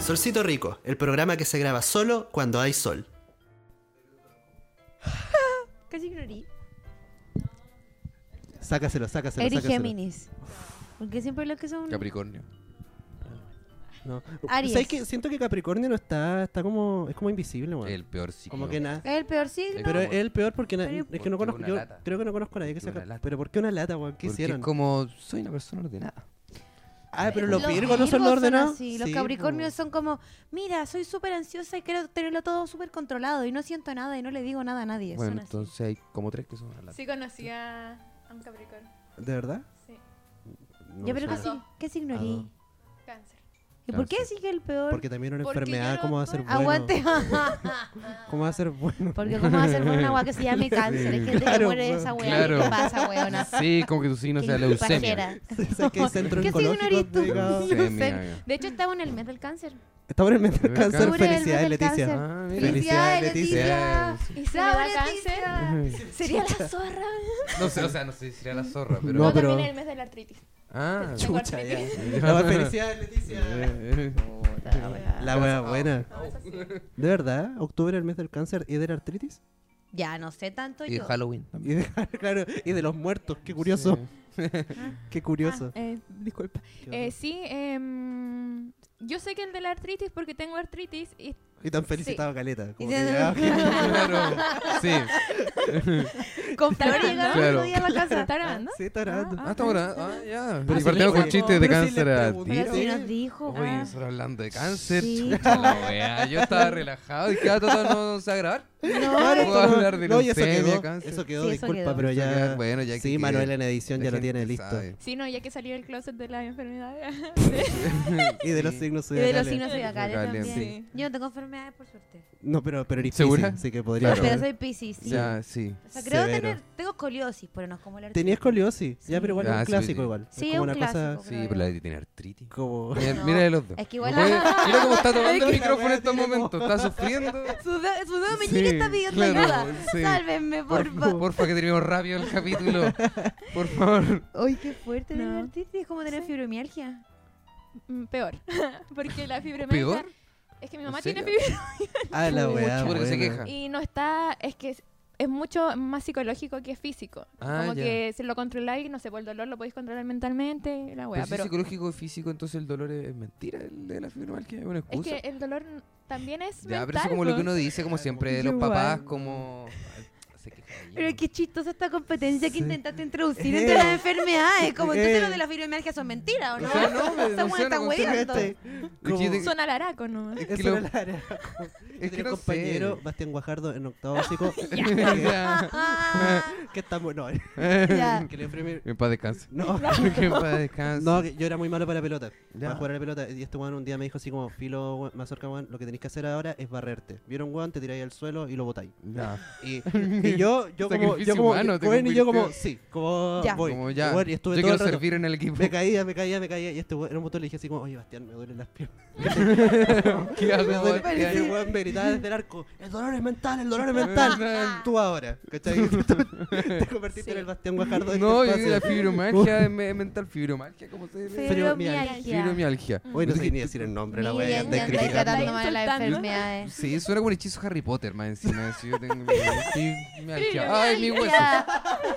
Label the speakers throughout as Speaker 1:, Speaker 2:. Speaker 1: Solcito Rico, el programa que se graba solo cuando hay sol.
Speaker 2: Casi ignorí.
Speaker 3: Sácaselo, sácaselo,
Speaker 2: Eri
Speaker 3: sácaselo.
Speaker 2: Géminis. Porque siempre los que son.
Speaker 4: Capricornio.
Speaker 3: No.
Speaker 2: Aries.
Speaker 3: ¿Sabes qué? Siento que Capricornio no está, está como, es como invisible, weón.
Speaker 4: El peor signo.
Speaker 3: Como que nada.
Speaker 2: Es el peor signo.
Speaker 4: Es
Speaker 3: Pero
Speaker 4: como-
Speaker 3: es el peor porque, na- es
Speaker 2: Pero-
Speaker 3: que no
Speaker 4: Porque
Speaker 3: conozco,
Speaker 4: una
Speaker 3: yo
Speaker 4: lata.
Speaker 3: creo que no conozco a nadie que
Speaker 4: Porque
Speaker 3: sea
Speaker 4: una
Speaker 3: Cap-
Speaker 4: lata.
Speaker 3: Pero ¿por qué una lata, weón? ¿Qué
Speaker 4: Porque
Speaker 3: hicieron?
Speaker 4: como soy una persona ordenada.
Speaker 3: Ah, pero los,
Speaker 2: Los
Speaker 3: virgos no son los
Speaker 2: Virgos
Speaker 3: ordenados.
Speaker 2: así, Los
Speaker 3: Sí,
Speaker 2: Capricornios son como: Mira, soy súper ansiosa y quiero tenerlo todo súper controlado y no siento nada y no le digo nada a nadie.
Speaker 4: Bueno,
Speaker 2: son así.
Speaker 4: entonces hay como tres que son una lata.
Speaker 5: Sí conocía a un Capricornio.
Speaker 3: po. ¿De verdad?
Speaker 5: Sí,
Speaker 3: No
Speaker 2: ya,
Speaker 3: lo
Speaker 2: pero
Speaker 3: sé.
Speaker 2: ¿qué, sig- qué signo
Speaker 3: Ah,
Speaker 2: erí?
Speaker 3: no.
Speaker 5: cáncer.
Speaker 2: ¿Y por qué
Speaker 4: Cáncer.
Speaker 2: sigue el peor?
Speaker 3: Porque también era una
Speaker 5: Porque
Speaker 3: enfermedad,
Speaker 5: yo
Speaker 3: ¿cómo va a
Speaker 5: soy-
Speaker 3: ser bueno?
Speaker 2: Aguante.
Speaker 5: Ah.
Speaker 3: ¿Cómo va a ser bueno?
Speaker 2: Porque cómo va a ser con un agua que se llame cáncer. Hay gente que
Speaker 3: Claro,
Speaker 2: muere de
Speaker 3: weón.
Speaker 2: esa weá.
Speaker 4: Claro.
Speaker 2: ¿Qué te pasa, weona?
Speaker 4: Sí, como que tu signo sea leucemia.
Speaker 2: pajera.
Speaker 3: Sé que hay centro
Speaker 2: ¿Qué signo
Speaker 3: oncológico
Speaker 2: eres tú?
Speaker 3: pegado.
Speaker 4: Sí,
Speaker 2: No sé.
Speaker 4: mira.
Speaker 2: De hecho, estaba en el mes del cáncer.
Speaker 3: Estamos en el mes del
Speaker 4: Tú
Speaker 3: cáncer.
Speaker 2: el
Speaker 4: eres
Speaker 2: mes
Speaker 3: Felicidades,
Speaker 2: del
Speaker 3: Leticia.
Speaker 2: cáncer.
Speaker 4: Ah, mira.
Speaker 3: Felicidades,
Speaker 2: Felicidades,
Speaker 3: Leticia.
Speaker 2: Leticia.
Speaker 5: Y si me
Speaker 2: Bravo,
Speaker 5: da
Speaker 2: Leticia. Sería la zorra.
Speaker 4: No sé, o sea, no sé si sería la zorra, pero.
Speaker 3: No,
Speaker 5: No,
Speaker 3: pero-
Speaker 5: también es el mes de la artritis.
Speaker 4: Ah,
Speaker 5: Tengo
Speaker 3: Chucha, ya.
Speaker 5: artritis.
Speaker 3: No, felicidades, Leticia.
Speaker 4: eh, eh.
Speaker 5: Ah,
Speaker 3: La wea buena.
Speaker 5: No,
Speaker 4: Oh.
Speaker 5: es así.
Speaker 3: ¿De verdad? ¿Octubre el mes del cáncer y de la artritis?
Speaker 2: Ya no sé tanto
Speaker 4: Y
Speaker 2: yo.
Speaker 4: Halloween.
Speaker 3: Y de, claro, y de los muertos. Qué curioso. Qué curioso.
Speaker 5: Ah, eh, disculpa. Eh, sí, em, yo sé que el de la artritis porque tengo artritis y
Speaker 3: y tan felicitado a Caleta. como
Speaker 2: Y
Speaker 3: que
Speaker 2: de-
Speaker 3: llegaba gente-
Speaker 4: Claro. Sí.
Speaker 2: Con flor llegaron el
Speaker 4: Claro.
Speaker 2: otro día a la casa.
Speaker 5: ¿Está grabando?
Speaker 3: Sí, está grabando.
Speaker 5: Ah,
Speaker 4: Hasta ahora. Ah, ya.
Speaker 3: Pero
Speaker 4: Y
Speaker 3: si
Speaker 4: partimos
Speaker 3: le-
Speaker 4: con chistes de
Speaker 3: pero si
Speaker 4: cáncer
Speaker 3: le
Speaker 4: al
Speaker 3: pregunté-
Speaker 2: Pero
Speaker 4: tiro.
Speaker 2: si
Speaker 3: Sí.
Speaker 2: nos dijo.
Speaker 4: Oye,
Speaker 2: ah.
Speaker 4: nosotros hablando de cáncer,
Speaker 2: Sí.
Speaker 4: chuta la wea. Yo estaba relajado y cada todo no se va a grabar.
Speaker 3: Claro,
Speaker 4: Puedo
Speaker 3: no,
Speaker 4: hablar de
Speaker 3: no, y eso
Speaker 4: leucemia,
Speaker 3: quedó,
Speaker 4: cáncer.
Speaker 3: eso quedó,
Speaker 2: Sí, eso
Speaker 3: disculpa,
Speaker 2: quedó.
Speaker 3: pero
Speaker 4: Eso
Speaker 3: ya...
Speaker 4: queda- bueno, ya
Speaker 3: sí,
Speaker 4: que-
Speaker 3: Manuel en edición
Speaker 4: La
Speaker 3: ya lo
Speaker 4: gente
Speaker 3: tiene listo.
Speaker 4: sabe.
Speaker 5: Sí, no, ya que salió el closet de la enfermedad.
Speaker 3: Y de los
Speaker 4: Sí.
Speaker 3: signos
Speaker 2: Y de los
Speaker 3: zodiacales.
Speaker 2: signos
Speaker 5: Sí.
Speaker 2: zodiacales
Speaker 4: Zodiacales,
Speaker 2: también.
Speaker 5: sí.
Speaker 2: Yo no tengo enfermedades, por suerte.
Speaker 3: No, pero, pero eres
Speaker 4: ¿Segura?
Speaker 3: Piscis, así que podría
Speaker 4: Claro.
Speaker 2: Pero
Speaker 3: ser.
Speaker 2: soy piscis, sí.
Speaker 4: Ya, sí.
Speaker 2: O sea, creo
Speaker 3: Severo.
Speaker 2: tener... Tengo escoliosis, pero no es como la
Speaker 3: Tenías escoliosis. Ya,
Speaker 2: Sí.
Speaker 3: pero igual
Speaker 4: Ah,
Speaker 3: es un
Speaker 4: sí,
Speaker 3: clásico
Speaker 4: sí.
Speaker 3: igual.
Speaker 2: Sí,
Speaker 3: es
Speaker 2: es
Speaker 3: como
Speaker 2: un
Speaker 3: una cosa...
Speaker 2: clásico.
Speaker 4: Sí, pero la de tiene artritis.
Speaker 3: Como...
Speaker 4: Mira,
Speaker 2: No.
Speaker 4: mira de los dos.
Speaker 2: Es que igual-
Speaker 4: No puede- Mira cómo está tomando el
Speaker 3: que la
Speaker 4: micrófono en
Speaker 3: wea
Speaker 4: estos
Speaker 3: tiene como-
Speaker 4: momentos. Está sufriendo.
Speaker 2: Su dedo, su dedo
Speaker 4: Sí,
Speaker 2: meñique está pidiendo
Speaker 4: claro,
Speaker 2: ayuda.
Speaker 4: sí.
Speaker 2: Sálvenme, por
Speaker 4: Por-
Speaker 2: favor.
Speaker 4: Porfa, que terminemos rápido el capítulo. Por favor.
Speaker 2: Ay, qué fuerte
Speaker 5: No.
Speaker 2: tener artritis. Es como tener fibromialgia.
Speaker 5: Mm, Peor. porque la fibromialgia.
Speaker 4: ¿Peor?
Speaker 5: Es que mi
Speaker 4: ¿En
Speaker 5: mamá tiene
Speaker 4: serio?
Speaker 5: fibromialgia
Speaker 3: Ah, la weá,
Speaker 4: Porque se
Speaker 3: buena.
Speaker 4: queja.
Speaker 5: y no está. Es que es, es mucho más psicológico que físico.
Speaker 4: Ah,
Speaker 5: Como
Speaker 4: ya.
Speaker 5: que si lo controláis, no sé, por el dolor lo podéis controlar mentalmente. La
Speaker 4: Pero
Speaker 5: wea,
Speaker 4: si
Speaker 5: pero.
Speaker 4: es psicológico y físico, entonces el dolor es mentira, el de la fibromialgia es una
Speaker 5: Es
Speaker 4: excusa.
Speaker 5: que el dolor n- también es.
Speaker 4: ya,
Speaker 5: mental, pues.
Speaker 4: pero eso es como lo que
Speaker 5: po.
Speaker 4: uno dice, como siempre, de los
Speaker 2: Igual.
Speaker 4: papás, como... Ay, se queja ahí,
Speaker 2: Pero
Speaker 4: ¿no?
Speaker 2: qué chistosa esta competencia que
Speaker 3: Sí.
Speaker 2: intentaste
Speaker 4: Eh.
Speaker 2: introducir entre las enfermedades. Como
Speaker 3: Eh.
Speaker 2: entonces lo de la fibromialgia son mentiras, ¿o no?
Speaker 4: O sea, no, me-
Speaker 2: Esta weá está
Speaker 4: no sé, no
Speaker 3: Sí,
Speaker 4: consigo
Speaker 2: hueveando.
Speaker 3: este, como-
Speaker 4: que yo te-
Speaker 5: Son alaraco, ¿no.
Speaker 4: Es
Speaker 3: Eso
Speaker 4: que lo-
Speaker 3: era la área.
Speaker 4: que
Speaker 3: Tenía
Speaker 4: no
Speaker 3: un compañero,
Speaker 4: sé.
Speaker 3: Bastián Guajardo, en octavo básico, que,
Speaker 4: Ya.
Speaker 2: Ah,
Speaker 3: que está mu- no,
Speaker 2: ya.
Speaker 3: que le enferme-
Speaker 4: En paz descanse.
Speaker 3: No,
Speaker 4: Que en paz descanse.
Speaker 3: no, que yo era muy malo para la pelota,
Speaker 4: Ya.
Speaker 3: para jugar a la pelota, y este weón un día me dijo así como, filo, weón, mazorca, weón, lo que tenéis que hacer ahora es barrerte. ¿Vieron, weón? Te tiráis al suelo y lo botáis.
Speaker 4: Ya.
Speaker 3: Y, y yo, yo como, yo
Speaker 4: Sacrificio
Speaker 3: como,
Speaker 4: humano, te
Speaker 3: weón, y yo como,
Speaker 4: convirtió.
Speaker 3: sí, como
Speaker 2: Ya.
Speaker 3: voy.
Speaker 4: Como ya,
Speaker 3: Weón, y estuve
Speaker 4: yo
Speaker 3: todo
Speaker 4: quiero
Speaker 3: el rato.
Speaker 4: servir en el equipo.
Speaker 3: Me caía, me caía, me caía, y este weón, en un momento le dije así como, oye, Bastián, me duelen las piernas.
Speaker 4: ¿Qué hago,
Speaker 3: Entonces,
Speaker 4: Bastián?
Speaker 3: y el weón me gritaba desde el arco, el dolor es mental, el dolor es mental. Tú ahora, ¿cachai? Te convertiste en el Bastián Guajardo de
Speaker 4: No, yo
Speaker 3: este
Speaker 4: digo la
Speaker 3: espacio.
Speaker 4: fibromialgia es me- mental, fibromialgia, ¿cómo se dice?
Speaker 2: Fibromialgia.
Speaker 4: Fibromialgia.
Speaker 3: Hoy no sé ni decir el nombre, la
Speaker 2: Mira,
Speaker 3: voy a
Speaker 2: ya
Speaker 3: andar
Speaker 2: estoy
Speaker 5: describir.
Speaker 3: criticando.
Speaker 2: tratándome de las
Speaker 5: Insultando.
Speaker 2: enfermedades.
Speaker 4: Sí, suena como el hechizo Harry Potter, más encima. eso yo tengo fibromialgia. Ay, mi hueso.
Speaker 2: Ya.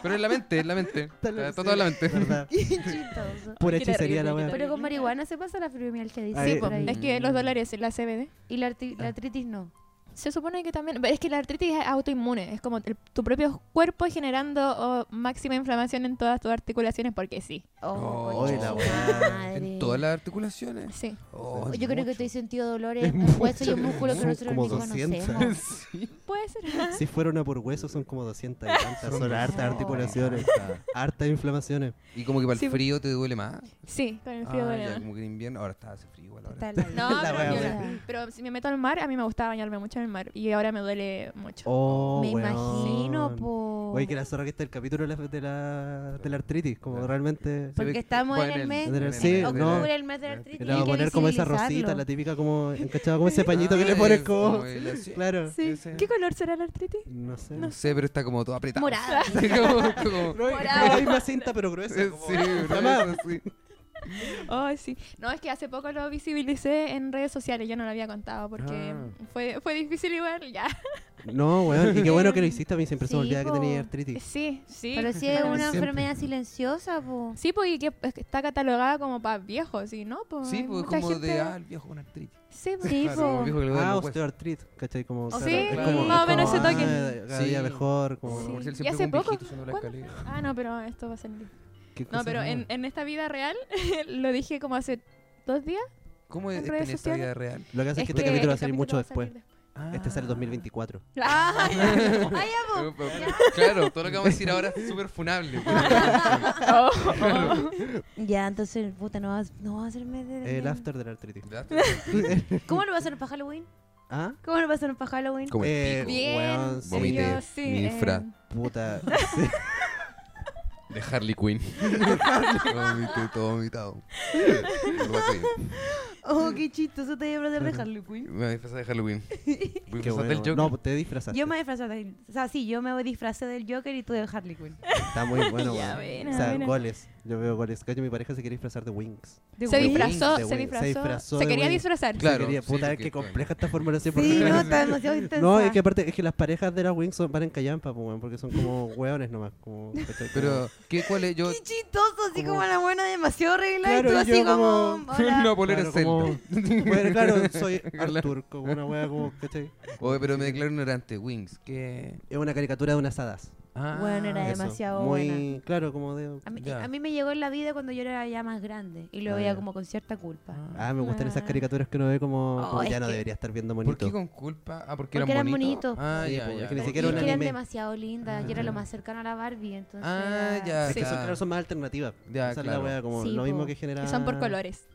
Speaker 4: Pero en la mente, en la mente.
Speaker 3: Está lo-
Speaker 4: Está todo en la mente.
Speaker 3: ¿Verdad?
Speaker 2: Qué chistoso.
Speaker 3: Pura
Speaker 5: Ay, qué
Speaker 3: hechicería la
Speaker 5: terrible,
Speaker 3: weá.
Speaker 5: qué
Speaker 2: Pero con marihuana se pasa la fibromialgia, dice.
Speaker 3: Ay,
Speaker 5: Sí,
Speaker 3: eh,
Speaker 5: po,
Speaker 2: por ahí.
Speaker 5: es que los dolores, la CBD.
Speaker 2: Y la, arti- la artritis no.
Speaker 5: Se supone que también. pero Es que la artritis es autoinmune. Es como el- tu propio cuerpo generando oh, máxima inflamación en todas tus articulaciones porque sí.
Speaker 2: Oh,
Speaker 4: Oh,
Speaker 2: concha
Speaker 3: la
Speaker 2: su
Speaker 3: weá.
Speaker 2: madre.
Speaker 4: En todas las articulaciones.
Speaker 5: Sí.
Speaker 4: Oh,
Speaker 2: Yo creo que estoy sintiendo dolores en
Speaker 3: mucho.
Speaker 2: huesos y en músculos que
Speaker 3: Son
Speaker 2: nosotros
Speaker 3: como
Speaker 2: ni
Speaker 3: 200.
Speaker 2: conocemos.
Speaker 4: Sí.
Speaker 5: Puede ser.
Speaker 3: Si fuera una por hueso son como 200 y tantas, son hartas articulaciones, hartas inflamaciones.
Speaker 4: Y como que para el
Speaker 5: Sí.
Speaker 4: frío te duele más.
Speaker 5: Sí, con el frío
Speaker 4: Ah,
Speaker 5: duele
Speaker 4: ya,
Speaker 5: más.
Speaker 4: como que en invierno. Ahora está hace frío igual ahora.
Speaker 2: Está la-
Speaker 3: La
Speaker 5: No, pero,
Speaker 3: wea,
Speaker 5: viola.
Speaker 2: wea.
Speaker 5: Pero si me meto al mar, a mí me gustaba bañarme mucho en el mar y ahora me duele mucho.
Speaker 3: Oh,
Speaker 2: Me
Speaker 3: weón.
Speaker 2: imagino, po.
Speaker 3: Oye, que la zorra que está el capítulo de la, de la, de la artritis, como realmente...
Speaker 4: Se ve
Speaker 2: Porque
Speaker 4: que-
Speaker 2: estamos en
Speaker 4: bueno,
Speaker 2: el mes.
Speaker 3: En el-
Speaker 4: el-
Speaker 3: sí,
Speaker 4: en el-
Speaker 3: no.
Speaker 2: Octubre, el mes de la artritis.
Speaker 3: Le vamos a
Speaker 2: hay que
Speaker 3: poner como esa rosita,
Speaker 2: visibilizarlo.
Speaker 3: la típica como encachada, como ese pañito que
Speaker 4: Ah,
Speaker 3: le pones
Speaker 4: es
Speaker 3: como...
Speaker 4: el así.
Speaker 3: Claro.
Speaker 5: Sí.
Speaker 4: Ese.
Speaker 5: ¿Qué color será la artritis?
Speaker 3: No sé.
Speaker 4: No sé, pero está como todo apretado.
Speaker 2: Morada.
Speaker 4: Sí, como- como-
Speaker 3: No, es como la misma cinta pero gruesa.
Speaker 4: Sí,
Speaker 3: como-
Speaker 4: pero
Speaker 3: Llamada.
Speaker 4: eso sí.
Speaker 5: Oh, sí. No, es que hace poco lo visibilicé en redes sociales. Yo no lo había contado porque
Speaker 4: Ah.
Speaker 5: fue, fue difícil igual. Ya.
Speaker 3: No, weón, y qué bueno que lo hiciste. A mí siempre se me
Speaker 2: Sí,
Speaker 3: olvidaba que
Speaker 2: po.
Speaker 3: tenía artritis.
Speaker 5: Sí, sí.
Speaker 2: Pero si es una
Speaker 3: Siempre.
Speaker 2: enfermedad silenciosa, po.
Speaker 5: Sí, porque que- es que está catalogada como para viejos, ¿sí? ¿No? Pues,
Speaker 4: Sí,
Speaker 5: hay
Speaker 4: pues
Speaker 5: mucha
Speaker 4: como de,
Speaker 5: gente-
Speaker 4: ah, el viejo con artritis.
Speaker 5: Sí, pues.
Speaker 2: Sí,
Speaker 4: Claro, como el
Speaker 2: po.
Speaker 4: viejo que le duelen
Speaker 3: Ah,
Speaker 4: los huesos.
Speaker 3: osteoartritis, ¿cachai? Como,
Speaker 5: Oh,
Speaker 3: claro,
Speaker 5: sí,
Speaker 3: es
Speaker 5: más o
Speaker 3: es
Speaker 5: menos ese toque.
Speaker 3: ah, cada día
Speaker 4: Sí.
Speaker 3: mejor, como...
Speaker 5: Sí.
Speaker 4: Como
Speaker 5: ¿Y
Speaker 4: él siempre
Speaker 5: hace
Speaker 4: con un
Speaker 5: poco?
Speaker 4: viejito subiendo la
Speaker 5: ¿Cuándo?
Speaker 4: escalera.
Speaker 5: Ah, no, pero esto va a ser...
Speaker 3: qué
Speaker 5: No,
Speaker 3: cosa
Speaker 5: pero
Speaker 3: rara.
Speaker 5: en, en esta vida real lo dije como hace dos días.
Speaker 4: ¿Cómo es
Speaker 5: En
Speaker 4: es
Speaker 5: redes
Speaker 4: tener esta
Speaker 5: sociales.
Speaker 4: vida real?
Speaker 3: Lo que hace es, que este
Speaker 5: el
Speaker 3: capítulo va a salir
Speaker 5: capítulo
Speaker 3: mucho
Speaker 5: va a
Speaker 3: después.
Speaker 5: salir
Speaker 3: Este sale 2024.
Speaker 5: Ah, ya. Ah, ya, po.
Speaker 4: Eh, pero- Claro, todo lo que vamos a decir ahora es súper funable.
Speaker 5: Oh,
Speaker 2: Ya, entonces, puta, no va, no va a ser mes de...
Speaker 3: El after de la artritis.
Speaker 2: ¿Cómo lo va a hacer para Halloween?
Speaker 3: ¿Ah?
Speaker 2: ¿Cómo lo va a hacer para Halloween?
Speaker 4: Como
Speaker 3: Eh,
Speaker 4: el pico.
Speaker 5: Bien.
Speaker 3: weón,
Speaker 5: sí,
Speaker 4: Vomité
Speaker 5: yo sí,
Speaker 4: mi
Speaker 5: eh,
Speaker 4: infra.
Speaker 3: Puta.
Speaker 4: De Harley Quinn. Vomité todo vomitado. Todo así.
Speaker 2: Oh, qué chistoso, te voy a hablar de Harley Quinn.
Speaker 4: Me voy a disfrazar de Halloween. Voy a
Speaker 3: Qué
Speaker 4: disfrazar
Speaker 3: bueno.
Speaker 4: del Joker.
Speaker 3: No, pues, te disfrazaste.
Speaker 2: Yo me disfrazé de... O sea, sí, yo me disfrazé del Joker y tú de Harley Quinn.
Speaker 3: Está muy bueno,
Speaker 5: Ya,
Speaker 3: weón.
Speaker 5: buena,
Speaker 3: O sea,
Speaker 5: buena.
Speaker 3: goles. Yo veo goles. Cacho, mi pareja se quiere disfrazar de Wings.
Speaker 2: De
Speaker 5: Se
Speaker 2: Wii.
Speaker 3: disfra- de
Speaker 5: disfrazó, se
Speaker 3: Wii, se
Speaker 5: disfrazó.
Speaker 3: disfrazó
Speaker 5: Se
Speaker 3: de
Speaker 5: quería
Speaker 3: Wii.
Speaker 5: disfrazar.
Speaker 4: Claro,
Speaker 3: Quería-
Speaker 4: sí,
Speaker 3: puta,
Speaker 4: porque-
Speaker 3: qué compleja esta formulación.
Speaker 2: Sí,
Speaker 3: porque-
Speaker 2: no, está demasiado intensa.
Speaker 3: No, es que aparte, es que las parejas de la Wings son, van en callampa, po, weón, porque son como weones nomás. Como, ¿cachai?
Speaker 4: Pero, ¿qué, ¿cuál es? Yo...
Speaker 2: Qué chistoso, así como
Speaker 4: Como-
Speaker 2: la buena demasiado regla
Speaker 3: Claro,
Speaker 2: y tú
Speaker 3: y
Speaker 2: así
Speaker 3: yo como-
Speaker 2: como... hola.
Speaker 4: Una polera
Speaker 3: Claro,
Speaker 4: Zelda.
Speaker 3: como- Bueno, claro, soy Arthur, como una wea como, ¿cachai?
Speaker 4: Oye, pero me declaro ignorante. Wings, ¿qué?
Speaker 3: Es una caricatura de unas hadas.
Speaker 4: Ah,
Speaker 2: Bueno, era
Speaker 3: Eso,
Speaker 2: demasiado
Speaker 3: Muy,
Speaker 2: buena.
Speaker 3: claro, como de...
Speaker 2: A mí,
Speaker 4: Ya.
Speaker 2: a mí me llegó en la vida cuando yo era ya más grande y lo
Speaker 3: Ah,
Speaker 2: veía
Speaker 3: ya.
Speaker 2: como con cierta culpa.
Speaker 4: Ah.
Speaker 3: Ah, me gustan esas
Speaker 5: Ah.
Speaker 3: caricaturas que uno ve como,
Speaker 2: Oh,
Speaker 3: como
Speaker 2: es
Speaker 3: ya no
Speaker 2: que-
Speaker 3: debería estar viendo
Speaker 4: ¿Por
Speaker 3: monito.
Speaker 4: qué con culpa? Ah, porque,
Speaker 2: Porque
Speaker 4: eran
Speaker 2: eran
Speaker 4: bonitos.
Speaker 2: bonitos.
Speaker 4: Ah,
Speaker 3: Sí,
Speaker 4: ya,
Speaker 3: po, es
Speaker 4: ya.
Speaker 3: que ni
Speaker 2: Y
Speaker 3: siquiera
Speaker 2: es
Speaker 3: un
Speaker 2: que eran
Speaker 3: anime.
Speaker 2: demasiado lindas, yo era lo
Speaker 4: Ah.
Speaker 2: más cercano a la Barbie, entonces...
Speaker 4: Ah,
Speaker 2: era-
Speaker 4: ya.
Speaker 3: Es que
Speaker 4: ya.
Speaker 3: son, claro, son más alternativas.
Speaker 4: Ya,
Speaker 3: Esa es
Speaker 4: claro.
Speaker 3: la wea, como
Speaker 2: Sí,
Speaker 3: lo mismo
Speaker 2: po.
Speaker 3: que genera...
Speaker 5: Que son por colores.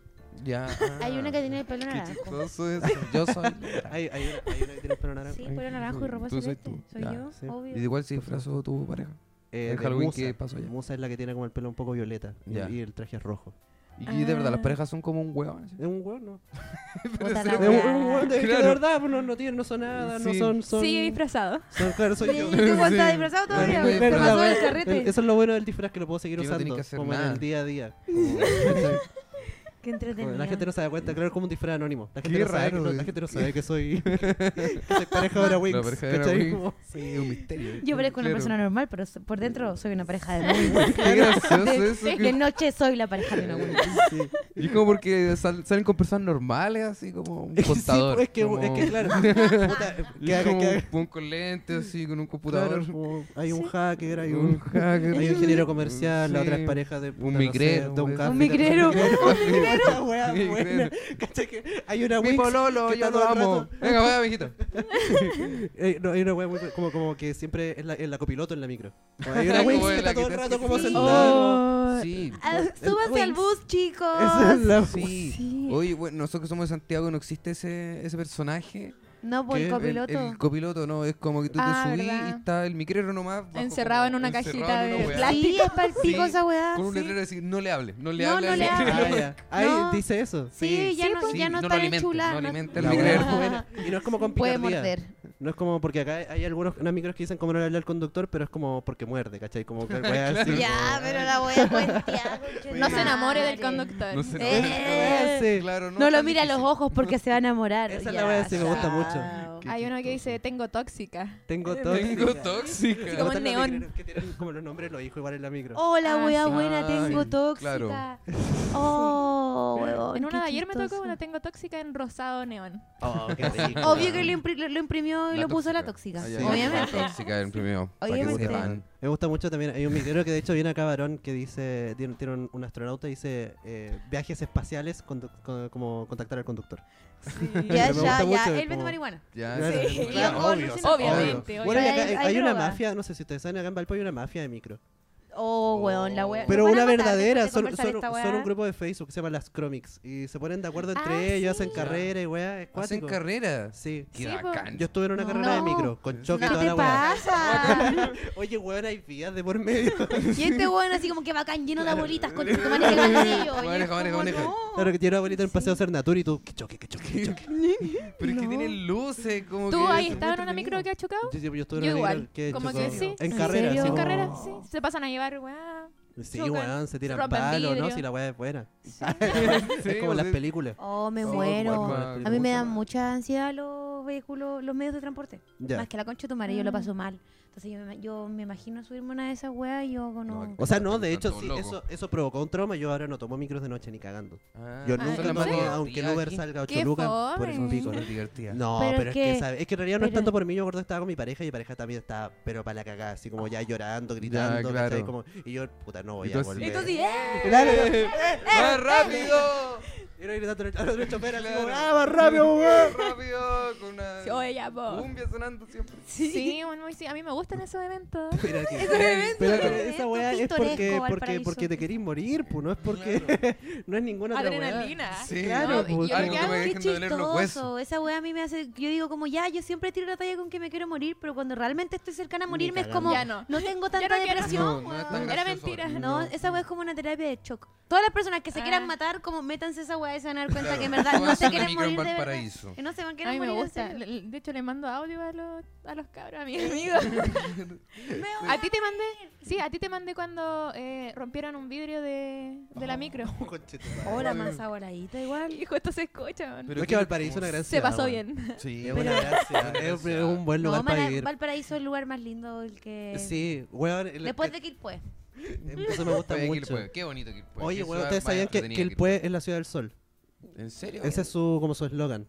Speaker 4: Ya. ah.
Speaker 2: Hay una que tiene el pelo
Speaker 4: Qué
Speaker 2: naranja.
Speaker 4: chistoso eso. Yo soy.
Speaker 3: Hay, hay una, hay una que tiene un pelo naranja.
Speaker 2: Sí, pelo naranja y ropa
Speaker 4: Tú soy
Speaker 2: celeste.
Speaker 4: tú.
Speaker 2: Soy
Speaker 4: Ya,
Speaker 2: yo,
Speaker 3: sí.
Speaker 2: obvio.
Speaker 4: ¿Y de cuál se disfrazó tu pareja?
Speaker 3: Eh,
Speaker 4: El
Speaker 3: de
Speaker 4: Halloween,
Speaker 3: Musa.
Speaker 4: ¿qué pasó ya?
Speaker 3: Musa es la que tiene como el pelo un poco violeta y-
Speaker 4: Ya.
Speaker 3: y el traje es rojo.
Speaker 4: Y de verdad, las
Speaker 5: Ah.
Speaker 4: parejas son como un huevo.
Speaker 3: Es un weón, ¿no?
Speaker 2: Puta la
Speaker 3: Es un- es
Speaker 2: weá.
Speaker 3: un weón, de- es que de
Speaker 4: Claro.
Speaker 3: verdad, pues, no, no tienen, no son nada, no
Speaker 4: Sí.
Speaker 3: son... son
Speaker 5: Sigue disfrazado.
Speaker 3: son- claro, soy yo.
Speaker 2: ¿Y tú cómo estás
Speaker 4: Sí.
Speaker 2: disfrazado
Speaker 4: Claro,
Speaker 2: todavía?
Speaker 4: claro,
Speaker 2: Se
Speaker 4: claro.
Speaker 2: pasó el
Speaker 3: El-
Speaker 2: carrete.
Speaker 3: Eso es lo bueno del disfraz que lo puedo seguir
Speaker 4: Que no
Speaker 3: usando,
Speaker 4: tenés que hacer
Speaker 3: como en
Speaker 4: nada.
Speaker 3: el día a día. Como-
Speaker 2: Qué
Speaker 3: como
Speaker 2: entretenido.
Speaker 3: la gente no se da cuenta, claro, es como un disfraz anónimo. La gente,
Speaker 4: Qué
Speaker 3: no sabe, que
Speaker 4: raro,
Speaker 3: no- la
Speaker 4: güey.
Speaker 3: gente no sabe que soy, que soy pareja de la Wings.
Speaker 4: pareja de la
Speaker 3: ¿cachai?
Speaker 4: Wings.
Speaker 3: Como-
Speaker 4: Sí, un misterio.
Speaker 2: Yo parezco una
Speaker 4: Claro.
Speaker 2: persona normal, pero so- por dentro soy una pareja de Halloween.
Speaker 4: Qué gracioso eso.
Speaker 2: De, de
Speaker 4: que-
Speaker 2: noche soy la pareja de una abuela.
Speaker 3: Sí.
Speaker 4: Y como porque sal- salen con personas normales, así como un
Speaker 3: Sí, pues,
Speaker 4: contador.
Speaker 3: es, que,
Speaker 4: como-
Speaker 3: es que, claro, puta, que haga-
Speaker 4: como
Speaker 3: que
Speaker 4: un
Speaker 3: haga-
Speaker 4: punk con lentes, así, con un computador.
Speaker 3: claro, como hay un hacker, hay
Speaker 4: un
Speaker 3: un,
Speaker 4: hacker.
Speaker 3: hay un ingeniero comercial, la otra
Speaker 4: Sí.
Speaker 3: es pareja de. puta,
Speaker 4: Un
Speaker 3: no
Speaker 4: migrero,
Speaker 3: sé, de un,
Speaker 4: un-
Speaker 3: café,
Speaker 2: Un migrero,
Speaker 3: de-
Speaker 2: un
Speaker 3: Esa wea
Speaker 4: Un
Speaker 3: buena.
Speaker 4: migrero.
Speaker 3: ¿Cachai que Hay una
Speaker 4: Mi
Speaker 3: Wings
Speaker 4: pololo,
Speaker 3: que
Speaker 4: yo
Speaker 3: está
Speaker 4: lo
Speaker 3: todo el
Speaker 4: amo.
Speaker 3: rato-
Speaker 4: Venga, vaya, viejito.
Speaker 3: Eh, no, hay una wea muy, como, como que siempre es la, es la copiloto en la micro. Como Hay una
Speaker 4: Como
Speaker 3: Wings
Speaker 4: la
Speaker 3: que está
Speaker 4: que
Speaker 3: todo
Speaker 4: te
Speaker 3: el
Speaker 4: hace
Speaker 3: rato como
Speaker 2: sí. Oh.
Speaker 3: sentada.
Speaker 5: Oh.
Speaker 4: Sí.
Speaker 2: Ah, Súbanse al bus, chicos.
Speaker 3: Esa es
Speaker 2: Oh,
Speaker 3: la
Speaker 4: Sí.
Speaker 5: Sí.
Speaker 4: Oye, bueno, nosotros que somos de Santiago no existe ese, ese personaje.
Speaker 2: No, por
Speaker 3: ¿Qué?
Speaker 2: el
Speaker 3: El-
Speaker 4: El,
Speaker 2: copiloto.
Speaker 4: el copiloto, no, es como que tú
Speaker 5: Ah,
Speaker 4: te subís
Speaker 5: verdad.
Speaker 4: y está el micrero nomás. bajo
Speaker 5: Encerrado en
Speaker 4: como-
Speaker 5: una
Speaker 4: encerrado
Speaker 5: cajita
Speaker 4: en
Speaker 5: de
Speaker 4: una weá,
Speaker 5: plástico.
Speaker 2: Sí, es palpico
Speaker 4: Sí.
Speaker 2: esa weá.
Speaker 4: Con un
Speaker 2: sí.
Speaker 4: letrero de decir, no le hable, no le
Speaker 2: No,
Speaker 4: hable.
Speaker 2: no
Speaker 4: al
Speaker 2: le
Speaker 4: micrero".
Speaker 3: Ah,
Speaker 2: hable.
Speaker 3: ya. Ahí
Speaker 2: No.
Speaker 3: dice eso.
Speaker 2: Sí, ya no,
Speaker 4: Sí,
Speaker 2: ya no
Speaker 4: no lo
Speaker 2: están
Speaker 4: alimenten,
Speaker 2: enchuladas.
Speaker 4: no alimenten
Speaker 3: La
Speaker 4: al
Speaker 3: wea
Speaker 4: micrero.
Speaker 3: es buena. Y no es como con
Speaker 2: Puede
Speaker 3: picardía.
Speaker 2: morder.
Speaker 3: No es como porque acá hay algunos unas micros que dicen como no le habla al conductor, pero es como porque muerde, ¿cachai? Como que weas así.
Speaker 2: Ya, pero la voy a cuentear.
Speaker 5: No se enamore del
Speaker 2: conductor.
Speaker 4: No
Speaker 5: conductor.
Speaker 4: se
Speaker 2: Eh,
Speaker 4: enamore.
Speaker 2: eh,
Speaker 3: Sí.
Speaker 4: Claro, no.
Speaker 2: No lo
Speaker 4: tan
Speaker 2: mira a los
Speaker 4: difícil.
Speaker 2: ojos porque se va a enamorar.
Speaker 3: Esa es la wea que me gusta mucho.
Speaker 5: Hay uno que dice, tengo tóxica.
Speaker 3: Tengo todo.
Speaker 4: Tengo tóxica.
Speaker 5: Sí, como
Speaker 3: en
Speaker 5: neón.
Speaker 3: Que tienen como los nombres de los hijos igual en la micro.
Speaker 2: Hola,
Speaker 5: Ah,
Speaker 2: wea
Speaker 5: sí.
Speaker 2: buena, tengo
Speaker 4: Ay,
Speaker 2: tóxica.
Speaker 4: claro.
Speaker 2: Oh, huevón.
Speaker 5: En una
Speaker 2: qué
Speaker 5: de ayer me
Speaker 2: chistoso.
Speaker 5: tocó una tengo tóxica en rosado neón.
Speaker 3: Oh, qué rico.
Speaker 2: Obvio que lo, impri- lo- lo imprimió y
Speaker 4: La
Speaker 2: lo puso la
Speaker 4: tóxica.
Speaker 2: tóxica.
Speaker 4: Ah, ya,
Speaker 3: Sí.
Speaker 2: Obviamente.
Speaker 4: La tóxica en primero. Para que
Speaker 2: Obviamente.
Speaker 4: sepan.
Speaker 3: Me gusta mucho también. Hay un micro que de hecho viene acá varón que dice, tiene, tiene un, un astronauta y dice eh, viajes espaciales condu- con- como contactar al conductor.
Speaker 2: Ya,
Speaker 3: Pero me gusta
Speaker 2: ya,
Speaker 3: mucho,
Speaker 2: ya. Él vende
Speaker 3: como-
Speaker 2: marihuana.
Speaker 4: Ya,
Speaker 3: Claro,
Speaker 4: sí.
Speaker 3: claro,
Speaker 2: Y alcohol,
Speaker 4: obvio.
Speaker 2: sí,
Speaker 5: no. Obviamente,
Speaker 3: Obvio. Bueno, y acá
Speaker 2: obvio.
Speaker 3: hay,
Speaker 2: Hay
Speaker 3: hay una
Speaker 2: droga.
Speaker 3: mafia, no sé si ustedes saben, acá en Valpo hay una mafia de micro.
Speaker 2: Oh, weón, la wea.
Speaker 3: Pero
Speaker 2: Nos
Speaker 3: una
Speaker 2: van a matar
Speaker 3: verdadera,
Speaker 2: después de
Speaker 3: son,
Speaker 2: conversar
Speaker 3: son-
Speaker 2: esta wea.
Speaker 3: son un grupo de Facebook que se llama Las Cromics y se ponen de acuerdo entre
Speaker 5: Ah,
Speaker 3: ellos, hacen
Speaker 5: sí.
Speaker 3: carrera y weá, es
Speaker 4: Hacen
Speaker 3: cuático.
Speaker 4: carreras.
Speaker 3: Sí.
Speaker 4: Qué
Speaker 5: Sí, po.
Speaker 4: bacán.
Speaker 3: Yo estuve en una
Speaker 5: No.
Speaker 3: carrera de micro, con choque
Speaker 2: ¿Qué
Speaker 3: y toda
Speaker 2: te
Speaker 3: la weá.
Speaker 2: pasa?
Speaker 3: Oye, weón, hay vías de por medio.
Speaker 2: Y este weón así como que bacán, lleno de bolitas con tu manija el bolsillo. Y
Speaker 4: Maneja,
Speaker 2: es
Speaker 4: maneja,
Speaker 2: como,
Speaker 4: maneja.
Speaker 2: no.
Speaker 3: claro que tiene una abuelita en Paseo Cernatur y tú, que choque, que choque, que choque.
Speaker 4: Pero es que tienen luces, como
Speaker 5: ¿Tú
Speaker 4: que-
Speaker 5: ahí
Speaker 3: es
Speaker 5: estabas en
Speaker 3: muy
Speaker 5: una micro
Speaker 3: entretenido.
Speaker 5: que ha chocado?
Speaker 3: Yo, yo- yo estuve en
Speaker 5: Yo
Speaker 3: una micro
Speaker 5: igual,
Speaker 3: que
Speaker 5: como
Speaker 3: chocó.
Speaker 5: que sí.
Speaker 3: En
Speaker 2: ¿En
Speaker 3: carrera,
Speaker 2: serio?
Speaker 3: así
Speaker 5: En
Speaker 3: como-
Speaker 5: carrera, sí. Se pasan a llevar, weá.
Speaker 3: Sí,
Speaker 5: Chocan,
Speaker 3: weón, se tiran
Speaker 5: rompen
Speaker 3: palos, ¿no?
Speaker 5: vidrio.
Speaker 3: Si la weá es buena.
Speaker 5: Sí.
Speaker 3: es como las películas.
Speaker 2: Oh, me
Speaker 4: Sí,
Speaker 2: muero.
Speaker 4: como-
Speaker 2: A mí me dan mucha ansiedad los vehículos, los medios de transporte.
Speaker 3: Ya.
Speaker 2: Más que la concha de tu madre, yo lo
Speaker 5: Mm.
Speaker 2: paso mal. Entonces yo me, yo me imagino subirme una de esas weas y yo
Speaker 4: No,
Speaker 2: no.
Speaker 4: aquí-
Speaker 3: O sea, no, de hecho,
Speaker 4: Tanto
Speaker 3: sí,
Speaker 4: loco.
Speaker 3: eso, eso provocó un trauma. Yo ahora no tomo micros de noche ni cagando. Yo
Speaker 5: Ah,
Speaker 3: nunca
Speaker 5: ¿en
Speaker 3: tomo,
Speaker 5: serio?
Speaker 3: aunque el Uber salga a 8
Speaker 5: Qué
Speaker 3: lucas, por eso
Speaker 5: fome.
Speaker 3: un pico. ¿no?
Speaker 4: divertida.
Speaker 3: No,
Speaker 2: Pero
Speaker 3: pero,
Speaker 2: es
Speaker 3: es que,
Speaker 2: que-
Speaker 3: ¿sabes? es que en realidad no es
Speaker 2: pero-
Speaker 3: tanto por mí, yo gordo estaba con mi pareja y mi pareja también estaba, pero para la cagada, así como ya llorando, gritando,
Speaker 4: claro.
Speaker 3: ¿cachai? Como, y yo, puta, no voy
Speaker 4: Y
Speaker 3: a
Speaker 4: tú así-
Speaker 3: volver.
Speaker 4: Y tú
Speaker 2: Entonces, ¡eh!
Speaker 3: Claro, yo-
Speaker 4: ¡Más rápido!
Speaker 3: yo no gritando al otro chofer, así como,
Speaker 4: Claro.
Speaker 3: ¡ah, más rápido, weón!
Speaker 4: ¡Más rápido! Con una
Speaker 5: Sí, Oye, ya, po.
Speaker 4: cumbia sonando siempre.
Speaker 5: Sí, bueno, muy- sí, a mí me gustan esos eventos.
Speaker 3: Pero, que-
Speaker 2: Ese
Speaker 3: pero
Speaker 2: evento
Speaker 3: esa weá es
Speaker 2: pintoresco,
Speaker 3: porque, porque,
Speaker 2: Valparaíso.
Speaker 3: porque te querís morir, pues no es porque no es ninguna otra weá.
Speaker 5: Adrenalina.
Speaker 4: Sí.
Speaker 3: Claro,
Speaker 5: No, y
Speaker 3: pues,
Speaker 5: yo
Speaker 4: algo que
Speaker 5: creo que-
Speaker 4: me
Speaker 2: Qué
Speaker 4: dejen de doler los huesos.
Speaker 2: chistoso. Esa wea a mí me hace. Yo digo, como ya, yo siempre tiro la talla con que me quiero morir, pero cuando realmente estoy cercana a
Speaker 3: Ni
Speaker 2: morirme es
Speaker 3: cagando.
Speaker 2: como.
Speaker 5: Ya no.
Speaker 2: tengo tanta
Speaker 5: quiero.
Speaker 2: depresión.
Speaker 4: No, no es tan
Speaker 2: weón.
Speaker 5: Era
Speaker 4: gracioso.
Speaker 5: mentira.
Speaker 2: No,
Speaker 4: No.
Speaker 2: esa weá es como una terapia de shock. Todas las personas que se
Speaker 5: Ah.
Speaker 2: quieran matar, como métanse esa weá y se van a dar cuenta
Speaker 4: Claro,
Speaker 2: que en verdad no
Speaker 4: todas
Speaker 2: se
Speaker 4: son
Speaker 2: quieren
Speaker 4: micro en
Speaker 2: morir de verdad.
Speaker 4: Valparaíso.
Speaker 2: Que no se van a
Speaker 5: A
Speaker 2: querer
Speaker 5: mí me
Speaker 2: morir en
Speaker 5: gusta.
Speaker 2: serio.
Speaker 5: Le- De hecho, le mando audio a los, a los cabros, a mis amigos.
Speaker 2: Me-
Speaker 5: a ti te mandé. Sí, a ti te mandé cuando eh, rompieron un vidrio de, de
Speaker 3: Oh.
Speaker 5: la micro.
Speaker 2: Hola, más aboladita igual.
Speaker 5: Hijo, esto se escucha.
Speaker 4: Pero
Speaker 3: No es que
Speaker 4: tiene
Speaker 3: Valparaíso es
Speaker 4: como-
Speaker 3: una gran
Speaker 5: Se
Speaker 3: ciudad,
Speaker 5: pasó
Speaker 3: weón.
Speaker 5: bien.
Speaker 4: Sí,
Speaker 3: Es una gran ciudad,
Speaker 4: Una gran
Speaker 3: es
Speaker 4: ciudad.
Speaker 3: es un buen lugar
Speaker 2: no,
Speaker 3: para
Speaker 2: Mala-
Speaker 3: vivir.
Speaker 2: Valparaíso es el lugar más lindo el que.
Speaker 3: Sí, weón. el-
Speaker 2: Después de Quilpue.
Speaker 3: Eso me gusta
Speaker 4: Oye,
Speaker 3: mucho.
Speaker 4: Quilpue, Qué bonito Quilpue.
Speaker 3: Oye,
Speaker 4: qué
Speaker 3: weón,
Speaker 4: ciudad
Speaker 3: ustedes
Speaker 4: más
Speaker 3: sabían que
Speaker 4: entretenida
Speaker 3: Quilpue es la ciudad del sol.
Speaker 4: Quilpue. ¿En serio?
Speaker 3: Ese es su, como su eslogan.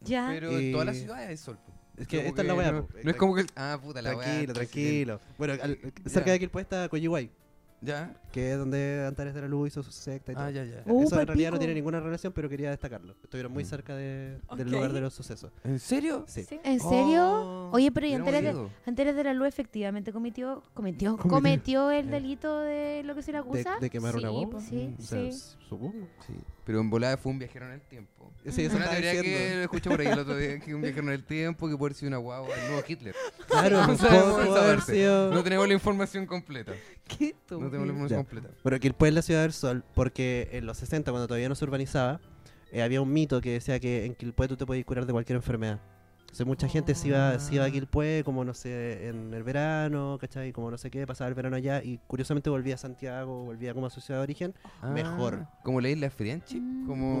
Speaker 2: Ya.
Speaker 4: Pero en
Speaker 3: Y-
Speaker 4: todas las ciudades es sol. po.
Speaker 3: Es que
Speaker 4: Como
Speaker 3: esta es la weá,
Speaker 4: No,
Speaker 3: po.
Speaker 4: no es como que. Ah, puta, la weá.
Speaker 3: Tranquilo, tranquilo. Bueno, al-
Speaker 4: Ya.
Speaker 3: cerca de Quilpue está Coyihuay,
Speaker 4: Ya.
Speaker 3: que es donde Antares de la Luz hizo su secta y todo.
Speaker 4: Ah, ya, ya.
Speaker 2: Uh,
Speaker 3: Eso en realidad no
Speaker 2: palpico.
Speaker 3: tiene ninguna relación, pero quería destacarlo. Estuvieron muy
Speaker 4: Mm.
Speaker 3: cerca de-
Speaker 5: Ok.
Speaker 3: del lugar de los sucesos.
Speaker 4: ¿En serio?
Speaker 3: Sí.
Speaker 2: ¿En serio?
Speaker 4: Oh,
Speaker 2: Oye, pero y
Speaker 4: hubiéramos
Speaker 2: antes de,
Speaker 4: ido.
Speaker 2: antes de la luz efectivamente cometió, cometió,
Speaker 3: Cometió.
Speaker 2: cometió, el
Speaker 3: Ya.
Speaker 2: delito de lo que se le
Speaker 3: De,
Speaker 2: acusa.
Speaker 3: de quemar una
Speaker 5: Sí,
Speaker 3: bomba.
Speaker 5: po.
Speaker 2: Sí.
Speaker 3: O sea,
Speaker 5: Sí.
Speaker 3: s- supongo.
Speaker 4: Sí, pero en volada fue un viajero en el tiempo.
Speaker 3: Sí,
Speaker 4: Es
Speaker 3: eso
Speaker 4: una
Speaker 3: estaba
Speaker 4: teoría que
Speaker 3: diciendo.
Speaker 4: lo escuché por ahí el otro día, que un viajero en el tiempo que puede haber sido una guagua, el nuevo Hitler.
Speaker 3: Claro,
Speaker 4: No
Speaker 3: pues,
Speaker 4: sabemos
Speaker 3: pudo-
Speaker 4: el
Speaker 3: pudo haber
Speaker 4: saberse.
Speaker 3: sido-
Speaker 4: No tenemos la información completa.
Speaker 2: ¿Qué tú?
Speaker 4: No tenemos la información
Speaker 3: Ya.
Speaker 4: completa.
Speaker 3: Pero Quilpue es la ciudad del sol porque en los 60, cuando todavía no se urbanizaba, eh, había un mito que decía que en Quilpue tú te podías curar de cualquier enfermedad. Entonces mucha gente se iba, se iba a Quilpue, como no sé, en el verano, ¿cachai? Como no sé qué, pasaba el verano allá y curiosamente volvía a Santiago, volvía como a su ciudad de origen. Mejor.
Speaker 4: Como la isla Frianchi. Como...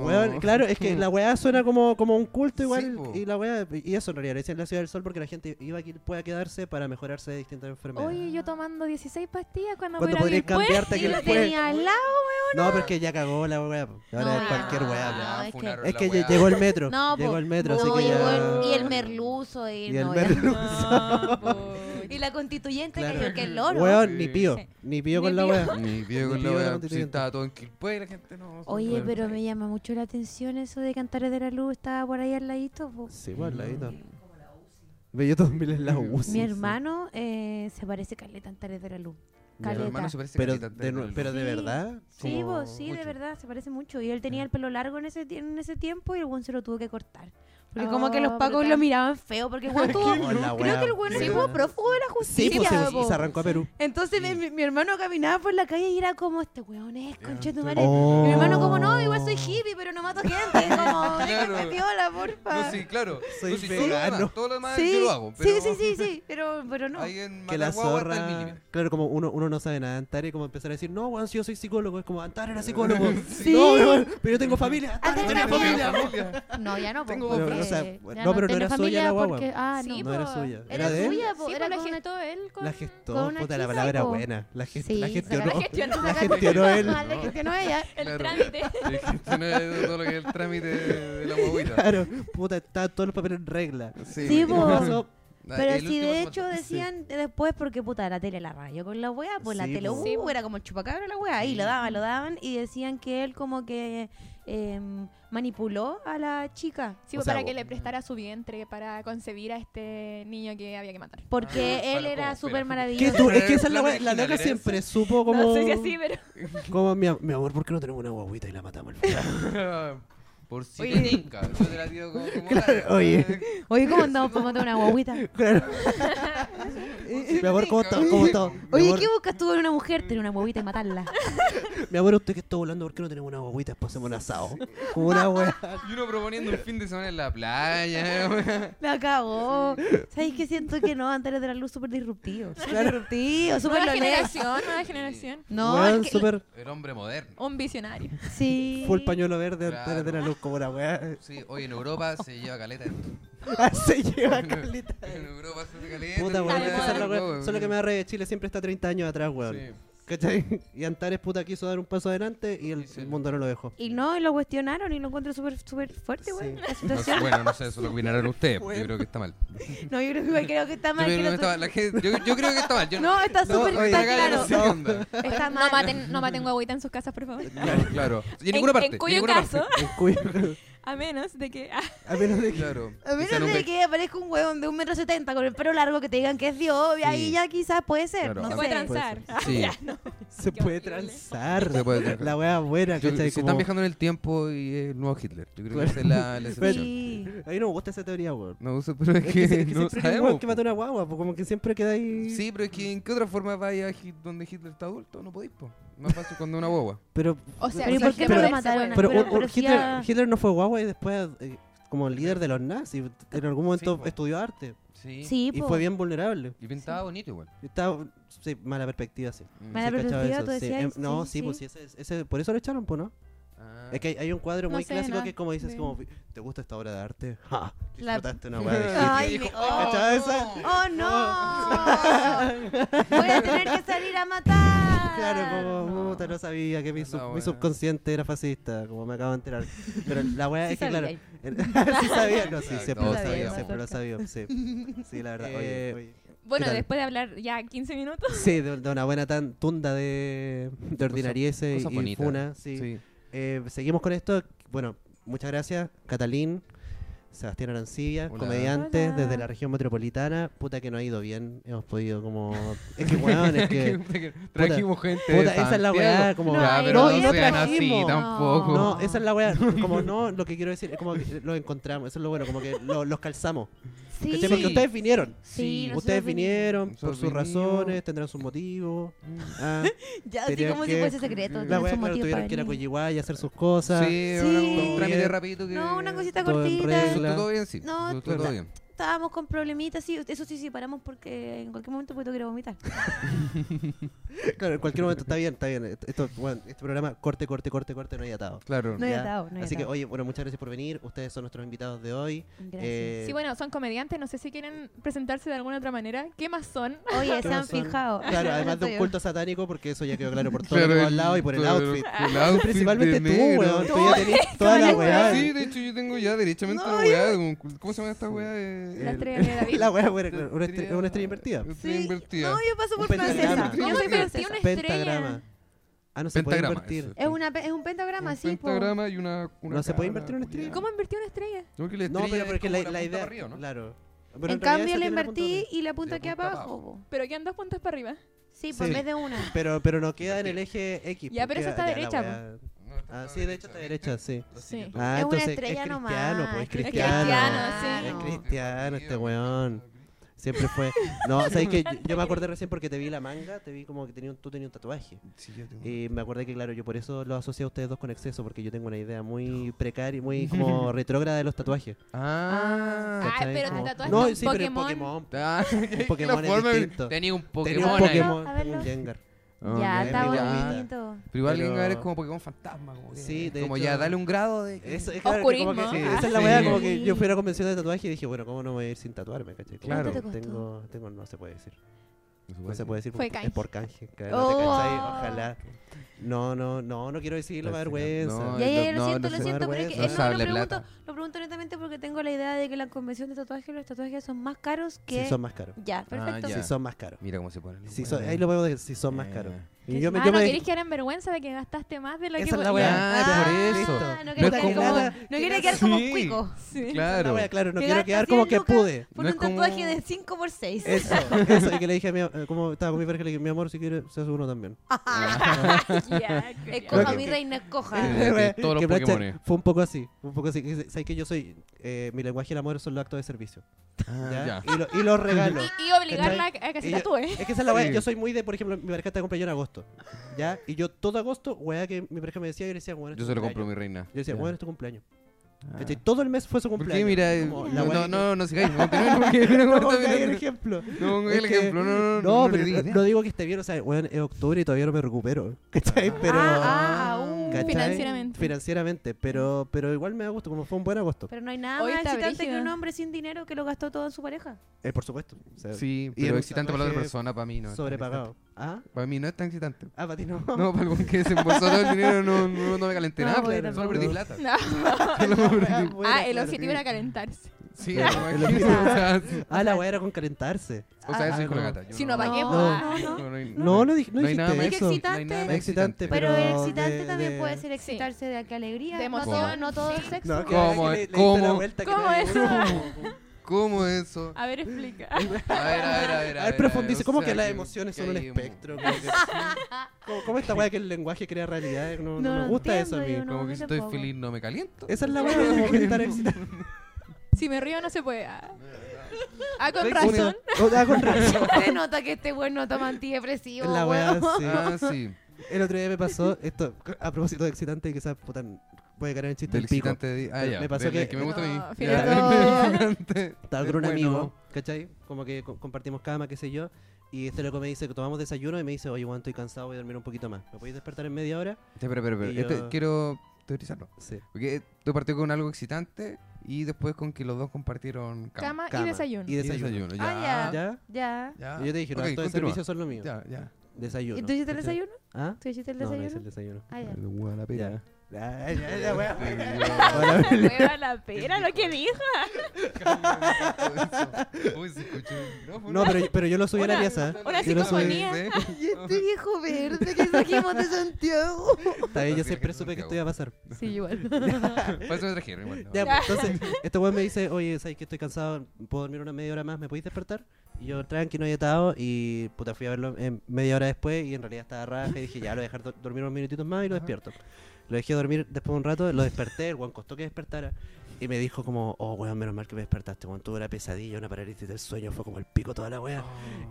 Speaker 3: Ah. Mm. Weón, claro, es que la weá suena como, como un culto
Speaker 4: Oh. Sí,
Speaker 3: igual
Speaker 4: po.
Speaker 3: y la weá, y eso en realidad, le decían la ciudad del sol porque la gente iba a Quilpue a quedarse para mejorarse de distintas enfermedades.
Speaker 5: Oye, yo tomando 16 pastillas cuando voy
Speaker 3: Cuando
Speaker 5: a
Speaker 3: podrías cambiarte a
Speaker 2: Y lo
Speaker 3: Quilpue.
Speaker 2: tenía al lado.
Speaker 3: No, pero es que ya cagó la weá. po. Ahora es cualquier weá. po.
Speaker 4: Ah,
Speaker 2: no, es que-
Speaker 4: funaron
Speaker 3: Es
Speaker 4: la
Speaker 3: que
Speaker 4: weá.
Speaker 3: llegó el metro.
Speaker 2: No,
Speaker 3: llegó
Speaker 2: po.
Speaker 3: el metro, así
Speaker 2: No,
Speaker 3: que
Speaker 2: llegó
Speaker 3: ya...
Speaker 2: el- y el merluzo y,
Speaker 3: Y el
Speaker 2: no, ya. pues.
Speaker 3: merluzo.
Speaker 2: Y la constituyente
Speaker 3: Claro.
Speaker 2: que dijo que el loro.
Speaker 3: Weón, ni pío. Ni pío
Speaker 5: Ni
Speaker 3: con la
Speaker 5: pío.
Speaker 3: wea.
Speaker 4: Ni pío
Speaker 3: Ni
Speaker 4: con
Speaker 3: pío de
Speaker 4: la
Speaker 3: la
Speaker 4: weá. Sí,
Speaker 3: constituyente.
Speaker 4: estaba todo en Quilpue y la gente no...
Speaker 2: Oye,
Speaker 4: Bueno.
Speaker 2: pero me llama mucho la atención eso de Cantares de la Luz estaba por ahí al ladito. po.
Speaker 3: Sí, pues al ladito. Bello 2000 es la UCI.
Speaker 2: Mi hermano eh, se parece caleta a Cantares de la Luz.
Speaker 4: Mi hermano
Speaker 2: caleta.
Speaker 4: se parece
Speaker 3: Pero
Speaker 4: caleta
Speaker 3: de,
Speaker 4: al Taylor
Speaker 3: nue- pero de
Speaker 2: Sí.
Speaker 3: verdad.
Speaker 2: Sí,
Speaker 3: como
Speaker 2: vos, sí,
Speaker 3: Oh,
Speaker 2: de
Speaker 3: mucho. Eh.
Speaker 2: verdad, se parece mucho. Y él tenía el pelo largo en ese, tie- en ese tiempo y el weón se lo tuvo que cortar. Porque como que los
Speaker 5: Oh,
Speaker 2: pacos
Speaker 5: brutal.
Speaker 2: lo miraban feo, porque el weón tuvo...
Speaker 3: Oh, la
Speaker 2: Creo
Speaker 3: wea.
Speaker 2: que el weón
Speaker 3: Sí,
Speaker 2: estuvo
Speaker 3: po.
Speaker 2: prófugo de la
Speaker 3: Sí, pues
Speaker 2: justicia.
Speaker 3: se,
Speaker 2: po.
Speaker 3: se arrancó a Perú.
Speaker 2: Entonces mi- mi, mi hermano caminaba por la calle y era como, este weón es, conchetumare.
Speaker 3: Oh.
Speaker 2: Mi hermano como, no, igual soy hippie, pero no mato gente. Como, déjame
Speaker 4: Claro.
Speaker 2: piola, porfa.
Speaker 4: No, sí, claro.
Speaker 3: Soy
Speaker 4: no, sí, todo lo demás-
Speaker 3: vegano.
Speaker 4: Todo lo demás
Speaker 2: Sí,
Speaker 4: yo lo hago.
Speaker 2: sí,
Speaker 4: pero-
Speaker 2: sí, sí, sí, pero, pero no.
Speaker 4: Alguien
Speaker 3: Que
Speaker 4: mata
Speaker 3: la
Speaker 4: guagua hasta el
Speaker 3: zorra.
Speaker 4: mínimo.
Speaker 3: Claro, como uno, uno no sabe nada de Antares, como empezar a decir, no, weón, si yo soy psicólogo, es como Antares era psicólogo.
Speaker 2: Sí.
Speaker 3: No, weón, pero yo tengo familia.
Speaker 2: Antes
Speaker 3: Antares tenía
Speaker 2: tenía
Speaker 3: familia.
Speaker 2: No, ya no, pues,
Speaker 4: Tengo
Speaker 2: porque-
Speaker 3: Pero, o sea,
Speaker 2: ya
Speaker 3: no, pero no
Speaker 2: tenía
Speaker 3: era suya
Speaker 2: familia
Speaker 3: la guagua.
Speaker 2: porque- Ah,
Speaker 5: Sí,
Speaker 2: no.
Speaker 3: No era
Speaker 5: po.
Speaker 3: suya.
Speaker 2: Era
Speaker 3: ¿Era de él?
Speaker 2: suya, po,
Speaker 5: Sí,
Speaker 2: era
Speaker 5: pero la
Speaker 2: con una-
Speaker 5: gestó él con...
Speaker 3: La
Speaker 2: con
Speaker 3: gestó.
Speaker 2: una
Speaker 3: Puta, la
Speaker 2: chisa,
Speaker 3: palabra era
Speaker 2: po.
Speaker 3: buena. La, gest-
Speaker 2: Sí,
Speaker 3: la gestionó.
Speaker 5: la gestionó.
Speaker 3: La gestionó él.
Speaker 2: Ah, la gestionó ella.
Speaker 5: El
Speaker 4: Claro.
Speaker 5: trámite.
Speaker 4: Esto no es todo lo que es el trámite de la guaguita.
Speaker 3: Claro, puta, está todos los papeles en regla.
Speaker 2: Sí,
Speaker 3: ¿Qué
Speaker 2: po.
Speaker 3: pasó?
Speaker 4: Ah,
Speaker 2: Pero
Speaker 4: el
Speaker 2: si
Speaker 4: último
Speaker 2: de
Speaker 4: es
Speaker 2: hecho
Speaker 4: Mató.
Speaker 2: decían después, porque puta, la tele la rayó con la weá, pues la
Speaker 3: Sí,
Speaker 2: tele,
Speaker 3: po.
Speaker 2: uh,
Speaker 5: Sí, po.
Speaker 2: era como el chupacabra la weá, y lo daban, lo daban, y decían que él como que em, manipuló a la chica,
Speaker 5: Sí,
Speaker 3: O
Speaker 5: pues,
Speaker 3: sea,
Speaker 5: para
Speaker 3: bo-
Speaker 5: que le prestara su vientre para concebir a este niño que había que matar.
Speaker 2: porque
Speaker 4: Ah,
Speaker 2: él
Speaker 4: para
Speaker 2: era
Speaker 4: cómo,
Speaker 2: súper
Speaker 4: espera.
Speaker 3: ¿Qué
Speaker 2: maravilloso.
Speaker 3: tú? Es que esa es la
Speaker 4: Plan
Speaker 3: wea. La
Speaker 4: original,
Speaker 3: loca
Speaker 4: ¿era
Speaker 3: siempre supo como.
Speaker 5: No sé si así, pero...
Speaker 3: Como mi, am- mi amor, ¿por qué no tenemos una guaguita y la matamos al final?
Speaker 4: Por si te tinca, yo te la tiro como, como
Speaker 3: Claro,
Speaker 4: gana.
Speaker 3: oye.
Speaker 2: Oye, ¿cómo andamos para matar una guaguita?
Speaker 3: Claro. Mi amor, ¿cómo está? ¿Cómo está? Mi
Speaker 2: Oye,
Speaker 3: amor,
Speaker 2: ¿qué buscas tú en una mujer? Tener una huevita y matarla.
Speaker 3: mi amor, usted que está volando, ¿por qué no tenemos una guaguita después hacemos un asado? Como una wea.
Speaker 4: Y uno proponiendo un fin de semana en la playa. weón.
Speaker 2: La cagó. ¿Sabéis que siento que no? Antes de la luz, súper disruptivo. Súper disruptivo, súper
Speaker 5: Nueva
Speaker 2: lo
Speaker 5: generación, nueva generación.
Speaker 2: No,
Speaker 3: Weón,
Speaker 2: es que-
Speaker 3: súper
Speaker 4: El hombre moderno.
Speaker 5: Un visionario.
Speaker 2: sí.
Speaker 3: full pañuelo verde
Speaker 4: Claro.
Speaker 3: antes de la luz, como una wea. Ah,
Speaker 4: Sí, hoy en Europa se lleva caleta. esto.
Speaker 3: Se lleva
Speaker 4: En-
Speaker 3: caleta.
Speaker 4: En Europa se hace caleta.
Speaker 3: Puta,
Speaker 4: en
Speaker 3: weón.
Speaker 5: Tal
Speaker 4: Europa,
Speaker 3: esa es la
Speaker 5: cual.
Speaker 3: wea.
Speaker 4: weón.
Speaker 3: Solo que me da re de Chile siempre está 30 años atrás, weón.
Speaker 4: Sí.
Speaker 3: ¿Cachai? Y Antares puta quiso dar un paso adelante y el,
Speaker 4: Sí, sí.
Speaker 3: el mundo no lo dejó.
Speaker 2: Y no, y lo cuestionaron y lo encuentro súper súper fuerte,
Speaker 3: Sí.
Speaker 2: güey. La
Speaker 4: No sé,
Speaker 2: situación.
Speaker 4: bueno, no sé, eso lo opinarán ustedes. Yo creo que está mal.
Speaker 2: No, yo creo que igual creo que está
Speaker 4: Yo
Speaker 2: mal.
Speaker 4: creo
Speaker 2: que
Speaker 4: que
Speaker 2: no
Speaker 4: está
Speaker 2: está-
Speaker 4: mal. La gente- Yo yo creo que está mal. Yo
Speaker 2: No, está
Speaker 3: No,
Speaker 2: súper
Speaker 3: oye,
Speaker 2: está
Speaker 4: acá yo
Speaker 2: claro.
Speaker 4: no sé qué onda.
Speaker 2: Está
Speaker 5: No
Speaker 2: mal.
Speaker 5: maten, no maten guaguita en sus casas, por favor.
Speaker 4: Claro, claro. Y en
Speaker 5: En-
Speaker 4: ninguna parte.
Speaker 5: en
Speaker 4: en
Speaker 5: cuyo
Speaker 4: ninguna
Speaker 5: caso,
Speaker 4: parte.
Speaker 3: El cuyo-
Speaker 5: a menos de que. ah,
Speaker 3: a menos de que-
Speaker 4: Claro.
Speaker 2: A
Speaker 4: Quizá
Speaker 2: menos
Speaker 4: nunca-
Speaker 2: de que aparezca un huevón de un metro setenta con el pelo largo que te digan que es Dios, y ahí
Speaker 4: Sí.
Speaker 2: ya quizás puede ser.
Speaker 4: Claro,
Speaker 2: no
Speaker 5: se
Speaker 4: a-
Speaker 5: puede
Speaker 2: sé.
Speaker 5: transar. Ah,
Speaker 4: puede ser. Sí.
Speaker 5: Ya, no.
Speaker 3: se
Speaker 5: Qué
Speaker 3: puede
Speaker 5: horrible.
Speaker 3: transar.
Speaker 4: Se puede transar.
Speaker 3: La wea buena,
Speaker 4: Yo-
Speaker 3: ¿cachai?
Speaker 4: se
Speaker 3: Como-
Speaker 4: están viajando en el tiempo y es el nuevo Hitler. Yo creo
Speaker 3: Claro.
Speaker 4: que esa es la, la excepción.
Speaker 2: Sí.
Speaker 3: A mí no me gusta esa teoría, weón.
Speaker 4: No, eso- pero es
Speaker 3: Es
Speaker 4: que,
Speaker 3: que, si- es que
Speaker 4: no
Speaker 3: siempre hay un weón
Speaker 4: sabemos.
Speaker 3: que mata una guagua, pues como que siempre queda ahí.
Speaker 4: Sí, pero es que ¿en qué otra forma vaya a Hit- donde Hitler está adulto? No podéis, po. Más fácil cuando una boba.
Speaker 3: Pero,
Speaker 5: O sea,
Speaker 2: Pero ¿y
Speaker 5: o sea,
Speaker 2: por qué
Speaker 5: Hitler
Speaker 2: no lo
Speaker 5: se
Speaker 2: mataron?
Speaker 5: fue.
Speaker 3: pero,
Speaker 2: pero-
Speaker 3: o- o
Speaker 2: pero sí
Speaker 3: Hitler,
Speaker 2: a-
Speaker 3: Hitler no fue guagua y después, eh, como líder de los nazis, en algún momento
Speaker 4: Sí, po.
Speaker 3: estudió arte
Speaker 4: Sí.
Speaker 2: Sí,
Speaker 3: y
Speaker 2: po.
Speaker 3: fue bien vulnerable.
Speaker 4: Y pintaba bonito igual.
Speaker 3: Estaba, sí, mala perspectiva, sí.
Speaker 4: Mm.
Speaker 2: Mala-
Speaker 3: Sí, cachaba
Speaker 2: perspectiva,
Speaker 3: eso,
Speaker 2: tú
Speaker 3: sí.
Speaker 2: decías,
Speaker 3: Em, no,
Speaker 2: sí,
Speaker 3: sí,
Speaker 2: sí.
Speaker 3: pues sí, ese, ese- por eso lo echaron, pues, ¿no?
Speaker 4: Ah.
Speaker 3: Es que hay, hay un cuadro
Speaker 5: No
Speaker 3: muy
Speaker 5: sé,
Speaker 3: clásico
Speaker 5: nada
Speaker 3: que como dices,
Speaker 5: de-
Speaker 3: como, ¿te gusta esta obra de arte? ¡Ja!
Speaker 2: La-
Speaker 3: Disfrutaste una weá de Hitler.
Speaker 2: Ay,
Speaker 4: Y dijo,
Speaker 2: mi-
Speaker 4: "Oh,
Speaker 3: ¿Cachaba
Speaker 4: no".
Speaker 3: esa?
Speaker 2: ¡Oh, no! Voy a tener que salir a matar.
Speaker 3: Claro, como
Speaker 2: No.
Speaker 3: puta, no sabía que mi,
Speaker 4: No,
Speaker 3: sub- mi
Speaker 4: bueno.
Speaker 3: subconsciente era fascista, como me acabo de enterar. Pero la weá
Speaker 2: Sí
Speaker 3: es que, claro,
Speaker 2: sabía.
Speaker 3: sí sabía, no, sí,
Speaker 4: Claro,
Speaker 3: siempre
Speaker 4: todo
Speaker 3: lo sabía,
Speaker 2: sabía,
Speaker 3: siempre lo
Speaker 2: Mazorca.
Speaker 3: sabía, sí. Sí, la verdad.
Speaker 4: Eh,
Speaker 3: oye, oye.
Speaker 5: Bueno,
Speaker 3: ¿Qué tal?
Speaker 5: después de hablar ya 15 minutos.
Speaker 3: Sí, de, de una buena tan tunda de, de ordinarieces y,
Speaker 4: Cosa
Speaker 3: y
Speaker 4: bonita.
Speaker 3: funa, sí.
Speaker 4: Sí.
Speaker 3: Eh, seguimos con esto. Bueno, muchas gracias, Catalín, Sebastián Arancibia,
Speaker 4: Hola.
Speaker 3: comediante
Speaker 2: Hola.
Speaker 3: desde la región metropolitana. Puta que no ha ido bien. Hemos podido como... Es que, weón, es que...
Speaker 4: Trajimos gente. de
Speaker 3: Puta, esa es la
Speaker 4: Santiago.
Speaker 3: weá, como...
Speaker 2: No,
Speaker 4: Ya,
Speaker 2: ahí
Speaker 4: pero
Speaker 2: no,
Speaker 4: no,
Speaker 2: y no
Speaker 4: sean así
Speaker 3: trajimos.
Speaker 4: tampoco.
Speaker 3: No, esa es la weá. Como no, lo que quiero decir es como que los encontramos. Eso es lo bueno, como que lo- los calzamos.
Speaker 2: Sí.
Speaker 3: ¿Cachai? Porque ustedes vinieron.
Speaker 2: Sí, nosotros
Speaker 3: ustedes vinieron por
Speaker 4: Nosotros
Speaker 3: sus
Speaker 4: vinimos. Mm.
Speaker 3: razones, tendrán sus motivos. Ah,
Speaker 2: Ya, así
Speaker 3: Tenían
Speaker 2: como si
Speaker 3: que-
Speaker 2: fuese secreto.
Speaker 4: La
Speaker 3: la
Speaker 2: tenían
Speaker 3: weá,
Speaker 2: sus
Speaker 3: claro,
Speaker 2: motivos
Speaker 3: tuvieron
Speaker 2: para
Speaker 3: que ir a
Speaker 2: venir.
Speaker 3: Coyhiguá y hacer sus cosas.
Speaker 4: Sí,
Speaker 2: Sí.
Speaker 4: una- un trámite
Speaker 3: Bien.
Speaker 4: rapidito que...
Speaker 2: No, una cosita
Speaker 3: eh, Todo en
Speaker 2: cortita.
Speaker 3: regla.
Speaker 4: Resultó todo bien, sí.
Speaker 2: No,
Speaker 4: Resultó
Speaker 3: puta.
Speaker 4: todo bien.
Speaker 2: Estábamos con problemitas, sí, eso sí, sí, paramos porque en cualquier momento puedo querer vomitar.
Speaker 3: Claro, en cualquier momento está bien, está bien. Esto- Esto, bueno, este programa, corte, corte, corte, corte, no hay atado.
Speaker 4: Claro.
Speaker 2: No he
Speaker 3: Ya.
Speaker 2: atado, no he
Speaker 3: Así que,
Speaker 2: atado.
Speaker 3: oye, bueno, muchas gracias por venir. Ustedes son nuestros invitados de hoy.
Speaker 2: Gracias.
Speaker 3: Eh,
Speaker 5: Sí, bueno, son comediantes. No sé si quieren presentarse de alguna otra manera. ¿Qué más son?
Speaker 2: Oye,
Speaker 3: ¿qué
Speaker 2: se han
Speaker 3: más son?
Speaker 2: fijado.
Speaker 3: Claro, además de un
Speaker 2: Estoy-
Speaker 3: culto satánico, porque eso ya quedó claro por todo lo
Speaker 4: Claro,
Speaker 3: que hemos hablado y por el
Speaker 4: claro,
Speaker 3: outfit.
Speaker 4: por el outfit
Speaker 3: Principalmente
Speaker 4: de
Speaker 3: tú,
Speaker 4: negro.
Speaker 3: weón. Tú ya tenés toda la
Speaker 2: caballero.
Speaker 3: weá.
Speaker 4: Sí, de hecho yo tengo ya derechamente
Speaker 2: No,
Speaker 4: la weá. como- ¿Cómo se llama esta weá?
Speaker 5: La
Speaker 4: Eh,
Speaker 5: estrella de David.
Speaker 3: La weá, weá, claro, una estre- es una estrella invertida.
Speaker 4: Estrella
Speaker 2: Sí.
Speaker 4: invertida.
Speaker 2: No, yo paso
Speaker 3: Un
Speaker 2: por francesa.
Speaker 3: pentagrama.
Speaker 5: Yo soy
Speaker 2: francesa.
Speaker 5: francesa.
Speaker 3: Pentagrama. Ah, no se puede
Speaker 4: Pentagrama,
Speaker 3: invertir.
Speaker 4: eso.
Speaker 2: Es, una, pe- es un
Speaker 4: Un
Speaker 2: pentagrama, sí. po.
Speaker 4: pentagrama y una, una
Speaker 3: No se puede
Speaker 4: cara,
Speaker 3: invertir en una estrella.
Speaker 4: culiao.
Speaker 5: ¿Cómo invirtió una estrella?
Speaker 4: Yo creo que la
Speaker 3: No,
Speaker 4: estrella
Speaker 3: pero
Speaker 4: es
Speaker 3: porque
Speaker 4: como
Speaker 3: la, la
Speaker 4: la punta
Speaker 3: idea.
Speaker 4: para arriba, ¿no?
Speaker 3: Claro. Pero
Speaker 2: En
Speaker 3: realidad
Speaker 2: cambio,
Speaker 3: esa
Speaker 2: la
Speaker 3: tiene punta
Speaker 2: invertí
Speaker 3: arriba.
Speaker 2: y la punta
Speaker 4: De
Speaker 2: aquí
Speaker 4: punta
Speaker 2: abajo.
Speaker 4: abajo.
Speaker 2: po.
Speaker 5: Pero quedan dos puntas para arriba.
Speaker 2: Sí, por
Speaker 3: Sí.
Speaker 2: vez de una.
Speaker 3: Pero, pero no queda en el eje X.
Speaker 5: Ya,
Speaker 3: porque
Speaker 5: pero eso está
Speaker 3: ya la
Speaker 5: derecha,
Speaker 3: weá-
Speaker 4: No, está
Speaker 3: Ah,
Speaker 4: a
Speaker 3: sí, de hecho está derecha, sí.
Speaker 5: Sí.
Speaker 3: Ah,
Speaker 2: es una
Speaker 3: entonces
Speaker 2: estrella
Speaker 3: es
Speaker 2: nomás.
Speaker 3: cristiano, pues es
Speaker 5: Es
Speaker 3: cristiano.
Speaker 5: cristiano, sí.
Speaker 3: Es cristiano este weón. Siempre fue. No, sabes que yo me acordé recién porque te vi la manga, te vi como que tenía un, tú tenías un tatuaje.
Speaker 4: Sí, yo tengo-
Speaker 3: Y me acordé que, claro, yo por eso lo asocié a ustedes dos con exceso, porque yo tengo una idea muy precaria y muy como retrógrada de los tatuajes.
Speaker 4: Ah.
Speaker 5: Ah,
Speaker 3: ¿cachai?
Speaker 5: pero te
Speaker 3: Como-
Speaker 5: tatuaste
Speaker 3: No,
Speaker 5: un
Speaker 3: sí, pero en Pokémon.
Speaker 4: Ah, que
Speaker 3: Pokémon
Speaker 4: la
Speaker 3: es
Speaker 4: forma-
Speaker 3: distinto.
Speaker 4: Tenía un Pokémon.
Speaker 3: Tenía un
Speaker 4: ahí.
Speaker 3: Pokémon,
Speaker 2: A verlo.
Speaker 3: un Jengar.
Speaker 4: Ah,
Speaker 2: ya,
Speaker 4: ok.
Speaker 2: está
Speaker 4: Ya.
Speaker 2: bonito.
Speaker 4: Pero igual
Speaker 3: Pero-
Speaker 4: Gengar es como Pokémon fantasma. Como que-
Speaker 3: Sí, de
Speaker 4: Como
Speaker 3: hecho-
Speaker 4: ya, dale un grado de...
Speaker 3: Eso es claro, que
Speaker 5: Oscurismo.
Speaker 3: como que-
Speaker 4: Sí,
Speaker 3: esa es la
Speaker 4: sí.
Speaker 3: weá, como que
Speaker 2: Sí.
Speaker 3: yo fui a la convención de tatuaje y dije, bueno, ¿cómo no me voy a ir sin tatuarme? ¿cachai?
Speaker 4: ¿Cuánto
Speaker 2: te costó?
Speaker 3: tengo, tengo, no se puede decir. No se puede decir
Speaker 5: Fue
Speaker 3: porque
Speaker 5: canje.
Speaker 3: es por canje. que
Speaker 2: Oh.
Speaker 3: no te cachai, ojalá. No, no, no, no quiero decirlo, me da vergüenza.
Speaker 4: Pues No,
Speaker 2: Ya, ya, ya, lo,
Speaker 4: no,
Speaker 2: siento,
Speaker 4: no
Speaker 2: lo
Speaker 4: se
Speaker 2: siento, pero es que
Speaker 4: no
Speaker 2: eh,
Speaker 4: se
Speaker 2: no, lo,
Speaker 4: hable
Speaker 2: pregunto,
Speaker 4: plata.
Speaker 2: lo pregunto netamente porque tengo la idea de que la convención de tatuajes, los tatuajes son más caros que...
Speaker 3: Si son más caros.
Speaker 2: Ya, perfecto.
Speaker 4: ya.
Speaker 3: Si son más caros.
Speaker 4: Mira cómo se pone. Eh.
Speaker 3: Si son- ahí lo podemos decir, si son más caros. Y yo me,
Speaker 5: Ah,
Speaker 3: yo
Speaker 5: no
Speaker 3: me-
Speaker 5: querés quedar en vergüenza de que gastaste más de lo
Speaker 3: Esa
Speaker 5: que
Speaker 3: es la
Speaker 5: po-
Speaker 3: weá.
Speaker 5: Ya.
Speaker 4: Ah,
Speaker 3: Ah,
Speaker 4: por eso.
Speaker 3: listo.
Speaker 2: no
Speaker 4: No
Speaker 2: quiere
Speaker 4: es
Speaker 2: quedar
Speaker 4: como-
Speaker 2: como, no quiere quedar como
Speaker 4: Sí.
Speaker 2: un cuico.
Speaker 5: Sí.
Speaker 3: Ah,
Speaker 4: Claro.
Speaker 3: wea, claro, no
Speaker 2: Que
Speaker 3: quiero
Speaker 2: gasta
Speaker 3: quedar
Speaker 2: 100
Speaker 3: como que
Speaker 2: lucas
Speaker 3: pude.
Speaker 2: Por
Speaker 4: No es
Speaker 2: un
Speaker 4: como-
Speaker 2: tatuaje de 5 por 6.
Speaker 3: Eso, eso. Y que le dije a mi, eh, como estaba con mi pareja, le dije, mi amor, si quiere, se hace uno también.
Speaker 5: Ya,
Speaker 2: Escoja,
Speaker 3: Lo
Speaker 2: mi
Speaker 3: que-
Speaker 2: reina, escoja.
Speaker 4: Eh, de todos los
Speaker 3: Que, ¿cachai?
Speaker 4: Pokémones.
Speaker 3: Fue un poco así, un poco así. que, Sabes que yo soy, eh, mi lenguaje del amor son los actos de servicio. ¿ya?
Speaker 4: Ah, ya.
Speaker 3: Y, lo- y los regalos.
Speaker 5: Y, y obligarla a a que se
Speaker 3: Y yo-
Speaker 5: tatúe.
Speaker 3: Es que esa es la weá.
Speaker 4: Sí.
Speaker 3: Yo soy muy de, por ejemplo, mi pareja está de cumpleaños en agosto. ¿Ya? Y yo todo agosto, weá, que mi pareja me decía, yo le decía, bueno,
Speaker 4: Yo se lo compro a mi reina.
Speaker 3: Yo decía,
Speaker 4: Ya.
Speaker 3: bueno, es tu cumpleaños.
Speaker 4: Ah.
Speaker 3: ¿Cachai? Todo el mes fue su
Speaker 4: ¿Por
Speaker 3: cumpleaños.
Speaker 4: qué mira? eh,
Speaker 3: Como la
Speaker 4: No,
Speaker 3: weá
Speaker 4: no,
Speaker 3: que-
Speaker 4: no, no sigáis. No, no, no, no,
Speaker 3: No,
Speaker 4: no,
Speaker 3: pongáis el
Speaker 4: no,
Speaker 3: ejemplo.
Speaker 4: no, no,
Speaker 3: Es
Speaker 4: el
Speaker 3: que-
Speaker 4: ejemplo. No, no,
Speaker 3: No,
Speaker 4: no, ¿eh?
Speaker 3: pero
Speaker 4: no,
Speaker 3: no,
Speaker 4: no.
Speaker 3: no digo que esté bien, o sea, weón, es octubre y todavía no me recupero. ¿Cachai? Pero.
Speaker 2: Ah, ah, uh.
Speaker 3: ¿cachai?
Speaker 5: Financieramente.
Speaker 3: Financieramente, pero, pero igual me da gusto, como fue un buen agosto.
Speaker 2: Pero no hay nada
Speaker 5: Hoy
Speaker 2: más
Speaker 5: está
Speaker 2: excitante que
Speaker 5: brígido.
Speaker 2: un hombre sin dinero que lo gastó todo en su pareja.
Speaker 3: Eh, por supuesto. o sea,
Speaker 4: Sí,
Speaker 3: Y en
Speaker 4: pero
Speaker 3: un
Speaker 4: excitante para la otra
Speaker 3: tatuaje
Speaker 4: persona, para mí no. es tan
Speaker 3: sobrepagado. Ah,
Speaker 4: excitante. Para mí no es tan excitante.
Speaker 3: ah, para ti no.
Speaker 4: No, para algún que desembolsó todo el dinero no, no, no me calenté
Speaker 2: No,
Speaker 4: nada,
Speaker 2: voy
Speaker 4: solo
Speaker 3: tampoco.
Speaker 4: perdí plata.
Speaker 5: No.
Speaker 4: Solo perdí-
Speaker 3: Ah, buena,
Speaker 5: ah, el
Speaker 3: claro.
Speaker 5: objetivo era calentarse.
Speaker 4: Sí,
Speaker 3: Claro,
Speaker 4: no,
Speaker 3: el
Speaker 4: imagínate,
Speaker 3: objetivo.
Speaker 4: o sea, sí.
Speaker 3: Ah, la weá era con calentarse.
Speaker 4: O sea,
Speaker 3: Ah,
Speaker 4: eso es con la
Speaker 3: no.
Speaker 4: gata. yo
Speaker 5: Si no, ¿para qué?
Speaker 2: No, Ah,
Speaker 5: po?
Speaker 2: no, no.
Speaker 4: No, hay-
Speaker 3: No, no, dij- no
Speaker 4: No
Speaker 3: dijiste
Speaker 4: hay nada más
Speaker 2: que
Speaker 3: eso.
Speaker 2: excitar.
Speaker 4: No hay nada más
Speaker 3: Es excitante,
Speaker 4: excitante.
Speaker 2: Pero,
Speaker 3: Pero
Speaker 2: el excitante
Speaker 3: de-
Speaker 2: también
Speaker 3: de-
Speaker 2: puede ser
Speaker 5: Sí.
Speaker 2: excitarse de que alegría.
Speaker 5: De
Speaker 2: no,
Speaker 5: emoción.
Speaker 2: todo, no todo es
Speaker 5: Sí.
Speaker 2: sexo.
Speaker 3: No, que-
Speaker 4: ¿Cómo?
Speaker 3: que le- le diste
Speaker 4: ¿Cómo?
Speaker 3: la vuelta que
Speaker 5: ¿Cómo
Speaker 3: nadie-
Speaker 5: eso?
Speaker 4: ¿Cómo eso?
Speaker 5: A ver, explica.
Speaker 4: A ver, a ver, a ver.
Speaker 3: A ver, profundice.
Speaker 4: o
Speaker 3: ¿Cómo
Speaker 4: sea,
Speaker 3: que las emociones
Speaker 4: que
Speaker 3: son un
Speaker 4: hay
Speaker 3: espectro? Como que- ¿Cómo- ¿Cómo esta weá que el lenguaje crea realidad? No, no
Speaker 2: No
Speaker 3: me
Speaker 2: lo
Speaker 3: gusta eso a
Speaker 2: entiendo,
Speaker 3: mí.
Speaker 2: yo no.
Speaker 4: Como que si estoy
Speaker 2: tampoco.
Speaker 4: feliz no me caliento.
Speaker 3: Esa es la weá como que estar excitado.
Speaker 5: Si me río no se puede. Ah, Ah, con
Speaker 4: Soy
Speaker 5: razón.
Speaker 3: O sea, con razón.
Speaker 2: Se nota que este güey no toma antidepresivo.
Speaker 3: La weá,
Speaker 2: weón.
Speaker 3: sí.
Speaker 4: Ah, sí.
Speaker 3: El otro día me pasó esto, a propósito de excitante, que quizás puta, puede caer en chiste
Speaker 4: Del
Speaker 3: el pico.
Speaker 4: excitante de... Ah,
Speaker 3: Me-
Speaker 4: ya.
Speaker 3: me pasó
Speaker 4: del
Speaker 3: que-
Speaker 4: que me gusta a mí. Ya,
Speaker 5: No, Fernando.
Speaker 4: del excitante.
Speaker 3: Estaba con un
Speaker 4: Bueno.
Speaker 3: amigo, ¿cachai? Como que co- compartimos cama, qué sé yo. Y este loco me dice que tomamos desayuno y me dice, oye, Juan, estoy cansado, voy a dormir un poquito más. ¿Me podéis despertar en media hora?
Speaker 4: Ya, pero, pero, pero.
Speaker 3: Y
Speaker 4: esto
Speaker 3: yo-
Speaker 4: quiero teorizarlo.
Speaker 3: Sí.
Speaker 4: Porque eh, tú partió con algo excitante y después con que los dos compartieron cama.
Speaker 5: Cama,
Speaker 3: Cama.
Speaker 5: y desayuno.
Speaker 3: Y
Speaker 4: Y
Speaker 3: desayuno.
Speaker 4: desayuno. Ya.
Speaker 2: Ah,
Speaker 3: ¿Ya?
Speaker 2: Ya.
Speaker 4: ya.
Speaker 3: Y yo te dije, no,
Speaker 4: Ok,
Speaker 3: estos
Speaker 4: continúa.
Speaker 3: servicios son lo mío.
Speaker 4: Ya, ya.
Speaker 5: Ah,
Speaker 3: Desayuno.
Speaker 2: ¿Y tú hiciste el
Speaker 3: ¿cachai?
Speaker 2: desayuno?
Speaker 3: ¿Ah?
Speaker 2: ¿Tú hiciste el
Speaker 3: No, no hice
Speaker 2: desayuno?
Speaker 3: el desayuno.
Speaker 2: Ah, ya.
Speaker 4: Ya.
Speaker 3: Ay, ya, ya, weá.
Speaker 5: Hueva la pera lo que dijo.
Speaker 4: Uy, se escuchó el
Speaker 3: No,
Speaker 4: micrófono.
Speaker 3: pero, pero yo lo subí a la
Speaker 5: Una-
Speaker 3: pieza.
Speaker 5: una
Speaker 3: yo lo subí.
Speaker 5: psicofonía.
Speaker 2: Y este viejo verde que trajimos de Santiago.
Speaker 3: También yo
Speaker 4: Las
Speaker 3: siempre
Speaker 4: vírgenes
Speaker 3: supe que
Speaker 4: Santiago.
Speaker 3: esto iba a pasar.
Speaker 5: Sí, igual.
Speaker 4: Para eso me trajeron igual. ¿no?
Speaker 3: Ya, pues, entonces, este weón me dice, oye, ¿sabes que estoy cansado? ¿Puedo dormir una media hora más? ¿Me podéis despertar? Y yo, tranqui, no he atado. Y puta, fui a verlo eh, media hora después y en realidad estaba raja. Y dije, ya, lo voy a dejar do- dormir unos minutitos más y lo
Speaker 4: Ajá.
Speaker 3: despierto. Lo dejé dormir después de un rato, lo desperté, el weón costó que despertara. Y me dijo como, oh, weón, menos mal que me despertaste. Weón, tuve una pesadilla, una parálisis del sueño, fue como el pico toda la weá.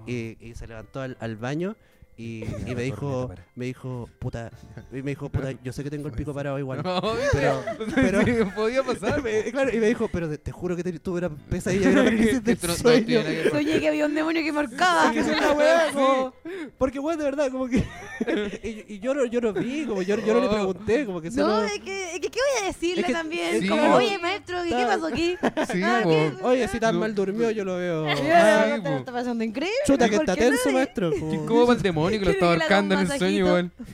Speaker 3: Y, y se levantó al, al baño y, y me dijo, me dijo, puta, y me dijo, puta, yo sé que tengo el pico parado igual.
Speaker 4: No,
Speaker 3: Pero,
Speaker 4: pero,
Speaker 3: pero,
Speaker 4: podía pasar.
Speaker 3: me- claro, y me dijo, pero te, te juro que te- tuve una pesadilla y una parálisis del
Speaker 4: Esto no- no
Speaker 3: sueño.
Speaker 4: tiene nada que ver.
Speaker 2: Soñé que había un demonio que marcaba.
Speaker 3: Que es una weá, como- Porque, weón, de verdad, como que. y, y yo, no, yo no vi, como yo, yo no le pregunté, como que
Speaker 2: No,
Speaker 3: solo.
Speaker 2: es que, es que ¿qué voy a decirle
Speaker 3: Es que-
Speaker 2: también?
Speaker 4: sí,
Speaker 2: Como,
Speaker 4: po.
Speaker 2: oye, maestro, ¿qué, qué pasó aquí?
Speaker 4: Sí,
Speaker 2: Ah,
Speaker 4: po.
Speaker 2: ¿qué?
Speaker 3: Oye, si tan
Speaker 4: No.
Speaker 3: mal durmió, yo lo veo.
Speaker 4: ya,
Speaker 3: Ah,
Speaker 4: ya.
Speaker 2: Te lo está pasando increíble.
Speaker 3: Chuta, que
Speaker 2: ¿por
Speaker 3: está
Speaker 2: qué
Speaker 3: tenso,
Speaker 2: nadie?
Speaker 3: maestro. como-
Speaker 4: ¿Cómo va el demonio que lo
Speaker 2: Quiere
Speaker 4: estaba
Speaker 2: que le haga
Speaker 4: ahorcando en
Speaker 2: un
Speaker 4: el sueño
Speaker 2: masajito.
Speaker 4: igual?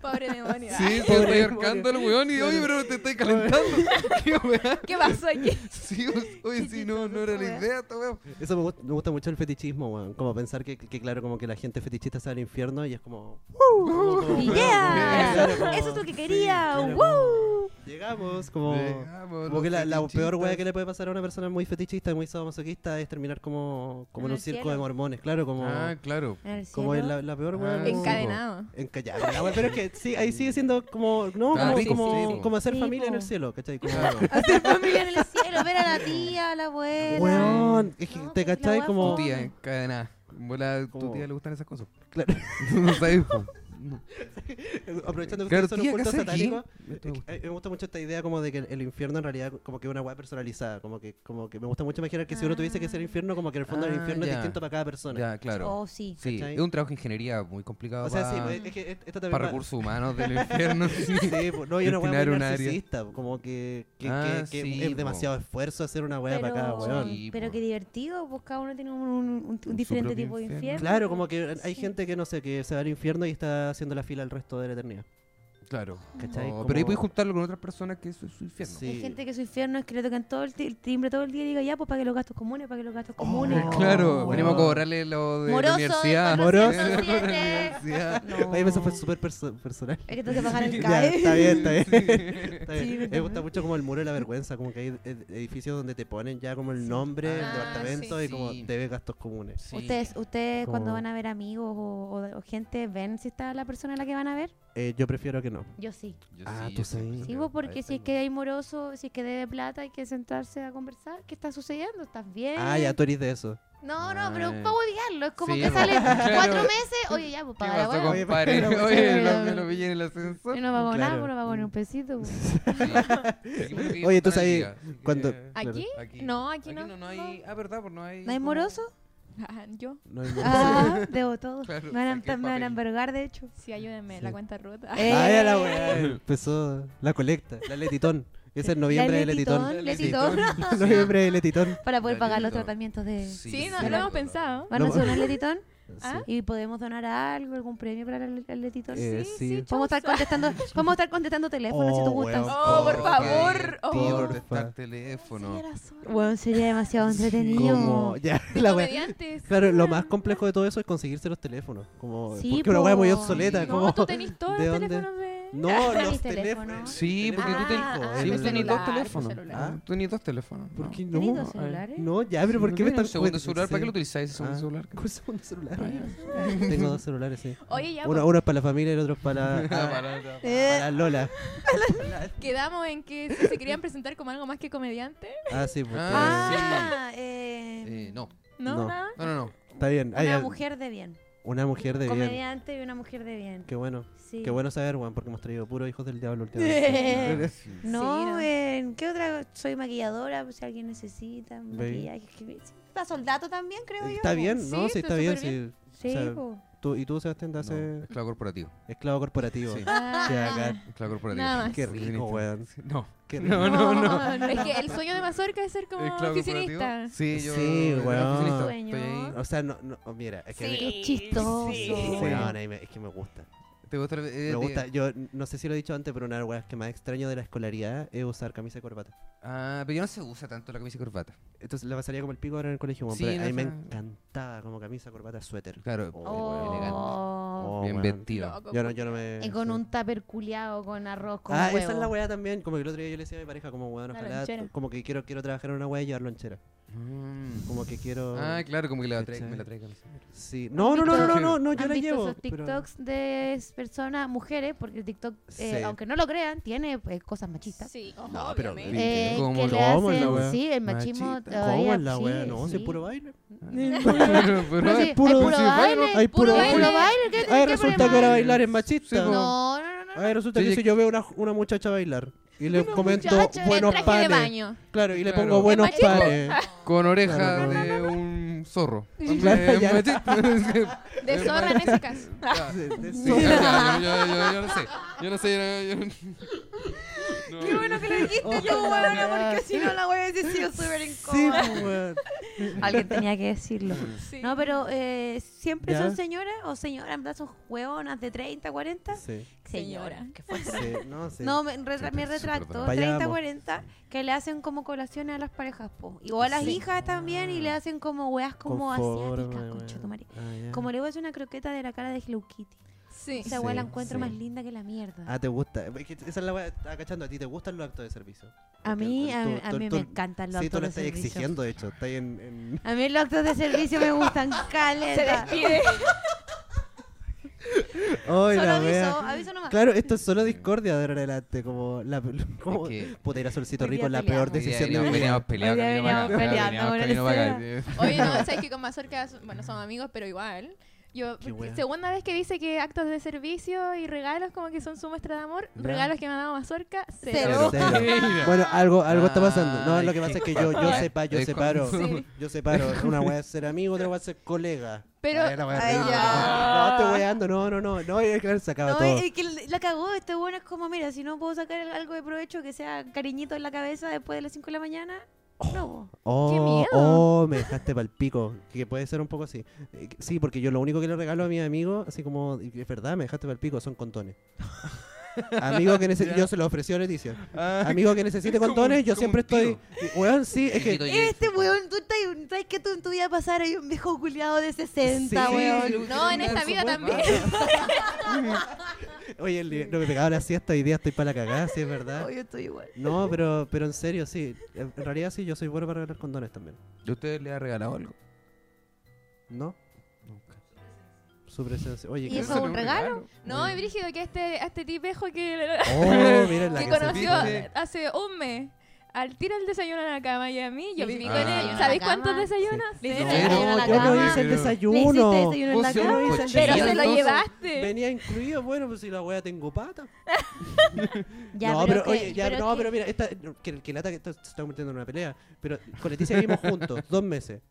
Speaker 5: Pobre demonio.
Speaker 4: Sí, te estoy ahorcando al weón y oye, pero te estoy calentando. ¿Qué weá?
Speaker 5: Ah, ¿Qué pasó aquí?
Speaker 4: Sí, o- oye, sí, no, no era la idea, esta weá.
Speaker 3: Eso me gusta, me gusta mucho el fetichismo, weón. Como pensar que, que, claro, como que la gente fetichista se va al infierno y es como. como- como-
Speaker 2: Yeah.
Speaker 3: Claro, como-
Speaker 2: Eso es lo que quería.
Speaker 3: claro,
Speaker 2: ¡Woo!
Speaker 3: Llegamos, como.
Speaker 4: Llegamos,
Speaker 3: Como que la,
Speaker 4: los
Speaker 3: la peor
Speaker 4: fetichistas.
Speaker 3: weá que le puede pasar a una persona muy fetichista y muy sadomasoquista es terminar como, como en
Speaker 2: En
Speaker 3: un
Speaker 2: el
Speaker 3: circo
Speaker 2: cielo.
Speaker 3: de mormones, claro, como,
Speaker 4: Ah, claro.
Speaker 2: En el
Speaker 3: como es
Speaker 2: cielo.
Speaker 3: la, la peor weá.
Speaker 4: Ah,
Speaker 3: como-
Speaker 5: Encadenado.
Speaker 3: Encallado. la weá, Pero es que sí, ahí sigue siendo como, no,
Speaker 4: Ah,
Speaker 3: como,
Speaker 4: sí,
Speaker 3: como,
Speaker 4: sí, sí.
Speaker 3: como hacer
Speaker 2: Sí,
Speaker 3: familia en
Speaker 2: po.
Speaker 3: el cielo, ¿cachai? Como,
Speaker 4: Claro.
Speaker 2: Hacer familia en el cielo, ver a la tía, a la abuela.
Speaker 3: Weón, es que
Speaker 2: No,
Speaker 3: te
Speaker 2: pues, la
Speaker 3: cachai
Speaker 2: weá
Speaker 3: como.
Speaker 4: Tu
Speaker 2: fome.
Speaker 4: tía encadenada. Bola, a
Speaker 3: Como-
Speaker 4: tu tía le gustan esas cosas.
Speaker 3: Claro.
Speaker 4: No sabes, po.
Speaker 3: Aprovechando que
Speaker 4: Claro,
Speaker 3: ustedes son un
Speaker 4: tía, ¿qué
Speaker 3: culto
Speaker 4: haces aquí?
Speaker 3: satánico. es que, eh, Me gusta mucho esta idea como de que el, el infierno en realidad como que es una weá personalizada. Como que, como que me gusta mucho imaginar que si uno tuviese que ser infierno, como que en el fondo el
Speaker 4: Ah,
Speaker 3: infierno
Speaker 4: ya.
Speaker 3: es distinto para cada persona.
Speaker 4: Ya, claro.
Speaker 2: Oh, sí.
Speaker 4: Sí,
Speaker 3: ¿Cachai?
Speaker 4: es un trabajo de ingeniería muy complicado.
Speaker 3: O sea, sí,
Speaker 4: pa-
Speaker 3: pues, es que esta también
Speaker 4: Para
Speaker 3: va-
Speaker 4: recursos humanos del infierno. sí.
Speaker 3: Sí, po, no, yo una weá
Speaker 4: Destinar
Speaker 3: muy
Speaker 4: un área.
Speaker 3: narcisista, po, como que, que,
Speaker 4: Ah,
Speaker 3: que- que
Speaker 4: sí,
Speaker 3: es
Speaker 4: po.
Speaker 3: demasiado esfuerzo hacer una weá para cada weón.
Speaker 4: Sí,
Speaker 2: pero
Speaker 4: po.
Speaker 2: qué divertido, pues cada uno tiene un, un- un- un diferente
Speaker 4: propio
Speaker 2: tipo de
Speaker 4: infierno.
Speaker 2: infierno.
Speaker 3: Claro, como que hay gente que no sé, que se va al infierno y está haciendo la fila el resto de la eternidad.
Speaker 4: Claro.
Speaker 3: ¿Cachai?
Speaker 4: Oh,
Speaker 3: Como-
Speaker 4: Pero ahí puedes juntarlo con otras personas que eso es su infierno.
Speaker 3: Sí.
Speaker 2: Hay gente que su infierno es que le tocan todo el, ti- el timbre todo el día y diga, ya, pues pague los gastos comunes, pague los gastos comunes.
Speaker 3: Oh,
Speaker 4: Claro,
Speaker 3: Oh.
Speaker 4: venimos a cobrarle lo de
Speaker 2: Moroso
Speaker 4: la universidad.
Speaker 2: de
Speaker 3: Moroso.
Speaker 2: 407.
Speaker 4: Con la universidad.
Speaker 2: No.
Speaker 3: Oye, eso fue súper perso- personal.
Speaker 2: Es que tengo que pagar Oh. el
Speaker 3: Ya,
Speaker 2: CAE.
Speaker 3: está bien, está bien.
Speaker 4: Sí.
Speaker 3: Está bien.
Speaker 2: Sí,
Speaker 3: me
Speaker 2: verdad.
Speaker 3: gusta mucho como el muro de la vergüenza, como que hay ed- edificios donde te ponen ya como el nombre, el
Speaker 5: Ah,
Speaker 3: departamento
Speaker 5: sí.
Speaker 3: y como
Speaker 4: Sí.
Speaker 3: debe gastos comunes.
Speaker 4: Sí.
Speaker 2: Ustedes, ustedes cuando
Speaker 3: Como-
Speaker 2: van a ver amigos o, o- o gente, ven si está la persona a la que van a ver.
Speaker 3: Eh, yo prefiero que no.
Speaker 2: Yo sí.
Speaker 4: Yo
Speaker 3: Ah,
Speaker 4: sí,
Speaker 3: tú
Speaker 4: yo sí,
Speaker 3: sabes.
Speaker 4: yo
Speaker 2: Sí,
Speaker 4: creo.
Speaker 2: vos, porque
Speaker 4: Ahí
Speaker 2: si es
Speaker 4: tengo.
Speaker 2: que hay moroso, si es que debe plata, hay que sentarse a conversar. ¿Qué está sucediendo? ¿Estás
Speaker 5: Eh.
Speaker 2: bien?
Speaker 3: Ah, ya tú eres de eso.
Speaker 2: No, no, pero
Speaker 4: Ah.
Speaker 2: para huevearlo. Es como
Speaker 4: Sí,
Speaker 2: que
Speaker 4: po.
Speaker 2: sale
Speaker 4: Claro.
Speaker 2: cuatro meses. Oye, ya, pues
Speaker 4: ¿Qué
Speaker 2: paga la
Speaker 4: pasó,
Speaker 2: hueá.
Speaker 3: Oye,
Speaker 4: compadre?
Speaker 3: pero-
Speaker 4: Oye,
Speaker 2: pero-
Speaker 4: lo- me lo pillé en el ascensor.
Speaker 2: Yo no pago nada,
Speaker 3: Claro.
Speaker 2: pues no pago ni un pesito. pues.
Speaker 4: Sí.
Speaker 3: Oye, tú
Speaker 4: Ahora
Speaker 3: sabes
Speaker 4: diga, así que-
Speaker 3: cuando- Claro.
Speaker 5: ¿Aquí?
Speaker 4: Eh, Aquí.
Speaker 5: No, aquí,
Speaker 4: Aquí no, no hay. Ah, verdad, pues no hay.
Speaker 2: ¿No hay
Speaker 4: como-
Speaker 2: moroso?
Speaker 5: Ah, Yo.
Speaker 3: No hay muro.
Speaker 2: Ah, debo todo.
Speaker 4: Claro,
Speaker 2: me van
Speaker 4: saqué
Speaker 2: a,
Speaker 4: el
Speaker 2: me van a
Speaker 4: papel.
Speaker 2: envergar, de hecho.
Speaker 5: Sí, ayúdenme,
Speaker 3: Sí.
Speaker 5: la cuenta rota.
Speaker 2: Eh,
Speaker 3: Ah, ya la weá. Empezó la colecta, la letitón. Es el noviembre del letitón.
Speaker 2: letitón,
Speaker 4: Letitón.
Speaker 2: letitón.
Speaker 4: Sí.
Speaker 3: Noviembre del letitón.
Speaker 2: Para poder
Speaker 4: Ya,
Speaker 2: pagar los
Speaker 4: listo.
Speaker 2: tratamientos de...
Speaker 5: Sí, no,
Speaker 2: sí,
Speaker 5: no lo
Speaker 2: la
Speaker 5: hemos pensado.
Speaker 2: ¿Van a
Speaker 3: No.
Speaker 2: hacer un letitón?
Speaker 5: Ah,
Speaker 2: ¿Y podemos donar algo, algún premio para el, el letitón?
Speaker 3: Eh, sí.
Speaker 2: Vamos a estar contestando, vamos a estar contestando teléfonos si
Speaker 3: Oh,
Speaker 2: tú gustas.
Speaker 3: weón.
Speaker 5: Oh, por
Speaker 4: Ok,
Speaker 5: favor. Oh.
Speaker 4: tío,
Speaker 3: Porfa.
Speaker 4: contestar teléfono.
Speaker 2: Bueno, sería demasiado entretenido.
Speaker 3: Como, ya, la weá. Claro, lo más complejo de todo eso es conseguirse los teléfonos. Como,
Speaker 2: Sí,
Speaker 3: porque una weá muy
Speaker 2: po.
Speaker 3: obsoleta.
Speaker 5: No,
Speaker 3: como,
Speaker 5: tú tenés todos
Speaker 3: ¿de
Speaker 5: los
Speaker 3: dónde?
Speaker 5: teléfonos de...
Speaker 3: No,
Speaker 2: ¿Tenés
Speaker 3: los
Speaker 2: teléfono?
Speaker 3: teléfonos.
Speaker 4: Sí, porque tú ten-
Speaker 5: Ah,
Speaker 4: Sí,
Speaker 5: mi
Speaker 4: vos tenés
Speaker 5: celular,
Speaker 4: dos
Speaker 5: mi
Speaker 4: teléfonos.
Speaker 5: celular.
Speaker 4: Ah, Tú tenés dos teléfonos.
Speaker 3: ¿Por
Speaker 4: no.
Speaker 3: qué no?
Speaker 2: ¿Tenéis dos
Speaker 3: Ah,
Speaker 2: celulares?
Speaker 3: no, ya, pero ¿por qué me
Speaker 4: ¿Tienes
Speaker 3: están
Speaker 4: un segundo
Speaker 3: jugando?
Speaker 4: celular? ¿Para qué
Speaker 3: Sí.
Speaker 4: lo utilizáis ese segundo
Speaker 3: Ah.
Speaker 4: celular?
Speaker 3: ¿Con segundo celular?
Speaker 5: Ah,
Speaker 3: Tengo dos celulares, sí.
Speaker 5: Oye, ya,
Speaker 3: Uno,
Speaker 5: pues,
Speaker 3: uno es para la familia y el otro es para,
Speaker 4: Ah,
Speaker 3: para,
Speaker 4: para- para-
Speaker 2: Eh,
Speaker 3: para Lola.
Speaker 5: quedamos en que si se querían presentar como algo más que comediante,
Speaker 3: Ah, sí, porque-
Speaker 4: Ah,
Speaker 2: ah, eh,
Speaker 4: Eh, No,
Speaker 5: ¿no?
Speaker 3: No.
Speaker 5: Nada.
Speaker 4: no, no. no.
Speaker 3: Está bien. ah,
Speaker 2: una
Speaker 3: ya,
Speaker 2: mujer de bien.
Speaker 3: una mujer de bien.
Speaker 2: Comediante y una mujer de bien.
Speaker 3: Qué bueno.
Speaker 2: Sí.
Speaker 3: Qué bueno saber, Juan, porque hemos traído puros hijos del diablo últimamente.
Speaker 4: Ah, sí.
Speaker 2: No,
Speaker 5: Sí, no.
Speaker 2: eh, ¿qué otra? Soy maquilladora, pues, si alguien necesita maquillaje. que- Paso el dato también, creo yo.
Speaker 3: Eh, Está
Speaker 2: po.
Speaker 3: bien,
Speaker 5: Sí,
Speaker 3: ¿no? Sí,
Speaker 5: está
Speaker 3: está bien.
Speaker 5: súper
Speaker 3: Sí.
Speaker 2: Sí,
Speaker 3: O sea,
Speaker 2: po.
Speaker 3: Tú, y tú, Sebastián, te haces
Speaker 4: No, Esclavo corporativo.
Speaker 3: esclavo corporativo.
Speaker 4: Sí.
Speaker 5: Ah,
Speaker 3: Qué bacán.
Speaker 4: Esclavo corporativo.
Speaker 5: Nada más.
Speaker 3: Qué rico,
Speaker 4: Sí, definitivo.
Speaker 3: weón.
Speaker 4: No.
Speaker 3: Qué rico.
Speaker 4: No, no, no.
Speaker 5: Es que el sueño de Mazorca es ser como
Speaker 4: Esclavo
Speaker 5: oficinista.
Speaker 4: corporativo. Sí, yo.
Speaker 3: Sí,
Speaker 4: yo
Speaker 3: weón.
Speaker 4: oficinista,
Speaker 2: Sueño.
Speaker 4: estoy ahí.
Speaker 3: O sea, no, no, mira, es que
Speaker 2: Qué chistoso.
Speaker 3: me,
Speaker 2: Bueno,
Speaker 3: weón, ahí me- es que me gusta.
Speaker 4: ¿Te gusta? el- eh,
Speaker 3: Me
Speaker 4: te-
Speaker 3: gusta, yo no sé si lo he dicho antes, pero una de las weas que más extraño de la escolaridad es usar camisa y corbata.
Speaker 4: Ah, pero ya no se usa tanto la camisa y corbata.
Speaker 3: Entonces la pasaría como el pico ahora en el colegio, weón,
Speaker 4: Sí,
Speaker 3: pero
Speaker 4: no
Speaker 3: a mí me
Speaker 4: sé.
Speaker 3: encantaba como camisa, corbata, suéter.
Speaker 4: Claro.
Speaker 3: Oh,
Speaker 2: oh.
Speaker 4: elegante.
Speaker 3: Oh,
Speaker 4: Bien
Speaker 3: weón.
Speaker 4: vestido.
Speaker 5: Loco,
Speaker 3: Yo no, yo no me...
Speaker 2: Y con
Speaker 3: Oh, sí.
Speaker 2: un tupper culiado con arroz con
Speaker 3: ah,
Speaker 2: huevo.
Speaker 3: esa es la weá también. Como que el otro día yo le decía a mi pareja, como weón,
Speaker 5: Una
Speaker 3: ojalá,
Speaker 5: lonchera.
Speaker 3: como que quiero, quiero trabajar en una weá y llevar lonchera.
Speaker 4: Mm.
Speaker 3: Como que quiero.
Speaker 4: Ah, claro, como que la trae,
Speaker 3: ¿Cachai?
Speaker 4: me la traiga.
Speaker 3: sí. No, no, no, no, no, no, no, yo
Speaker 2: ¿Han
Speaker 3: la
Speaker 2: visto
Speaker 3: llevo.
Speaker 2: esos
Speaker 3: pero-
Speaker 2: TikToks de personas, mujeres? Porque el TikTok, eh,
Speaker 3: Sí.
Speaker 2: aunque no lo crean, tiene pues, cosas machistas.
Speaker 5: Sí,
Speaker 3: No, pero-
Speaker 5: obviamente.
Speaker 2: Eh,
Speaker 4: ¿Cómo
Speaker 2: que le
Speaker 3: ¿Cómo es la
Speaker 2: hacen-
Speaker 3: wea?
Speaker 2: sí, el machismo
Speaker 4: Machista.
Speaker 2: todavía,
Speaker 3: ¿Cómo es la
Speaker 2: sí,
Speaker 3: weá? No, si
Speaker 2: sí.
Speaker 3: es puro baile.
Speaker 2: Pero Pues sí,
Speaker 4: Pero pues
Speaker 2: hay
Speaker 3: puro-
Speaker 2: puro
Speaker 4: sí,
Speaker 2: baile,
Speaker 4: baile,
Speaker 3: hay puro
Speaker 2: hay
Speaker 5: baile.
Speaker 2: baile, ¿qué-
Speaker 3: Ay,
Speaker 2: qué
Speaker 3: resulta
Speaker 2: problema
Speaker 3: que ahora
Speaker 2: hay?
Speaker 3: bailar es machista.
Speaker 4: Sí, po.
Speaker 2: No, no, no, no.
Speaker 3: Ay, resulta que
Speaker 4: Sí,
Speaker 3: si yo veo una, una muchacha bailar y le comento
Speaker 2: muchacha.
Speaker 3: buenos
Speaker 5: traje de
Speaker 3: panes.
Speaker 5: baño.
Speaker 3: Claro, y le
Speaker 4: Claro.
Speaker 3: pongo
Speaker 4: ¿Es
Speaker 3: buenos
Speaker 5: machista?
Speaker 3: panes.
Speaker 4: Con oreja
Speaker 3: Claro, no.
Speaker 4: de un zorro.
Speaker 3: Claro,
Speaker 4: Eh,
Speaker 3: ya.
Speaker 4: machista.
Speaker 5: De zorra en ese caso.
Speaker 4: Ya. Sí,
Speaker 3: Sí.
Speaker 4: ya, yo, yo, yo, yo no sé. Yo no sé. Yo, yo- no.
Speaker 2: Qué bueno que lo dijiste tú, weona, porque si no la voy a decir yo súper
Speaker 3: Sí,
Speaker 2: incómoda.
Speaker 3: po, weón.
Speaker 2: Alguien tenía que decirlo.
Speaker 5: Sí.
Speaker 2: No, pero eh, siempre
Speaker 3: ¿Ya?
Speaker 2: son señoras o señoras, en verdad son hueonas de 30, 40.
Speaker 3: Sí,
Speaker 2: Señora,
Speaker 5: Señora.
Speaker 2: qué fuerte.
Speaker 3: sí, no sé.
Speaker 2: No, me, retra- me
Speaker 4: Súper,
Speaker 2: retracto.
Speaker 4: súper
Speaker 3: bacán.
Speaker 2: 30,
Speaker 3: Vayamos.
Speaker 2: 40 que le hacen como colaciones a las parejas, po. Y- O a las
Speaker 3: Sí.
Speaker 2: hijas también y le hacen como weas como
Speaker 3: Ah. Conforme,
Speaker 2: asiáticas,
Speaker 3: weón.
Speaker 2: conchetumare.
Speaker 3: Ah, ya.
Speaker 2: Como le voy a hacer una croqueta de la cara de Hello Kitty.
Speaker 5: Sí.
Speaker 2: Esa wea la
Speaker 3: Sí,
Speaker 2: encuentro
Speaker 3: sí.
Speaker 2: más linda que la mierda.
Speaker 3: Ah, te gusta. Es que Esa es la weá. Estaba cachando. A ti te gustan los actos de servicio.
Speaker 2: a mí,
Speaker 3: tú-
Speaker 2: a,
Speaker 3: tú-
Speaker 2: a
Speaker 3: tú-
Speaker 2: mí
Speaker 3: tú-
Speaker 2: me encantan los
Speaker 3: sí, tú
Speaker 2: actos
Speaker 3: lo
Speaker 2: de
Speaker 3: estás
Speaker 2: servicio.
Speaker 3: exigiendo, de hecho. Estás en. en-
Speaker 2: A mí los actos de servicio me gustan
Speaker 5: Se
Speaker 2: caleta.
Speaker 5: despide.
Speaker 3: Ay,
Speaker 2: Solo
Speaker 3: la
Speaker 2: aviso,
Speaker 3: wea.
Speaker 2: aviso nomás.
Speaker 3: Claro, esto es solo discordia de ahora en adelante. Como. La, como
Speaker 4: Es que-
Speaker 3: Puta, ir a Solcito
Speaker 2: Hoy día
Speaker 3: Rico es la peor
Speaker 2: peleamos.
Speaker 3: decisión de
Speaker 4: Hoy día
Speaker 3: mi vida.
Speaker 4: veníamos peleando.
Speaker 2: Hoy día
Speaker 4: camino para
Speaker 2: veníamos
Speaker 4: acá,
Speaker 2: peleando
Speaker 4: veníamos
Speaker 2: con
Speaker 4: camino para acá.
Speaker 5: Oye, no, sabes que con Mazorca, bueno, somos amigos, pero igual. Yo,
Speaker 3: Qué wea.
Speaker 5: segunda vez que dice que actos de servicio y regalos como que son su muestra de amor,
Speaker 3: Ya.
Speaker 5: regalos que me ha dado Mazorca,
Speaker 2: Cero.
Speaker 5: cero.
Speaker 4: Mira.
Speaker 3: Bueno, algo, algo está pasando. No,
Speaker 4: Ay,
Speaker 3: lo que
Speaker 4: qué
Speaker 3: pasa es que yo, yo
Speaker 5: fatal.
Speaker 3: sepa, yo
Speaker 4: Es
Speaker 3: separo.
Speaker 4: cuando-
Speaker 5: Sí.
Speaker 3: Yo separo. Una wea es ser amigo, otra wea es ser colega.
Speaker 5: Pero,
Speaker 3: Ay, la wea es
Speaker 2: Ay,
Speaker 3: horrible.
Speaker 5: ya.
Speaker 3: No, estoy weando, no, no, no. No, y claro, se acaba
Speaker 2: No, eh,
Speaker 3: todo.
Speaker 2: es que la cagó, este bueno es como, mira, si no puedo sacar algo de provecho que sea cariñito en la cabeza después de las 5 de la mañana, no. po.
Speaker 5: ¡Qué
Speaker 3: Oh,
Speaker 5: miedo!
Speaker 3: oh, me dejaste pal pico. Que puede ser un poco así. Eh, Sí, porque yo lo único que le regalo a mis amigos, así como, y es verdad, me dejaste pal pico, son condones. Amigo que necesite, yo se lo ofreció a Leticia.
Speaker 4: Ah,
Speaker 3: Amigo que necesite
Speaker 4: Es como
Speaker 3: condones,
Speaker 4: un-
Speaker 3: yo
Speaker 4: como
Speaker 3: siempre
Speaker 4: un tiro.
Speaker 3: estoy. Weón, sí, es que.
Speaker 2: Este weón, tú estás- sabes que tú en tu vida pasar hay un viejo culiado de 60,
Speaker 3: Sí,
Speaker 2: weón.
Speaker 5: No, en esta vida también.
Speaker 3: Oye, el día- no me pegaba la siesta, hoy día estoy para la cagada, sí, es verdad.
Speaker 2: No, Oh, yo estoy igual.
Speaker 3: No, pero, pero en serio, sí. En en realidad, sí, yo soy bueno para regalar condones también.
Speaker 4: ¿Y usted le ha regalado algo?
Speaker 3: ¿No? Nunca. Su presencia. Oye,
Speaker 2: ¿Y
Speaker 3: qué-
Speaker 2: eso es un regalo?
Speaker 5: No, es brígido que este, a este tipejo que,
Speaker 3: Oh, miren la
Speaker 5: que
Speaker 3: que se
Speaker 5: conoció
Speaker 3: pica.
Speaker 4: pique.
Speaker 5: hace un mes. Al tirar el desayuno a la cama y a mí, yo
Speaker 2: Le
Speaker 5: viví
Speaker 4: Ah.
Speaker 5: con él.
Speaker 4: desayuno
Speaker 5: ¿Sabéis
Speaker 2: a la
Speaker 5: cuántos
Speaker 2: cama?
Speaker 5: desayunos?
Speaker 2: Le
Speaker 5: Cero.
Speaker 2: hiciste desayuno a la
Speaker 3: yo no
Speaker 2: cama.
Speaker 3: hice el
Speaker 2: ¿Le
Speaker 3: desayuno.
Speaker 2: hiciste desayuno en
Speaker 4: Vos
Speaker 2: la
Speaker 4: sos
Speaker 2: cama?
Speaker 4: un
Speaker 3: Pero
Speaker 5: Pero
Speaker 4: cochino,
Speaker 5: se lo
Speaker 4: entonces.
Speaker 5: llevaste.
Speaker 3: Venía incluido, bueno, pues si la wea tengo pata.
Speaker 2: Ya,
Speaker 3: no, pero,
Speaker 2: pero, que-
Speaker 3: oye, ya,
Speaker 2: pero
Speaker 3: no,
Speaker 2: que-
Speaker 3: pero mira, esta, que, que lata que esto se está convirtiendo en una pelea. Pero con Leticia vivimos juntos, dos meses.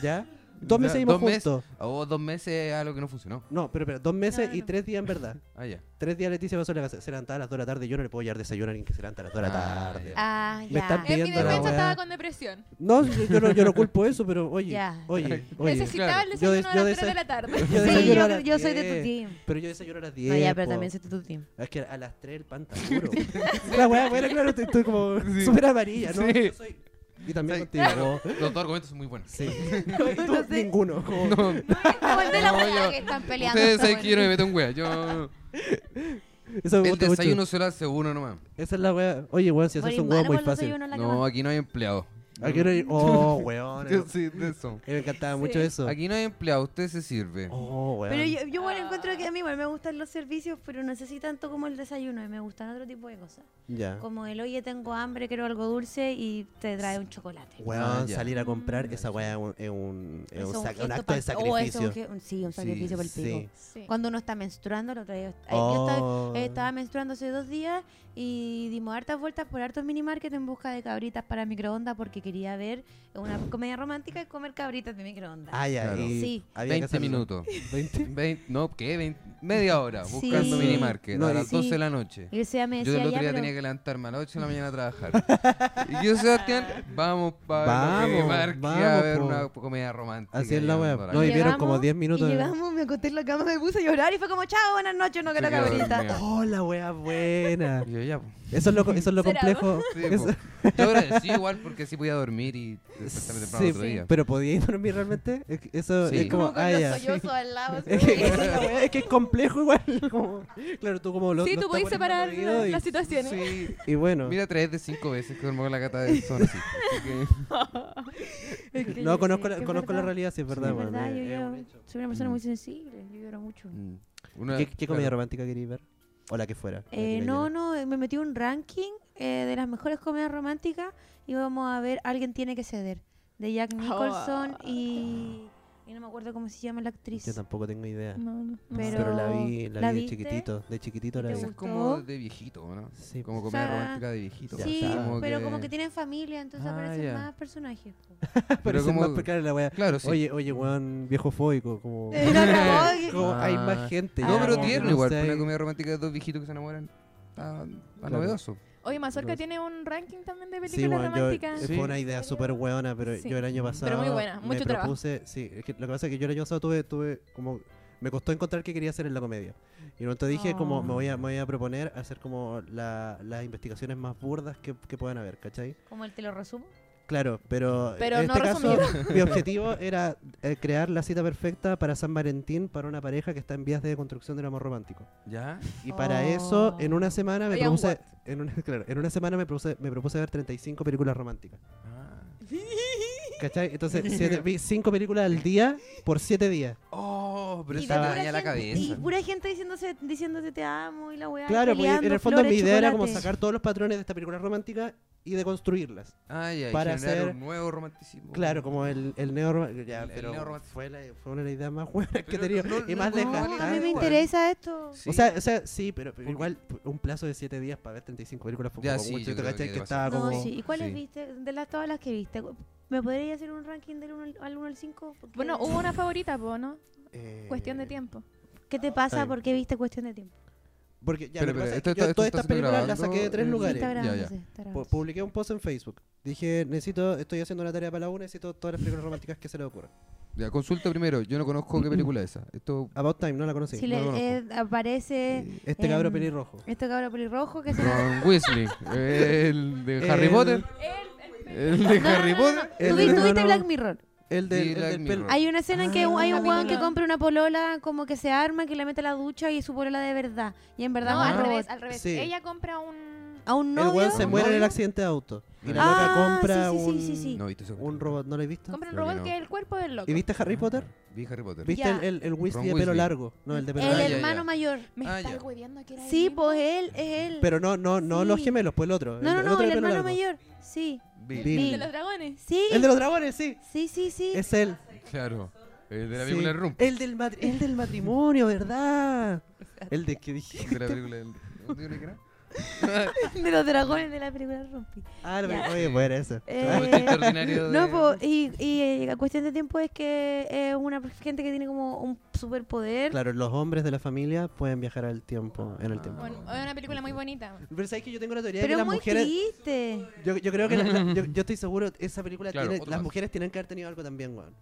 Speaker 3: ¿Ya? Dos
Speaker 4: Ya,
Speaker 3: meses vivimos
Speaker 4: dos meses.
Speaker 3: juntos.
Speaker 4: O dos meses algo que no funcionó.
Speaker 3: No, pero, pero dos meses
Speaker 5: No,
Speaker 3: y
Speaker 5: no.
Speaker 3: tres días en verdad.
Speaker 4: Ah, ya.
Speaker 3: Tres días Leticia pasó en la casa. Se levantaba a las 2 de la tarde. Yo no le puedo llevar desayuno a alguien que se levanta a las 2 de la
Speaker 4: Ah,
Speaker 3: tarde.
Speaker 4: ya.
Speaker 2: Ah,
Speaker 3: Me
Speaker 2: ya.
Speaker 3: están
Speaker 5: En mi
Speaker 3: Viendo la
Speaker 5: defensa
Speaker 3: weá.
Speaker 5: estaba con depresión.
Speaker 3: No, yo, yo no, yo no culpo eso, pero oye,
Speaker 2: Ya.
Speaker 3: oye, oye.
Speaker 5: Necesitaba el
Speaker 3: Yo
Speaker 5: desayuno
Speaker 3: des-
Speaker 5: a
Speaker 3: yo
Speaker 5: las
Speaker 3: desa-
Speaker 5: 3 de la tarde.
Speaker 3: Yo
Speaker 2: Sí,
Speaker 3: desayuno a
Speaker 2: yo,
Speaker 3: las
Speaker 2: yo soy de tu
Speaker 3: 10,
Speaker 2: team.
Speaker 3: Pero yo desayuno a las 10.
Speaker 2: No, ya, pero
Speaker 3: po.
Speaker 2: también soy de tu team.
Speaker 3: Es que a las 3 el pan está duro. la weá, bueno, claro, estoy, estoy como
Speaker 4: Sí.
Speaker 3: súper amarilla, ¿no?
Speaker 4: Sí.
Speaker 3: Yo soy- Y también
Speaker 4: Sí.
Speaker 3: contigo.
Speaker 4: Los dos argumentos son muy buenos.
Speaker 3: Sí. No, y tú,
Speaker 2: No sé.
Speaker 3: Ninguno. como-
Speaker 4: No,
Speaker 2: Como el de la
Speaker 4: No,
Speaker 2: weá
Speaker 4: yo-
Speaker 2: que están peleando.
Speaker 4: ustedes saben
Speaker 2: weón.
Speaker 4: que yo no me meto en wea. Yo...
Speaker 3: Eso me
Speaker 4: El
Speaker 3: gusta mucho.
Speaker 4: desayuno se lo hace uno nomás.
Speaker 3: Esa es la weá. Oye, weón, si haces
Speaker 2: Morir
Speaker 3: un huevo
Speaker 2: mal
Speaker 3: muy
Speaker 2: cuando soy
Speaker 3: fácil.
Speaker 2: uno en la
Speaker 4: No,
Speaker 2: cama.
Speaker 4: aquí no hay empleado.
Speaker 3: Aquí no hay- Oh, weón.
Speaker 4: Yo sí, de eso.
Speaker 3: Me encantaba
Speaker 5: Sí.
Speaker 3: mucho eso.
Speaker 4: Aquí no hay empleado, usted se sirve.
Speaker 3: Oh, weón.
Speaker 2: Pero yo, yo igual encuentro que a mí igual me gustan los servicios, pero no sé si tanto como el desayuno, y me gustan otro tipo de cosas.
Speaker 3: Ya.
Speaker 2: Como el, oye, tengo hambre, quiero algo dulce y te trae un chocolate.
Speaker 3: Weón,
Speaker 4: Ah, ya.
Speaker 3: salir a comprar esa weá es un, es un, es
Speaker 2: Mm, Eso
Speaker 3: Eh, un
Speaker 2: es un
Speaker 3: sac- un
Speaker 2: gesto
Speaker 3: acto
Speaker 2: pal-
Speaker 3: de
Speaker 2: oh, eso es
Speaker 3: sacrificio.
Speaker 2: un ge- un- sí, un
Speaker 4: Sí,
Speaker 2: sacrificio para el pico.
Speaker 3: sí.
Speaker 5: Sí.
Speaker 2: Cuando uno está menstruando, lo traigo. Yo estaba,
Speaker 3: Oh.
Speaker 2: eh, estaba menstruando hace dos días y dimos hartas vueltas por hartos minimarket en busca de cabritas para microondas porque quería ver una comedia romántica y comer cabritas de microondas.
Speaker 3: Ah, ya.
Speaker 4: Claro.
Speaker 3: y
Speaker 2: Sí.
Speaker 3: había que
Speaker 4: 20
Speaker 3: hacerlo.
Speaker 4: minutos.
Speaker 3: ¿20?
Speaker 4: Vein- no, ¿qué? Vein- media hora
Speaker 2: Sí.
Speaker 4: buscando
Speaker 3: Sí.
Speaker 4: minimarket
Speaker 3: No,
Speaker 4: a
Speaker 3: y-
Speaker 4: las
Speaker 2: Sí.
Speaker 4: 12 de la noche.
Speaker 2: Y el Seba me
Speaker 4: Yo
Speaker 2: decía,
Speaker 4: el otro
Speaker 2: ya,
Speaker 4: día
Speaker 2: pero
Speaker 4: tenía que levantarme a las 8 de la mañana a trabajar. y yo, Sebastián, vamos para
Speaker 3: Vamos,
Speaker 4: el minimarket a
Speaker 3: vamos,
Speaker 4: ver
Speaker 3: po.
Speaker 4: una comedia romántica.
Speaker 3: Así es la
Speaker 4: llevando
Speaker 3: weá.
Speaker 4: a la
Speaker 3: No, y
Speaker 4: casa.
Speaker 3: vieron como
Speaker 2: Llegamos,
Speaker 3: 10
Speaker 2: y
Speaker 3: minutos. de-
Speaker 2: llegamos, me acosté en la cama, me puse a llorar y fue como, chao, buenas noches, no quiero
Speaker 4: Se quedó
Speaker 2: cabrita.
Speaker 4: dormido.
Speaker 3: Oh, la weá buena.
Speaker 4: Y yo ya, po.
Speaker 3: Eso es lo, co- eso es lo
Speaker 5: ¿Será?
Speaker 3: complejo.
Speaker 4: Sí,
Speaker 3: Es-
Speaker 4: po. Yo agradecí igual porque así podía dormir y despertarme temprano
Speaker 3: sí,
Speaker 4: otro día.
Speaker 3: pero podíais dormir realmente. Es que Eso
Speaker 4: Sí.
Speaker 3: es como.
Speaker 5: Como con
Speaker 3: Ah,
Speaker 5: los
Speaker 3: ya.
Speaker 5: sollozos al lado.
Speaker 3: Es que, esa es la weá, es que es complejo igual. como- claro, tú como lo.
Speaker 5: Sí,
Speaker 3: lo
Speaker 5: tú
Speaker 3: estás
Speaker 5: podés
Speaker 3: poniendo
Speaker 5: separar
Speaker 3: seguido y,
Speaker 5: las situaciones.
Speaker 4: Sí.
Speaker 3: y bueno,
Speaker 4: Mira, tres de cinco veces que duermo con la gata de son así. así que-
Speaker 3: no conozco, la,
Speaker 2: Es
Speaker 3: conozco la
Speaker 2: verdad.
Speaker 3: realidad, sí, es verdad.
Speaker 2: Es
Speaker 3: weón, eh,
Speaker 2: verdad,
Speaker 3: es-
Speaker 2: yo
Speaker 3: es un
Speaker 2: lloro.
Speaker 3: hecho. Mm.
Speaker 2: Soy una persona muy sensible, yo lloro mucho.
Speaker 4: Mm. Una-
Speaker 3: ¿Qué, qué comedia
Speaker 4: claro.
Speaker 3: romántica queréis ver? O la que fuera. la
Speaker 2: Eh,
Speaker 3: que
Speaker 2: no,
Speaker 3: cayera.
Speaker 2: no, eh, me metí un ranking eh, de las mejores comedias románticas y vamos a ver Alguien tiene que ceder, de Jack Nicholson y, y no me acuerdo cómo se llama la actriz.
Speaker 3: Yo tampoco tengo idea.
Speaker 5: No, no, no.
Speaker 2: Pero-
Speaker 3: Pero, la vi, la,
Speaker 2: ¿la
Speaker 3: vi de
Speaker 2: viste?
Speaker 3: chiquitito. De chiquitito la
Speaker 2: ¿Te
Speaker 3: vi.
Speaker 4: Esa es
Speaker 2: gustó?
Speaker 4: como de viejito, ¿no?
Speaker 3: Sí.
Speaker 4: Como
Speaker 2: O
Speaker 4: comedia
Speaker 2: sea,
Speaker 4: romántica de viejito.
Speaker 3: Ya
Speaker 2: sí,
Speaker 3: está.
Speaker 2: pero como que tienen familia, entonces
Speaker 4: Ah,
Speaker 2: aparecen
Speaker 4: ya.
Speaker 2: más personajes. po.
Speaker 3: Pero
Speaker 4: Pero
Speaker 3: como... más
Speaker 4: como-
Speaker 3: precaria la wea.
Speaker 4: Claro, sí.
Speaker 3: Oye, oye, weón, viejo fóbico. Como,
Speaker 2: Eh, no, no, oye.
Speaker 3: como
Speaker 4: Ah.
Speaker 3: hay más gente.
Speaker 4: no,
Speaker 3: ya,
Speaker 4: pero
Speaker 3: como que
Speaker 4: tierno
Speaker 3: no
Speaker 4: igual.
Speaker 3: sé,
Speaker 4: Una
Speaker 3: hay-
Speaker 4: comedia romántica de dos viejitos que se enamoran. Está está
Speaker 3: Claro.
Speaker 4: novedoso.
Speaker 5: Oye, Mazorca
Speaker 3: Los-
Speaker 5: tiene un ranking también de
Speaker 3: Sí,
Speaker 5: películas
Speaker 3: weón, yo, eh,
Speaker 5: románticas.
Speaker 3: fue una idea súper weona, pero
Speaker 5: Sí.
Speaker 3: yo el año pasado
Speaker 5: muy buena,
Speaker 3: me
Speaker 5: mucho trabajo.
Speaker 3: propuse, sí, es que lo que pasa es que yo el año pasado tuve, tuve como, me costó encontrar qué quería hacer en la comedia. Y entonces dije como, me voy a, me voy a proponer hacer como la- las investigaciones más burdas que, que puedan haber, ¿cachai?
Speaker 2: Como el te lo resumo.
Speaker 3: Claro, pero,
Speaker 5: Pero
Speaker 3: en
Speaker 5: no
Speaker 3: este caso mi objetivo era eh, crear la cita perfecta para San Valentín para una pareja que está en vías de construcción del amor romántico.
Speaker 4: ¿Ya?
Speaker 3: Y para eso, en una semana me
Speaker 5: Oigan,
Speaker 3: propuse,
Speaker 5: what?
Speaker 3: en una, claro, en una semana me propuse, me propuse ver 35 películas románticas.
Speaker 4: Ah.
Speaker 3: ¿Cachai? Entonces, siete- vi cinco películas al día por siete días.
Speaker 4: Oh, pero
Speaker 2: Y
Speaker 4: esa
Speaker 2: de
Speaker 4: me daña la
Speaker 2: pura gente-
Speaker 4: cabeza.
Speaker 2: Y pura gente diciéndose, diciéndose te amo y la weá. y
Speaker 3: Claro, porque en
Speaker 2: peleando,
Speaker 3: el fondo mi
Speaker 2: flores,
Speaker 3: idea era como
Speaker 2: chocolate.
Speaker 3: sacar todos los patrones de esta película romántica y de construirlas.
Speaker 4: Ay, ay,
Speaker 3: para
Speaker 4: para generar
Speaker 3: hacer-
Speaker 4: un nuevo romanticismo.
Speaker 3: Claro, como el, el neo ya,
Speaker 4: El- el
Speaker 3: pero
Speaker 4: neorromanticismo.
Speaker 3: fue, la- fue una de las ideas más buena que he
Speaker 4: Pero
Speaker 3: tenido.
Speaker 4: no-
Speaker 3: y
Speaker 4: no
Speaker 3: más
Speaker 4: puedo
Speaker 2: No, a mí me
Speaker 4: igual.
Speaker 3: desgastante.
Speaker 2: interesa esto.
Speaker 4: Sí.
Speaker 3: O sea, o sea, sí, pero, pero
Speaker 4: Porque-
Speaker 3: igual un plazo de siete días para ver 35 películas fue
Speaker 4: Ya,
Speaker 3: como
Speaker 4: sí,
Speaker 3: mucho, ¿te
Speaker 4: yo creo
Speaker 3: cachai?
Speaker 4: que
Speaker 3: que
Speaker 4: te
Speaker 3: estaba
Speaker 4: pasó.
Speaker 2: No,
Speaker 3: Ah, como
Speaker 2: sí. ¿Y cuáles
Speaker 4: Sí.
Speaker 2: viste? De las, todas las que viste, ¿me podrías hacer un ranking del 1 al 1 al 5?
Speaker 5: Bueno, hubo una favorita, po, ¿no?
Speaker 3: eh,
Speaker 5: Cuestión de tiempo.
Speaker 2: ¿Qué te pasa?
Speaker 3: Ay.
Speaker 2: ¿Por qué viste cuestión de tiempo?
Speaker 3: Porque ya lo que
Speaker 4: Pero, pero,
Speaker 3: pasa es
Speaker 4: esto
Speaker 3: que yo
Speaker 4: está- esto
Speaker 3: todas
Speaker 4: está
Speaker 3: estas
Speaker 4: siendo
Speaker 3: películas las
Speaker 4: grabado
Speaker 3: saqué de tres
Speaker 4: en-
Speaker 2: Sí,
Speaker 3: lugares.
Speaker 2: está
Speaker 4: Ya,
Speaker 2: grabando,
Speaker 4: ya.
Speaker 2: sí, está
Speaker 3: Pu-
Speaker 2: grabando.
Speaker 3: publiqué un post en Facebook Dije, necesito, estoy haciendo una tarea para la U, necesito todas las películas románticas que se le ocurran.
Speaker 4: Ya, consulta primero. Yo no conozco qué película es esa. Esto.
Speaker 3: About Time, no la conocí.
Speaker 2: si
Speaker 4: no
Speaker 2: le,
Speaker 4: lo
Speaker 2: eh, aparece
Speaker 4: eh,
Speaker 3: Este cabro
Speaker 2: em,
Speaker 3: pelirrojo.
Speaker 2: este cabro pelirrojo que se
Speaker 4: Ron Weasley. El de Harry
Speaker 3: El-
Speaker 4: Potter. El de
Speaker 2: No, no,
Speaker 4: Harry
Speaker 2: no, no, no.
Speaker 4: Potter.
Speaker 3: el
Speaker 2: Tú vi- tú viste
Speaker 3: hermano-
Speaker 2: Black Mirror.
Speaker 3: El
Speaker 4: Sí,
Speaker 3: del, el
Speaker 4: Black
Speaker 3: del pelo.
Speaker 4: Mirror.
Speaker 2: Hay una escena en que
Speaker 3: Ah,
Speaker 2: un- hay un
Speaker 5: capítulo.
Speaker 2: weón que compra una polola, como que se arma, que la mete a la ducha y es su polola de verdad. Y en verdad
Speaker 5: No,
Speaker 2: es un
Speaker 5: al
Speaker 2: robot.
Speaker 5: revés, al revés.
Speaker 3: Sí.
Speaker 5: Ella compra un...
Speaker 2: A un
Speaker 3: El
Speaker 2: novio.
Speaker 3: weón se
Speaker 4: ¿Un
Speaker 3: muere en el
Speaker 4: novio?
Speaker 3: accidente de auto. Y la
Speaker 2: Ah,
Speaker 3: loca compra
Speaker 2: sí, sí,
Speaker 3: un,
Speaker 2: sí, sí, sí.
Speaker 4: No, he visto esa
Speaker 3: un robot. ¿No lo he visto?
Speaker 5: Compra un
Speaker 4: Creo que
Speaker 5: robot
Speaker 4: no.
Speaker 5: que es el cuerpo del loco.
Speaker 3: ¿Y viste Harry Potter?
Speaker 4: Vi Harry Potter.
Speaker 3: ¿Viste
Speaker 2: Ya.
Speaker 3: el, el, el Weasley de
Speaker 4: Ron
Speaker 3: pelo
Speaker 4: Weasley.
Speaker 3: largo? No, el de pelo
Speaker 2: el
Speaker 4: Ah, ya,
Speaker 3: largo.
Speaker 4: ya.
Speaker 2: hermano mayor.
Speaker 5: Me
Speaker 4: Ah,
Speaker 5: estás
Speaker 4: ya.
Speaker 5: hueveando que era él
Speaker 2: Sí,
Speaker 5: mismo.
Speaker 2: pues él es él.
Speaker 3: Pero no, no, no
Speaker 2: Sí.
Speaker 3: los gemelos, pues el otro. el-
Speaker 2: no, no,
Speaker 3: el
Speaker 2: no,
Speaker 3: otro
Speaker 2: el
Speaker 3: de pelo
Speaker 2: hermano
Speaker 3: largo.
Speaker 2: mayor. Sí,
Speaker 4: Vi.
Speaker 3: Bill.
Speaker 5: De los dragones.
Speaker 2: sí.
Speaker 3: El de los dragones, sí.
Speaker 2: Sí, sí, sí.
Speaker 3: Es él.
Speaker 4: Claro. El de la
Speaker 3: Sí.
Speaker 4: película de Rump.
Speaker 3: El del, matri- el del matrimonio, ¿verdad? El de que dije.
Speaker 4: De la película del. ¿Dónde digo que era?
Speaker 2: De los dragones de la primera Rompi.
Speaker 3: Ah, la-
Speaker 2: Ya.
Speaker 3: oye, bueno, eso.
Speaker 4: Un chiste extraordinario de-
Speaker 2: No, po, y, y eh, la cuestión de tiempo es que es una gente que tiene como un superpoder.
Speaker 3: Claro, los hombres de la familia pueden viajar al tiempo, en el tiempo.
Speaker 5: Bueno, es una película muy bonita.
Speaker 3: Pero sabes que yo tengo la teoría de
Speaker 2: Pero
Speaker 3: que las
Speaker 2: es muy
Speaker 3: mujeres.
Speaker 2: triste.
Speaker 3: Yo, yo creo que la- la- yo, yo estoy seguro, esa película
Speaker 4: Claro,
Speaker 3: tiene.
Speaker 4: otro
Speaker 3: Las
Speaker 4: más.
Speaker 3: mujeres tienen que haber tenido algo también, weón.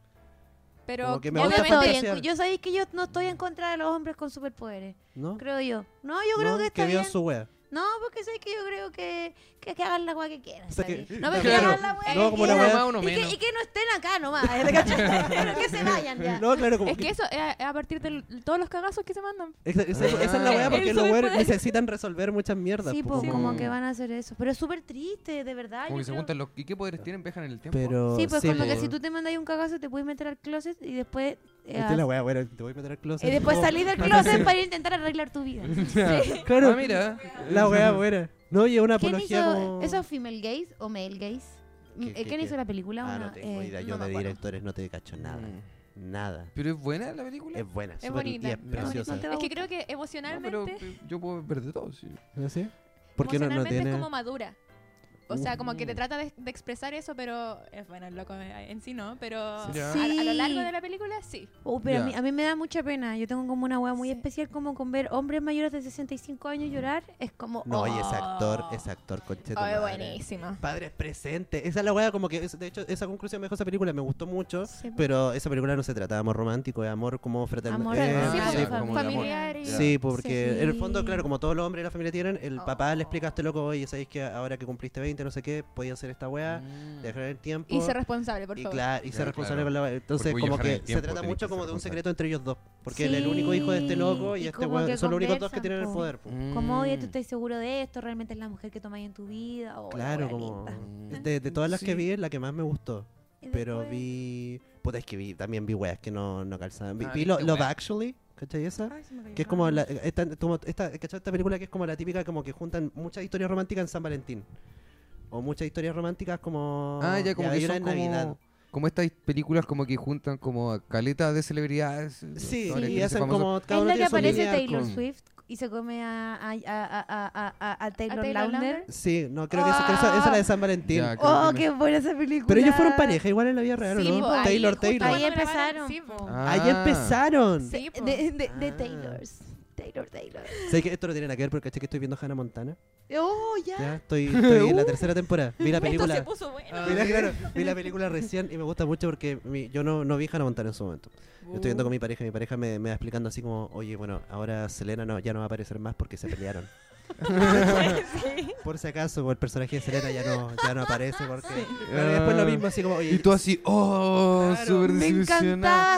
Speaker 5: Pero
Speaker 3: Como que me
Speaker 2: Yo,
Speaker 3: gusta
Speaker 2: no estoy en-
Speaker 3: fantasear.
Speaker 2: yo sabéis que yo no estoy en contra de los hombres con superpoderes,
Speaker 3: ¿No?
Speaker 2: creo yo. No, yo creo
Speaker 3: ¿No?
Speaker 2: que está
Speaker 3: vio
Speaker 2: bien.
Speaker 3: su wea.
Speaker 2: No, porque sabéis que yo creo que, que, que hagan la weá que quieran.
Speaker 3: O sea que-
Speaker 2: ¿sabéis?
Speaker 5: No, pero
Speaker 4: Claro.
Speaker 5: claro.
Speaker 2: la wea
Speaker 3: No,
Speaker 2: que
Speaker 3: como la
Speaker 2: quieran.
Speaker 4: wea- Uno
Speaker 2: y, que,
Speaker 4: menos.
Speaker 2: y que no estén acá nomás, ¿te cachai? Pero que se vayan ya.
Speaker 3: No, claro, como
Speaker 5: Es que eso es a- a partir de l- todos los cagazos que se mandan.
Speaker 3: Esa, esa- esa es la
Speaker 4: Ah.
Speaker 3: wea porque
Speaker 5: Eso
Speaker 3: los
Speaker 5: me
Speaker 3: weones
Speaker 5: parece.
Speaker 3: necesitan resolver muchas mierdas.
Speaker 2: pues. Sí,
Speaker 3: po,
Speaker 2: po,
Speaker 4: como-
Speaker 2: como que van a hacer eso. Pero es súper triste, de verdad.
Speaker 4: Como
Speaker 2: yo
Speaker 4: que se
Speaker 2: creo-
Speaker 4: juntan los. ¿Y qué poderes tienen? ¿Viajan en el tiempo?
Speaker 3: Pero.
Speaker 2: Sí, pues como que
Speaker 3: po.
Speaker 2: si tú te mandas un cagazo te puedes meter al closet y después... eh,
Speaker 3: Esta es la wea, bueno, te voy a meter al
Speaker 2: y
Speaker 3: closet.
Speaker 2: después
Speaker 3: Oh,
Speaker 2: salir del closet para intentar arreglar tu vida.
Speaker 3: Claro.
Speaker 4: Ah, mira.
Speaker 3: La wea buena. No, y es una
Speaker 2: ¿Quién
Speaker 3: apología
Speaker 2: hizo
Speaker 3: como-
Speaker 2: eso es female gaze o male gaze?
Speaker 3: ¿Qué,
Speaker 2: Eh,
Speaker 3: qué,
Speaker 2: ¿Quién
Speaker 3: qué?
Speaker 2: hizo la película?
Speaker 3: Ah,
Speaker 2: Una,
Speaker 3: no tengo
Speaker 2: eh,
Speaker 3: idea.
Speaker 2: no
Speaker 3: Yo
Speaker 2: me
Speaker 3: de
Speaker 2: acuerdo.
Speaker 3: directores no te cacho nada.
Speaker 4: Mm.
Speaker 3: Nada.
Speaker 4: ¿Pero es buena la película?
Speaker 3: Es buena,
Speaker 5: Es
Speaker 3: súper-
Speaker 5: bonita.
Speaker 3: y es
Speaker 4: No,
Speaker 3: preciosa.
Speaker 2: no te va a
Speaker 5: Es que
Speaker 2: gustar.
Speaker 5: creo que
Speaker 4: No,
Speaker 5: emocionalmente,
Speaker 4: pero eh, yo puedo ver de todo, sí.
Speaker 3: ¿Ah, sí? ¿Por qué no, no
Speaker 5: emocionalmente
Speaker 3: tiene...?
Speaker 5: es como madura. O sea, como que te
Speaker 4: Mm.
Speaker 5: trata de, de expresar eso, pero es bueno, el loco eh, en sí no, pero
Speaker 4: Sí.
Speaker 5: a, a lo largo de la película sí.
Speaker 2: Oh, pero
Speaker 4: Ya.
Speaker 2: a, mí, a mí me da mucha pena. Yo tengo como una hueá muy
Speaker 5: Sí.
Speaker 2: especial como con ver hombres mayores de 65 años llorar. Es como...
Speaker 3: No, y ese actor,
Speaker 5: Oh.
Speaker 3: ese actor, concheto.
Speaker 5: Oh, es buenísima.
Speaker 3: Padres presentes. Esa es la wea como que... es- de hecho, esa conclusión me dejó esa película. Me gustó mucho. Pero esa película no se trataba de amor romántico, de amor como fraternal.
Speaker 2: Amor,
Speaker 3: Eh,
Speaker 5: Ah,
Speaker 2: sí,
Speaker 5: sí,
Speaker 2: sí, pues,
Speaker 4: po, pues, como de amor.
Speaker 5: familiar y...
Speaker 4: Ya.
Speaker 3: Sí, porque
Speaker 2: Sí.
Speaker 3: en el fondo, claro, como todos los hombres de la familia tienen, el papá
Speaker 5: Oh.
Speaker 3: le explica a este loco, oye, sabéis que ahora que cumpliste 20, no sé qué, podía hacer esta weá,
Speaker 4: Mm.
Speaker 3: dejar el tiempo.
Speaker 5: Y ser responsable, por
Speaker 3: y
Speaker 5: favor.
Speaker 3: claro, y
Speaker 4: Claro,
Speaker 3: ser responsable
Speaker 4: claro.
Speaker 3: con la weá. Entonces,
Speaker 4: Porque
Speaker 3: como
Speaker 4: viajar en
Speaker 3: que
Speaker 4: el
Speaker 3: se
Speaker 4: tiempo
Speaker 3: trata
Speaker 4: tenés
Speaker 3: mucho
Speaker 4: que
Speaker 3: como
Speaker 4: ser
Speaker 3: de un
Speaker 4: responsable.
Speaker 3: secreto entre ellos dos. Porque él es el único hijo de este loco y,
Speaker 2: Sí, y
Speaker 3: este
Speaker 2: como
Speaker 3: weón.
Speaker 2: que
Speaker 3: Son los únicos dos que
Speaker 2: conversan,
Speaker 3: tienen el
Speaker 2: po.
Speaker 3: poder. po.
Speaker 2: Como, oye,
Speaker 4: Mm.
Speaker 2: ¿tú estás seguro de esto? ¿Realmente es la mujer que tomáis en tu vida? Oh, la
Speaker 3: Claro,
Speaker 2: hueá
Speaker 3: como.
Speaker 2: linda.
Speaker 4: Mm.
Speaker 3: De, de todas las
Speaker 4: Sí.
Speaker 3: que vi, es la que más me gustó.
Speaker 2: Y
Speaker 3: Pero
Speaker 2: después-
Speaker 3: vi. Puta, es que vi, también vi weas que no, no calzaban. Vi,
Speaker 4: Ah,
Speaker 3: vi lo-
Speaker 4: viste
Speaker 3: Love
Speaker 4: weas.
Speaker 3: Actually, ¿cachai esa?
Speaker 2: Ay, se me cayó
Speaker 3: Que es
Speaker 2: la
Speaker 3: como
Speaker 2: mano.
Speaker 3: la, esta, como esta, ¿cachai? esta película que es como la típica, como que juntan muchas historias románticas en San Valentín. O muchas historias románticas como.
Speaker 4: Ah, ya como
Speaker 3: hay
Speaker 4: que
Speaker 3: una
Speaker 4: son
Speaker 3: en
Speaker 4: como, como estas películas como que juntan como a caletas de celebridades. eh,
Speaker 3: Sí,
Speaker 4: actores que
Speaker 3: y
Speaker 4: se
Speaker 3: hacen
Speaker 4: famosos.
Speaker 3: como. cada
Speaker 2: Es
Speaker 3: uno
Speaker 2: la que
Speaker 3: tiene su
Speaker 2: aparece
Speaker 3: línea
Speaker 2: Taylor
Speaker 3: con-
Speaker 2: Swift y se come a, a, a, a, a, a- a Taylor,
Speaker 5: Taylor
Speaker 2: Lautner.
Speaker 5: Lautner.
Speaker 3: Sí, no, creo que esa, creo que esa- esa es la de San Valentín.
Speaker 4: Ya, creo
Speaker 2: Oh,
Speaker 4: que me-
Speaker 2: qué buena esa película.
Speaker 3: Pero ellos fueron pareja, igual en la vida real,
Speaker 5: Sí,
Speaker 3: ¿no?
Speaker 5: po, ahí,
Speaker 3: Taylor,
Speaker 5: justo
Speaker 3: Taylor.
Speaker 2: ahí
Speaker 5: cuando grabaron,
Speaker 2: empezaron.
Speaker 5: sí, po.
Speaker 4: Ah.
Speaker 3: Ahí empezaron.
Speaker 5: Sí,
Speaker 2: De,
Speaker 5: po.
Speaker 2: de, de, de
Speaker 3: Ah.
Speaker 2: Taylors. Taylor, Taylor.
Speaker 3: Sé que esto no tiene nada que ver, porque caché que estoy viendo Hannah Montana.
Speaker 2: Oh, ya.
Speaker 3: Ya, estoy, estoy en la tercera temporada. Vi la película.
Speaker 5: Esto se puso bueno.
Speaker 4: Ah,
Speaker 3: Vi la- claro, vi la película recién y me gusta mucho porque mi- yo no, no vi Hannah Montana en su momento. Yo Estoy viendo con mi pareja y mi pareja me, me va explicando así como, oye, bueno, ahora Selena no, ya no va a aparecer más porque se pelearon. Por si acaso, el personaje de Selena ya no, ya no aparece porque... Pero después lo mismo así como, oye,
Speaker 4: Y tú así, oh,
Speaker 3: Claro.
Speaker 4: súper
Speaker 2: Me
Speaker 4: desilusionada.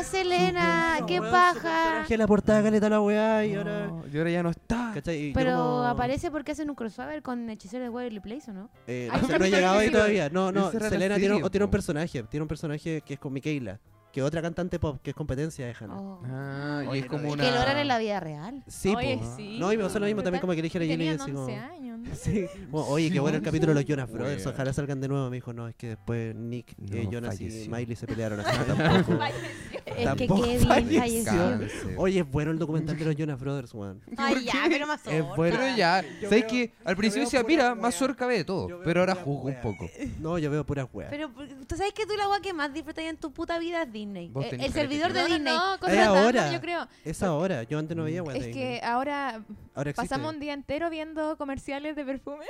Speaker 2: encantaba Selena.
Speaker 3: "Weón,
Speaker 2: Qué
Speaker 3: su
Speaker 2: paja.
Speaker 3: personaje en la portada caleta la weá y ahora...
Speaker 4: No, Y ahora ya no está.
Speaker 3: ¿Cachai? Y yo como,
Speaker 2: Pero aparece porque hacen un crossover con Hechicero de Waverly Place, ¿o no?
Speaker 3: eh, no,
Speaker 5: hay
Speaker 3: sé,
Speaker 5: un
Speaker 3: no he
Speaker 5: capítulo
Speaker 3: llegado ahí
Speaker 5: exclusivo.
Speaker 3: todavía. No, no,
Speaker 4: Esa era la
Speaker 3: Selena
Speaker 4: serie,
Speaker 3: tiene, un- tiene un
Speaker 4: po.
Speaker 3: personaje, tiene un personaje que es con Michaela, que es otra cantante pop, que es competencia de Hannah.
Speaker 2: Oh.
Speaker 4: Ah, y
Speaker 3: Oye,
Speaker 4: es como
Speaker 3: no,
Speaker 4: una...
Speaker 2: Que logran en la vida real.
Speaker 3: Sí,
Speaker 5: Oye,
Speaker 3: po.
Speaker 5: sí.
Speaker 3: No, y me pasó lo mismo también
Speaker 5: Total,
Speaker 3: como que le dije a la Jenny
Speaker 5: Tenían
Speaker 3: así
Speaker 5: 11
Speaker 3: como...
Speaker 5: años. ¿no?
Speaker 3: Sí. Como, oye, qué bueno el capítulo de los Jonas Brothers.
Speaker 4: Weón.
Speaker 3: Ojalá salgan de nuevo. Me dijo, no, es que después Nick, eh,
Speaker 4: No,
Speaker 3: Jonas
Speaker 4: falleció.
Speaker 3: y Miley se pelearon. Así que tampoco.
Speaker 2: Es que
Speaker 3: Tampoco
Speaker 2: Kevin
Speaker 3: falleció.
Speaker 2: falleció.
Speaker 4: Cáncer.
Speaker 3: Oye, es bueno el documental de los Jonas Brothers, weón.
Speaker 4: ¿Por
Speaker 6: Ay, ya,
Speaker 4: qué?
Speaker 6: pero más
Speaker 3: Es
Speaker 6: sorta.
Speaker 3: bueno.
Speaker 4: Pero ya,
Speaker 3: Yo
Speaker 4: ¿sabes
Speaker 3: veo-
Speaker 4: que Al
Speaker 3: yo
Speaker 4: principio
Speaker 3: veo
Speaker 4: decía,
Speaker 3: pura
Speaker 4: mira,
Speaker 3: wea.
Speaker 4: más zorca ve de
Speaker 3: Yo
Speaker 4: todo,
Speaker 3: veo
Speaker 4: pero ahora
Speaker 3: pura
Speaker 4: juzgo un
Speaker 3: wea.
Speaker 4: poco.
Speaker 3: No, yo veo puras weas.
Speaker 2: Pero tú sabes que tú la weá que más disfrutas en tu puta vida es Disney.
Speaker 4: Vos
Speaker 2: Eh,
Speaker 4: tenés
Speaker 2: El
Speaker 4: caleta
Speaker 2: servidor
Speaker 4: que-
Speaker 2: de
Speaker 5: No,
Speaker 2: Disney.
Speaker 5: no, no,
Speaker 3: Es
Speaker 5: cosas random,
Speaker 3: ahora.
Speaker 5: yo creo.
Speaker 3: Es ahora, yo antes no veía weas. de
Speaker 5: Es
Speaker 3: Disney.
Speaker 5: que ahora
Speaker 3: ahora existe.
Speaker 5: pasamos un día entero viendo comerciales de perfume.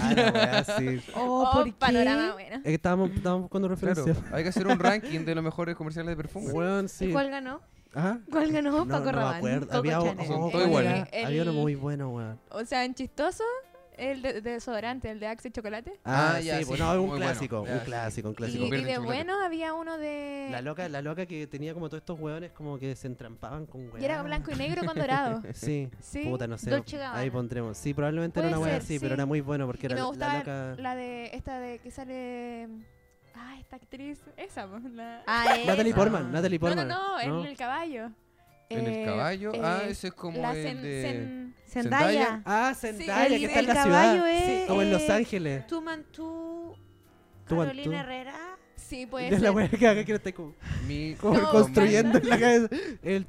Speaker 3: Ah, la wea, sí.
Speaker 2: Oh, ¿por qué?
Speaker 5: panorama bueno.
Speaker 3: Es que estábamos, estábamos buscando
Speaker 4: Claro,
Speaker 3: referencias.
Speaker 4: hay que hacer un ranking de los mejores comerciales de perfume.
Speaker 3: Weón, sí.
Speaker 2: ¿Cuál ganó?
Speaker 3: Ajá.
Speaker 2: ¿Cuál ganó?
Speaker 3: No,
Speaker 2: Paco
Speaker 3: no me
Speaker 2: Rabanne.
Speaker 3: acuerdo.
Speaker 2: Coco
Speaker 3: Había,
Speaker 2: Chanel.
Speaker 4: Son
Speaker 3: oh,
Speaker 4: todos
Speaker 3: había-
Speaker 4: iguales.
Speaker 5: El-
Speaker 3: había uno muy bueno, weón.
Speaker 5: O sea, en chistoso, el de, de desodorante, el de Axe Chocolate.
Speaker 3: Ah,
Speaker 4: Ah, ya,
Speaker 3: sí,
Speaker 4: sí,
Speaker 3: bueno, es un
Speaker 4: muy
Speaker 3: clásico,
Speaker 4: bueno.
Speaker 3: un
Speaker 4: Ya,
Speaker 3: clásico, un
Speaker 5: Y,
Speaker 3: clásico.
Speaker 5: y
Speaker 4: Verde
Speaker 5: de
Speaker 4: chocolate.
Speaker 5: bueno había uno de...
Speaker 3: La loca, la loca que tenía como todos estos hueones como que se entrampaban con hueones.
Speaker 5: Y era blanco y negro con dorado.
Speaker 3: Sí,
Speaker 5: Sí,
Speaker 3: puta, no sé.
Speaker 2: Dolce Gabbana.
Speaker 3: Ahí pondremos. Sí, probablemente era
Speaker 5: Puede
Speaker 3: una hueá
Speaker 5: ser,
Speaker 3: así,
Speaker 5: sí.
Speaker 3: pero era muy bueno porque
Speaker 5: Y
Speaker 3: era
Speaker 5: me
Speaker 3: la, la
Speaker 5: gustaba
Speaker 3: loca.
Speaker 5: la de esta de que sale... Ah, esta actriz. Esa, po, la...
Speaker 2: Ah, esa.
Speaker 3: Natalie Portman, Natalie
Speaker 5: no, no,
Speaker 3: Portman.
Speaker 5: no, en el caballo.
Speaker 4: En el
Speaker 5: Eh,
Speaker 4: caballo. ah,
Speaker 5: eh,
Speaker 4: ese es como
Speaker 5: la
Speaker 4: el
Speaker 5: sen-
Speaker 4: de.
Speaker 5: sen-
Speaker 2: Zendaya.
Speaker 3: Ah, Zendaya,
Speaker 5: el-
Speaker 3: que está en
Speaker 2: el
Speaker 3: la
Speaker 2: caballo
Speaker 3: ciudad.
Speaker 2: es-
Speaker 3: Sí, como en Los
Speaker 2: eh,
Speaker 3: Ángeles.
Speaker 2: Tuman tú,
Speaker 3: Tuman tú.
Speaker 2: Carolina Herrera.
Speaker 5: Sí, puede
Speaker 3: De la
Speaker 5: ser.
Speaker 3: hueá que haga que lo esté como,
Speaker 4: Mi-
Speaker 3: como
Speaker 5: No,
Speaker 3: construyendo en la cabeza. El-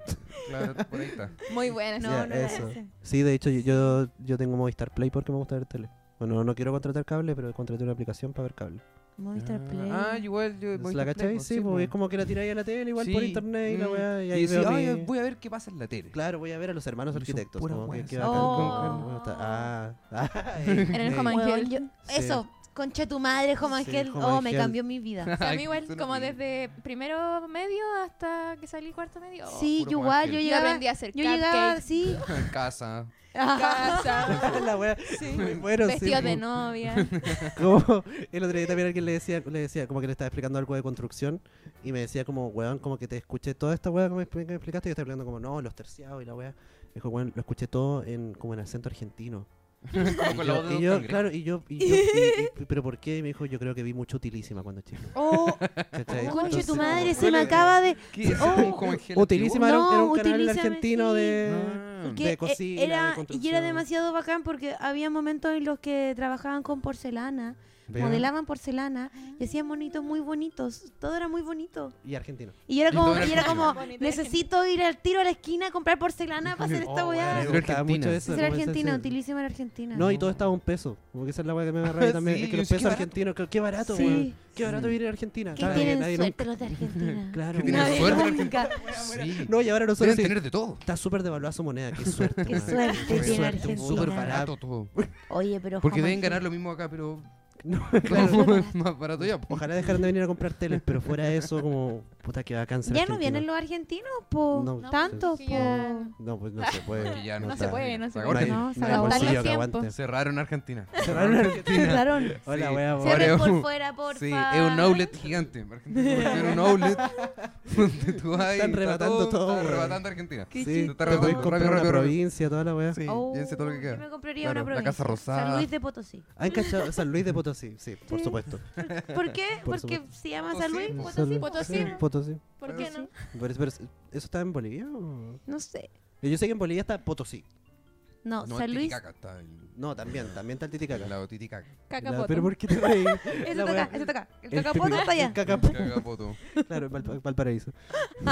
Speaker 4: Claro, por ahí está.
Speaker 5: Muy buena.
Speaker 2: No,
Speaker 3: Ya,
Speaker 2: no era
Speaker 3: eso.
Speaker 2: ese.
Speaker 3: Sí, de hecho, yo, yo, yo tengo Movistar Play porque me gusta ver tele. Bueno, no quiero contratar cable, pero contraté una aplicación para ver cable.
Speaker 2: Movistar Play.
Speaker 4: Ah, igual yo.
Speaker 3: ¿La cachai? pues, Sí, porque es como que la tiráis a la tele, igual por
Speaker 4: pues. Sí,
Speaker 3: internet y la
Speaker 4: mm.
Speaker 3: weá. Y
Speaker 4: Y
Speaker 3: ahí
Speaker 4: decís,
Speaker 3: veo
Speaker 4: "Ay,
Speaker 3: mi-
Speaker 4: voy a ver qué pasa en la tele.
Speaker 3: Claro, voy a ver a los hermanos
Speaker 4: Y son
Speaker 3: arquitectos.
Speaker 4: puras
Speaker 3: como que-
Speaker 4: weas.
Speaker 3: que bacán, como que
Speaker 2: Oh.
Speaker 3: me gusta. Ah, ah,
Speaker 5: En el
Speaker 3: eh,
Speaker 5: Home and
Speaker 2: Weón,
Speaker 5: Health.
Speaker 2: yo-
Speaker 3: Sí.
Speaker 2: Eso, concha tu madre,
Speaker 3: Sí,
Speaker 2: Home Angel.
Speaker 3: Home
Speaker 2: Oh,
Speaker 3: and
Speaker 2: me
Speaker 3: Health.
Speaker 2: cambió mi vida.
Speaker 5: O sea, a mí
Speaker 4: Ay,
Speaker 5: igual,
Speaker 4: suena
Speaker 5: como
Speaker 4: bien.
Speaker 5: desde primero medio hasta que salí cuarto medio. oh,
Speaker 2: sí,
Speaker 4: puro
Speaker 2: yo
Speaker 4: Home
Speaker 2: igual,
Speaker 4: and
Speaker 2: yo
Speaker 5: yo
Speaker 2: llegaba.
Speaker 5: aprendí a hacer
Speaker 2: Yo
Speaker 5: cupcakes,
Speaker 2: llegaba, sí.
Speaker 4: Casa.
Speaker 5: casa,
Speaker 3: la wea. Muy bueno, sí,
Speaker 5: vestidos de
Speaker 3: como-
Speaker 5: novia.
Speaker 3: como el otro día también alguien le decía, le decía, como que le estaba explicando algo de construcción y me decía como, weón, como que te escuché toda esta weá que me, expli- que me explicaste y yo estaba hablando como, no, los terciados y la weá. Me Dijo, weón, lo escuché todo en, como en acento argentino.
Speaker 4: Como
Speaker 3: Y
Speaker 4: con la
Speaker 3: yo,
Speaker 4: voz de
Speaker 3: y
Speaker 4: Don
Speaker 3: yo,
Speaker 4: Cangrejo.
Speaker 3: claro, y yo, y yo y- y- pero ¿por qué? Y me dijo, yo creo que vi mucho utilísima cuando chico.
Speaker 2: Oh,
Speaker 3: ¿cachai?
Speaker 2: concha tu
Speaker 3: Entonces,
Speaker 2: madre, se
Speaker 4: ¿cuál
Speaker 2: me
Speaker 4: es?
Speaker 2: acaba de.
Speaker 4: ¿Qué es?
Speaker 2: Oh.
Speaker 4: ¿Un Home and Health
Speaker 3: Utilísima era un, era un
Speaker 2: No,
Speaker 3: canal
Speaker 2: Utilísima,
Speaker 3: argentino
Speaker 2: sí.
Speaker 3: de,
Speaker 4: Ah.
Speaker 2: que,
Speaker 3: de
Speaker 2: eh,
Speaker 3: cocina,
Speaker 2: era,
Speaker 3: de
Speaker 2: y era
Speaker 3: construcción.
Speaker 2: demasiado bacán porque había momentos en los que trabajaban con porcelana,
Speaker 3: Vea.
Speaker 2: modelaban porcelana y hacían monitos muy bonitos. Todo era muy bonito.
Speaker 3: y argentino.
Speaker 2: Y yo era
Speaker 4: Y
Speaker 2: como,
Speaker 4: todo era
Speaker 2: y era
Speaker 4: argentino.
Speaker 2: como
Speaker 5: Bonito,
Speaker 2: necesito ir al tiro a la esquina a comprar porcelana para hacer esta
Speaker 3: Oh,
Speaker 2: weá.
Speaker 3: weón,
Speaker 4: Ser
Speaker 3: me gustaba
Speaker 4: argentina.
Speaker 3: mucho eso,
Speaker 2: Esa
Speaker 3: como
Speaker 2: era
Speaker 3: ese-
Speaker 2: Argentina,
Speaker 3: ese-
Speaker 2: utilísima en Argentina.
Speaker 3: No, y todo estaba a un peso. Como que esa es la weá que me da rabia también.
Speaker 4: Sí,
Speaker 3: es que
Speaker 4: y
Speaker 3: los
Speaker 4: qué
Speaker 3: pesos
Speaker 4: barato.
Speaker 3: argentinos, qué, qué barato,
Speaker 2: Sí.
Speaker 3: weón. Qué barato vivir en Argentina.
Speaker 2: Que
Speaker 3: Claro,
Speaker 2: tienen
Speaker 3: nadie
Speaker 2: suerte los de Argentina.
Speaker 3: nunca- Claro,
Speaker 4: Que
Speaker 3: weón.
Speaker 4: tienen
Speaker 2: Nadie
Speaker 4: suerte.
Speaker 2: nunca.
Speaker 4: Sí.
Speaker 3: No, y ahora
Speaker 4: Deben
Speaker 3: nosotros sí,
Speaker 4: tener de todo.
Speaker 3: está súper devaluada su moneda. Qué suerte.
Speaker 2: Qué
Speaker 3: weón.
Speaker 2: suerte
Speaker 3: Qué
Speaker 2: tiene
Speaker 3: suerte, un
Speaker 2: Argentina.
Speaker 4: Súper
Speaker 3: súper barato.
Speaker 4: barato todo.
Speaker 2: Oye, pero
Speaker 4: Porque
Speaker 2: Home
Speaker 4: deben
Speaker 2: and
Speaker 4: ganar
Speaker 2: Health.
Speaker 4: lo mismo acá, pero
Speaker 3: No,
Speaker 4: claro,
Speaker 3: claro.
Speaker 4: es más barato ya. pues. po.
Speaker 3: Ojalá dejaran de venir a comprar teles, pero fuera de eso, como puta que va a cáncer.
Speaker 2: Ya no vienen los argentinos, po.
Speaker 3: No, No,
Speaker 2: Tanto,
Speaker 5: sí,
Speaker 2: po.
Speaker 5: ya
Speaker 3: No, pues no se puede.
Speaker 4: Porque ya no
Speaker 5: No
Speaker 3: está.
Speaker 5: se puede, no se
Speaker 4: No,
Speaker 3: No
Speaker 5: puede.
Speaker 3: hay,
Speaker 4: Porque
Speaker 2: no,
Speaker 3: no
Speaker 2: se
Speaker 3: hay
Speaker 2: agotan
Speaker 3: bolsillo
Speaker 5: los
Speaker 3: que
Speaker 5: tiempos.
Speaker 3: aguante.
Speaker 4: Cerraron Argentina.
Speaker 3: Cerraron Argentina.
Speaker 2: Cerraron.
Speaker 3: Hola, weá,
Speaker 4: Sí.
Speaker 3: pobre.
Speaker 2: Cerren por
Speaker 4: Oreo.
Speaker 2: fuera, porfa.
Speaker 4: Sí, es un outlet gigante. Argentina se volvió un outlet donde tú vas y
Speaker 3: Están
Speaker 4: está
Speaker 3: rematando todo,
Speaker 4: Están
Speaker 3: weón.
Speaker 4: rematando Argentina.
Speaker 3: Sí,
Speaker 4: chistoso.
Speaker 3: te podéis comprar
Speaker 4: Rápido,
Speaker 3: una
Speaker 4: rápido, rápido.
Speaker 3: provincia, toda la weá.
Speaker 4: Sí,
Speaker 2: Oh,
Speaker 4: llévense todo lo que
Speaker 2: yo me
Speaker 4: queda.
Speaker 2: compraría
Speaker 4: Claro,
Speaker 2: una
Speaker 4: la
Speaker 2: provincia.
Speaker 4: Casa Rosada.
Speaker 2: San Luis de Potosí.
Speaker 3: ¿Han cachado San Luis de Potosí? Sí, por
Speaker 2: Sí.
Speaker 3: supuesto.
Speaker 2: ¿Por qué?
Speaker 3: Por
Speaker 2: Porque
Speaker 3: supuesto.
Speaker 2: se llama
Speaker 4: Potosí,
Speaker 2: San Luis
Speaker 4: po.
Speaker 2: Potosí.
Speaker 5: Potosí.
Speaker 3: Sí, Potosí.
Speaker 5: ¿Por qué no?
Speaker 3: Pero, pero, ¿Eso está en Bolivia? o?
Speaker 2: No sé.
Speaker 3: Yo sé que en Bolivia está Potosí.
Speaker 2: No,
Speaker 4: No,
Speaker 2: San Luis.
Speaker 4: Titicaca está el,
Speaker 3: No, también, también está el Titicaca.
Speaker 4: el lado Titicaca.
Speaker 5: Cacapoto.
Speaker 3: La- pero ¿por qué te reí?
Speaker 2: Ese
Speaker 3: La
Speaker 2: está
Speaker 3: wea-
Speaker 2: acá, ese está acá. El
Speaker 3: el
Speaker 2: cacapoto
Speaker 3: Titicaca-
Speaker 2: está allá.
Speaker 3: el Cacapo-
Speaker 4: Cacapoto.
Speaker 3: Claro, en Valpa- Valparaíso.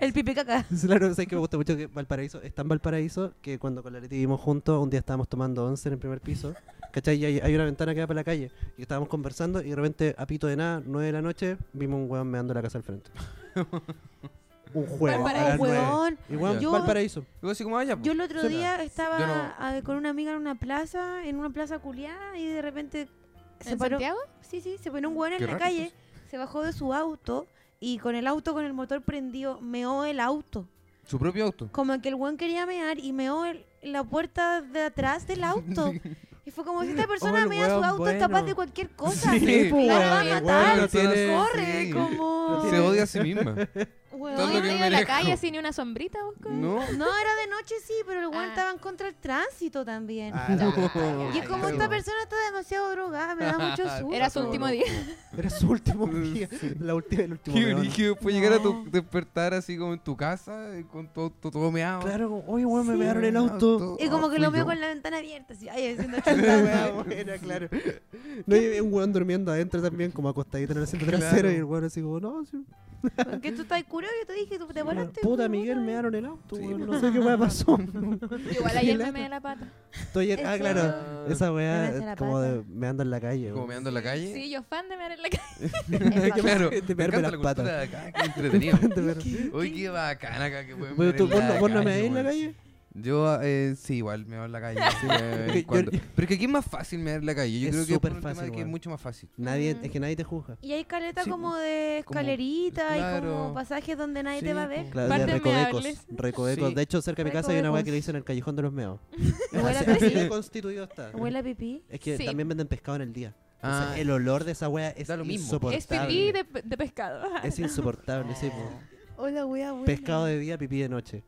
Speaker 2: El pipi caca.
Speaker 3: Claro, sé que me gusta mucho que Valparaíso. Es tan Valparaíso que cuando con la Leti vivimos juntos, un día estábamos tomando once en el primer piso. ¿Cachai? Y hay, hay una ventana que da para la calle. Y estábamos conversando y de repente, a pito de nada, nueve de la noche, vimos un hueón meando la casa al frente. un juego. a las
Speaker 2: Oh,
Speaker 3: nueve.
Speaker 2: weón.
Speaker 3: Y hueón,
Speaker 4: Yo-
Speaker 3: Valparaíso.
Speaker 4: Y vos así como, ah, ya, po.
Speaker 2: Yo el otro
Speaker 3: Sí,
Speaker 2: día estaba
Speaker 4: Yo no-
Speaker 2: a ver, con una amiga en una plaza, en una plaza culiada, y de repente se
Speaker 5: ¿En
Speaker 2: paró.
Speaker 5: Santiago?
Speaker 2: Sí, sí, se paró un hueón en
Speaker 4: Qué
Speaker 2: la
Speaker 4: raro
Speaker 2: calle,
Speaker 4: eso.
Speaker 2: se bajó de su auto y con el auto, con el motor prendido, meó el auto.
Speaker 4: Su propio auto.
Speaker 2: Como que el hueón quería mear y meó el- la puerta de atrás del auto. Y fue como si esta persona
Speaker 3: el
Speaker 2: mea su
Speaker 3: hueón
Speaker 2: auto es capaz
Speaker 3: bueno.
Speaker 2: de cualquier cosa.
Speaker 4: Sí,
Speaker 3: pues,
Speaker 2: la va a
Speaker 3: weón, el
Speaker 2: matar,
Speaker 3: hueón tiene-
Speaker 2: Corre,
Speaker 4: Sí.
Speaker 2: como.
Speaker 4: Se odia a sí misma.
Speaker 2: Hueón.
Speaker 4: Todo lo que
Speaker 5: en medio
Speaker 4: me
Speaker 5: de la
Speaker 4: dejo.
Speaker 5: calle sin ni una sombrita, vos, co-
Speaker 4: No.
Speaker 2: No, era de noche sí, pero el hueón
Speaker 5: Ah.
Speaker 2: estaba en contra del tránsito también.
Speaker 3: Ah,
Speaker 2: Y es como
Speaker 3: sí,
Speaker 2: esta
Speaker 3: weón.
Speaker 2: persona está demasiado drogada, me da
Speaker 4: Ah,
Speaker 2: mucho susto.
Speaker 5: Era su último día.
Speaker 3: Era su último día. La última, el último
Speaker 4: Qué
Speaker 3: meón.
Speaker 4: brígido fue llegar a tu
Speaker 2: No.
Speaker 4: despertar así como en tu casa, eh, con todo, todo, todo meado.
Speaker 3: Claro, como, oye, weón, me
Speaker 2: Sí.
Speaker 3: mearon el auto.
Speaker 2: Y como que
Speaker 4: fui
Speaker 2: lo veo
Speaker 4: yo.
Speaker 2: con la ventana abierta, así, ay, haciendo
Speaker 3: Esa
Speaker 2: chanta,
Speaker 3: weá buena, claro. No, y había un weón durmiendo adentro también, como acostadito en el asiento trasero,
Speaker 4: Claro.
Speaker 3: y el weón así como, no, sí.
Speaker 2: Porque tú estás curado, yo te dije, tú te volaste.
Speaker 3: Puta,
Speaker 2: weón,
Speaker 3: Miguel,
Speaker 2: puta.
Speaker 3: me dieron el auto,
Speaker 4: Sí,
Speaker 3: weón,
Speaker 4: pues.
Speaker 3: no sé qué weá pasó.
Speaker 5: Igual ayer me meé la pata.
Speaker 3: Estoy en- Ah,
Speaker 2: Eso-
Speaker 3: claro, esa
Speaker 2: Me
Speaker 3: weá
Speaker 2: besé la
Speaker 3: es como
Speaker 2: pata.
Speaker 3: de me ando en la calle.
Speaker 4: Como
Speaker 3: weón.
Speaker 4: me ando en la calle.
Speaker 5: Sí, yo fan de mear en la calle.
Speaker 2: Es bacán.
Speaker 4: Claro,
Speaker 3: De
Speaker 4: me
Speaker 3: verme
Speaker 4: encanta
Speaker 3: las
Speaker 4: la cultura de acá, qué entretenido. Uy, qué bacana acá que pueden ver
Speaker 3: Pero tú,
Speaker 4: en
Speaker 3: ¿Vos
Speaker 4: la
Speaker 3: no- vos no me
Speaker 4: calle,
Speaker 3: veis en la
Speaker 4: weón.
Speaker 3: calle?
Speaker 4: Yo, eh, sí, igual, me veo en la calle. sí, me veo de vez en
Speaker 3: Yo-
Speaker 4: cuando. Pero es que aquí es más fácil me en la calle. Yo
Speaker 3: Es
Speaker 4: creo que es por
Speaker 3: súper
Speaker 4: un tema de
Speaker 3: fácil,
Speaker 4: que es
Speaker 3: weón.
Speaker 4: mucho más fácil.
Speaker 3: Nadie,
Speaker 5: Mm.
Speaker 3: es que nadie te juzga.
Speaker 2: Y hay caleta
Speaker 4: Sí,
Speaker 2: como de
Speaker 4: como-
Speaker 2: escalerita y
Speaker 4: claro.
Speaker 2: como pasajes donde nadie
Speaker 4: Sí,
Speaker 2: te va a
Speaker 4: po.
Speaker 2: ver.
Speaker 3: Claro,
Speaker 5: Parte
Speaker 3: de
Speaker 5: me
Speaker 3: recovecos.
Speaker 5: hables.
Speaker 3: Recovecos.
Speaker 4: Sí.
Speaker 3: De hecho, cerca de mi casa hay una weá que
Speaker 2: Recovecos.
Speaker 3: le dicen el callejón de los meos.
Speaker 2: Huele a
Speaker 3: Así- así
Speaker 2: pipí.
Speaker 3: de constituido está.
Speaker 2: Huele a pipí.
Speaker 3: Es que
Speaker 5: Sí.
Speaker 3: también venden pescado en el día. Entonces,
Speaker 4: Ah,
Speaker 3: el olor de esa wea es
Speaker 4: Da lo mismo.
Speaker 5: Es pipí
Speaker 3: insoportable.
Speaker 5: de, de pescado.
Speaker 3: Es insoportable, sí. po.
Speaker 4: Ah,
Speaker 2: Hola, wea, wea.
Speaker 3: Pescado de día, pipí de noche.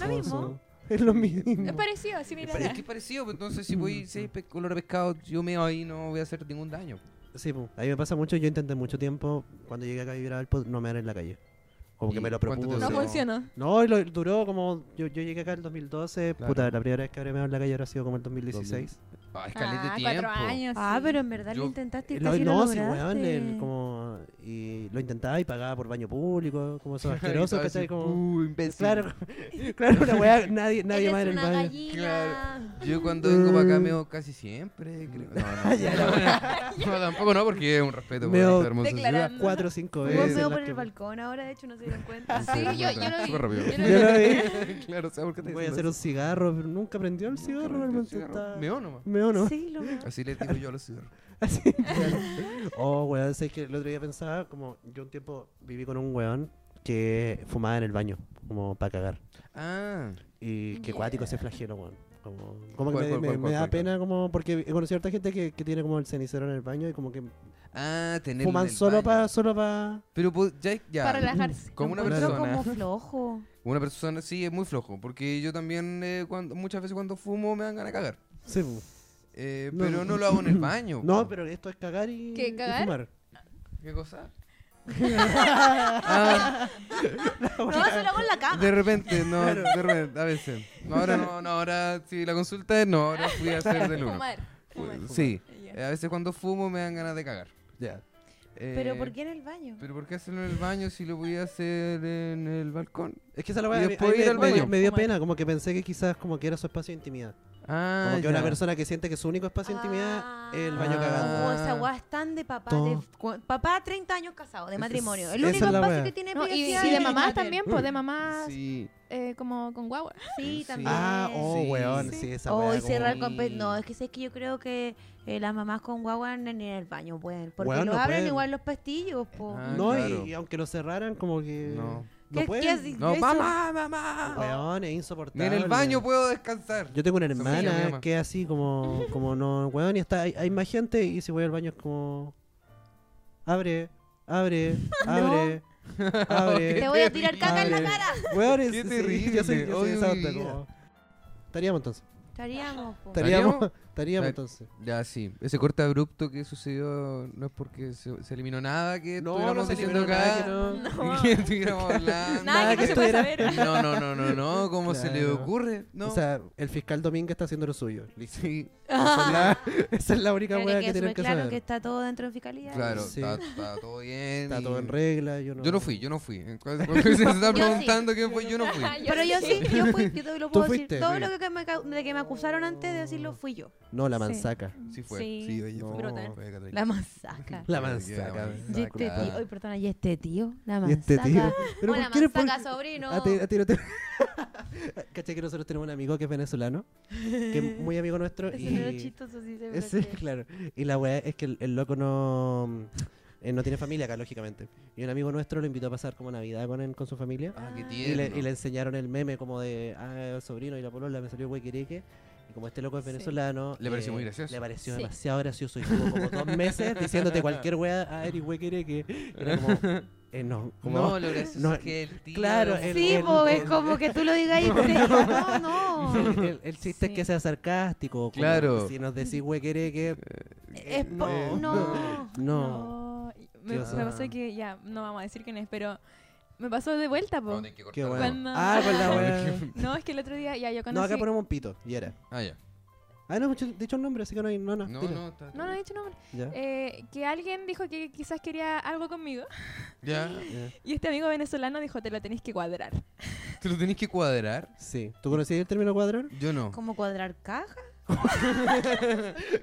Speaker 2: Lo
Speaker 3: Como
Speaker 2: mismo.
Speaker 3: su- Es lo mismo.
Speaker 5: Es parecido,
Speaker 4: es
Speaker 5: similar.
Speaker 4: pare- es que es parecido, pues, entonces si voy si hay pe- olor a pescado, yo meo ahí no voy a hacer ningún daño.
Speaker 3: Sí, po. a mí me pasa mucho. Yo intenté mucho tiempo, cuando llegué acá a vivir a Alpo, no mear en la calle. Como
Speaker 4: ¿Y
Speaker 3: que me lo
Speaker 4: cuánto te
Speaker 3: propuse.
Speaker 5: No
Speaker 4: Sí.
Speaker 5: funcionó.
Speaker 3: No, y lo, duró como. Yo, yo llegué acá en el 2012.
Speaker 4: Claro.
Speaker 3: Puta, la primera vez que habré meado en la calle habrá sido como el 2016.
Speaker 4: Ah, es caleta de
Speaker 5: Ah,
Speaker 4: tiempo.
Speaker 5: cuatro años.
Speaker 2: Ah,
Speaker 5: sí.
Speaker 2: pero en verdad
Speaker 4: Yo-
Speaker 2: lo intentaste y
Speaker 3: Eh, No,
Speaker 2: casi lo
Speaker 3: no, sí, weón,
Speaker 2: lograste.
Speaker 3: el- como, y lo intentaba y pagaba por baño público, como esos asquerosos,
Speaker 4: Estaba
Speaker 3: ¿cachai?
Speaker 4: así,
Speaker 3: Como,
Speaker 4: "Uh, imbécil".
Speaker 3: claro, claro, una weá, nadie, nadie
Speaker 2: Eres
Speaker 3: más en el
Speaker 2: una
Speaker 3: baño.
Speaker 2: gallina.
Speaker 4: Claro. Yo cuando vengo para acá meo casi siempre, creo. No, no, no, tampoco no, porque es un respeto por
Speaker 3: Meo-
Speaker 4: esta hermosa ciudad.
Speaker 5: Declarando.
Speaker 3: Cuatro o cinco
Speaker 2: Vos
Speaker 3: veces. las
Speaker 2: veo por el
Speaker 3: que-
Speaker 2: balcón ahora, de hecho, no se dieron cuenta.
Speaker 5: Sí, yo, yo lo vi.
Speaker 4: Súper rápido.
Speaker 5: Yo lo vi.
Speaker 3: Yo lo vi.
Speaker 4: claro, o sea, ¿por qué te
Speaker 3: Voy a
Speaker 4: dicen
Speaker 3: hacer un
Speaker 4: eso?
Speaker 3: cigarro, pero nunca prendió el cigarro, hermano. está-
Speaker 4: Meo nomás.
Speaker 3: Meo no.
Speaker 2: Sí, lo veo.
Speaker 4: Así le digo yo a los cigarros.
Speaker 3: Así, claro. Oh, weón, sé que el otro día pensaba, como yo un tiempo viví con un weón que fumaba en el baño, como para cagar.
Speaker 4: Ah,
Speaker 3: Y que cuático ese flagelo, weón. Como, como que me,
Speaker 4: ¿Cuál, cuál,
Speaker 3: me-
Speaker 4: cuál,
Speaker 3: me
Speaker 4: cuál,
Speaker 3: da
Speaker 4: cuál,
Speaker 3: pena como porque he conocido a harta gente que, que tiene como el cenicero en el baño y como que
Speaker 4: ah, tener.
Speaker 3: fuman solo para solo para
Speaker 4: Pero pues, ya, ya.
Speaker 5: Para relajarse.
Speaker 4: Como una
Speaker 2: Lo
Speaker 3: Claro.
Speaker 2: encuentro
Speaker 4: persona.
Speaker 2: como flojo.
Speaker 4: Una persona sí es muy flojo, porque yo también eh, cuando, muchas veces cuando fumo me dan ganas de cagar.
Speaker 3: sí, pu.
Speaker 4: Eh,
Speaker 3: No,
Speaker 4: pero
Speaker 3: no.
Speaker 4: no lo hago en el baño.
Speaker 3: No,
Speaker 4: po.
Speaker 3: pero esto es cagar y,
Speaker 5: ¿Qué,
Speaker 3: y
Speaker 5: cagar?
Speaker 3: fumar.
Speaker 4: ¿Qué cosa? Ah,
Speaker 2: No, se lo hago en la cama.
Speaker 4: de repente, no, de repente, a veces. No, ahora no, no, ahora si la consulta es no, ahora fui a hacer del uno.
Speaker 5: Fumar. fumar.
Speaker 4: Sí,
Speaker 5: Ya.
Speaker 4: Pues, eh, a veces cuando fumo me dan ganas de cagar.
Speaker 3: Ya.
Speaker 4: Eh,
Speaker 2: Pero ¿por qué en el baño?
Speaker 4: ¿Pero por qué hacerlo en el baño si lo voy a hacer en el balcón?
Speaker 3: Es que esa la
Speaker 4: Y
Speaker 3: weá a mí- a mí
Speaker 4: después ir
Speaker 3: me,
Speaker 4: al
Speaker 3: me-
Speaker 4: baño.
Speaker 3: me dio
Speaker 5: Fumar.
Speaker 3: pena, como que pensé que quizás como que era su espacio de intimidad.
Speaker 4: Ah,
Speaker 3: Como que
Speaker 4: ya.
Speaker 3: una persona que siente que su único espacio de
Speaker 2: Ah.
Speaker 3: intimidad es el baño
Speaker 4: Ah.
Speaker 3: cagando.
Speaker 2: O esa guas tan de papá.
Speaker 3: Todo.
Speaker 2: De, cu- papá, 30 años casado, de
Speaker 4: Ese
Speaker 2: matrimonio.
Speaker 4: es-
Speaker 2: El
Speaker 3: esa
Speaker 2: único
Speaker 3: es la
Speaker 2: espacio
Speaker 3: wea.
Speaker 2: que tiene
Speaker 5: No, y,
Speaker 2: privacidad
Speaker 5: y de
Speaker 2: es el
Speaker 5: mamás
Speaker 2: materno.
Speaker 5: también, pues de mamás
Speaker 4: Sí.
Speaker 5: eh, como con guagua.
Speaker 2: Sí,
Speaker 4: Sí.
Speaker 2: también.
Speaker 3: Ah, oh,
Speaker 4: Sí.
Speaker 3: weón,
Speaker 4: Sí.
Speaker 3: sí, esa
Speaker 2: Oh,
Speaker 3: weá.
Speaker 2: y
Speaker 3: como-
Speaker 2: cerrar
Speaker 4: como-
Speaker 2: con pe- No, es que sé que yo creo que eh, las mamás con guagua ni en el baño pueden. Porque
Speaker 3: Weón,
Speaker 2: lo
Speaker 3: no
Speaker 2: abren
Speaker 3: pueden.
Speaker 2: igual los pastillos, po.
Speaker 4: Ah,
Speaker 3: No, y-
Speaker 4: claro.
Speaker 3: y, aunque lo cerraran, como que.
Speaker 4: No.
Speaker 3: No
Speaker 2: ¿Qué-
Speaker 3: pueden.
Speaker 2: qué haces?
Speaker 4: No,
Speaker 2: Eso-
Speaker 4: mamá, mamá.
Speaker 3: Weón, es
Speaker 4: Ni
Speaker 3: insoportable.
Speaker 4: en el baño puedo descansar.
Speaker 3: Yo tengo una
Speaker 4: Esa es mi
Speaker 3: hermana
Speaker 4: llama.
Speaker 3: que es así como, como no, weón, y está, hay, hay más gente y si voy al baño es como, abre, abre, abre,
Speaker 2: Te
Speaker 3: abre,
Speaker 2: voy a tirar caca en la
Speaker 3: Madre.
Speaker 2: cara.
Speaker 3: weón, es,
Speaker 4: Qué
Speaker 3: sí,
Speaker 4: terrible,
Speaker 3: yo soy, yo soy
Speaker 4: odio
Speaker 3: esa
Speaker 4: mi
Speaker 3: onda,
Speaker 4: vida.
Speaker 3: como, estaríamos entonces,
Speaker 2: Estaríamos, po.
Speaker 3: estaríamos,
Speaker 4: Estaríamos.
Speaker 3: estaríamos entonces.
Speaker 4: Ya, sí. Ese corte abrupto que sucedió no es porque se, se eliminó nada que
Speaker 3: No,
Speaker 4: estuviéramos
Speaker 3: no se
Speaker 4: diciendo
Speaker 3: eliminó nada
Speaker 4: acá,
Speaker 5: No.
Speaker 4: que estuviéramos hablando.
Speaker 5: Nada que no se pueda
Speaker 3: estuviera-
Speaker 5: saber.
Speaker 4: No, no, no, no, no. ¿Cómo se le
Speaker 3: Claro.
Speaker 4: ocurre? No.
Speaker 3: O sea, el fiscal Domínguez está haciendo lo suyo, listo.
Speaker 4: sí,
Speaker 3: Esa, es la, esa es la única
Speaker 2: Pero
Speaker 3: weá
Speaker 2: que
Speaker 3: que tienen
Speaker 2: súper
Speaker 3: que
Speaker 2: claro
Speaker 3: saber.
Speaker 2: que está todo dentro de fiscalía.
Speaker 4: claro,
Speaker 3: Sí.
Speaker 4: está, está todo bien.
Speaker 3: Está
Speaker 4: y-
Speaker 3: todo en regla, yo no.
Speaker 4: Yo no fui, yo no fui. Cuando cuando se está
Speaker 2: sí.
Speaker 4: preguntando quién fue, yo no fui.
Speaker 2: Pero yo sí, yo fui, yo te lo
Speaker 3: Tú
Speaker 2: puedo
Speaker 3: fuiste,
Speaker 2: decir. Todo
Speaker 4: sí.
Speaker 2: lo que me, cau- de que me acusaron antes de decirlo fui yo.
Speaker 3: No, la
Speaker 5: Sí.
Speaker 3: mansaca.
Speaker 4: Sí fue.
Speaker 5: Sí,
Speaker 4: Sí, oye, fue-
Speaker 5: brutal.
Speaker 4: fue Catrina.
Speaker 2: La manzaca.
Speaker 3: La
Speaker 4: Oye,
Speaker 3: manzaca.
Speaker 2: Y este
Speaker 4: manzaca.
Speaker 2: tío, ay, perdona, y este tío, la manzaca.
Speaker 3: Y este tío. Pero
Speaker 2: Hola,
Speaker 3: ¿por qué eres por-
Speaker 2: manzaca, sobrino.
Speaker 3: A ti, a ti no te- Caché que nosotros tenemos un amigo que es venezolano, que es muy amigo nuestro.
Speaker 2: Eso no era
Speaker 3: y...
Speaker 2: chistoso, sí, se me
Speaker 3: Ese, claro. Y la weá es que el, el loco no, eh, no tiene familia acá, lógicamente. Y un amigo nuestro lo invitó a pasar como Navidad con él, con su familia.
Speaker 4: Ah, qué
Speaker 3: Y le,
Speaker 4: tierno.
Speaker 3: y le enseñaron el meme como de, ah, el sobrino y la polola me salió huequereque. Y como este loco es
Speaker 5: Sí.
Speaker 3: venezolano... eh,
Speaker 4: Le pareció muy gracioso.
Speaker 3: Le pareció
Speaker 5: Sí.
Speaker 3: demasiado gracioso. Y estuvo como dos meses diciéndote cualquier weá, ah, eres huequereque. Era como... eh, no, como-
Speaker 4: No, lo gracioso
Speaker 3: No,
Speaker 4: es que el tío.
Speaker 3: claro,
Speaker 4: era-
Speaker 3: el-
Speaker 2: Sí,
Speaker 3: el-
Speaker 2: po, es
Speaker 3: el-
Speaker 2: como que tú lo digas y te digas, no, no.
Speaker 3: El, el chiste es que
Speaker 5: Sí.
Speaker 3: sea sarcástico. como
Speaker 4: Claro.
Speaker 3: Si nos decís huequereque,
Speaker 2: Eh, Es po-
Speaker 4: Eh,
Speaker 2: no.
Speaker 3: no.
Speaker 5: No, Me,
Speaker 3: ¿Qué
Speaker 5: me
Speaker 3: pasó?
Speaker 5: pasó que ya no vamos a decir quién es, pero me pasó de vuelta, po.
Speaker 4: No, tenés que
Speaker 3: Qué
Speaker 4: cortarlo.
Speaker 3: bueno.
Speaker 5: Cuando-
Speaker 3: Ah, con la
Speaker 4: Ah,
Speaker 3: wea.
Speaker 5: No, es que el otro día ya yo
Speaker 3: No,
Speaker 5: conocí
Speaker 3: acá ponemos un pito. Y era.
Speaker 4: Ah, ya.
Speaker 3: Ah, no, he dicho el nombre, así que no hay. No, no,
Speaker 4: No,
Speaker 3: dilo.
Speaker 4: no, está.
Speaker 5: No, no he dicho nombre.
Speaker 3: Ya.
Speaker 5: Eh, que alguien dijo que quizás quería algo conmigo.
Speaker 4: Ya,
Speaker 3: ya.
Speaker 5: Y este amigo venezolano dijo, te lo tenés que cuadrar.
Speaker 4: te lo tenés que cuadrar.
Speaker 3: Sí. ¿Tú conocías el término cuadrar?
Speaker 4: Yo no.
Speaker 2: ¿Cómo cuadrar caja?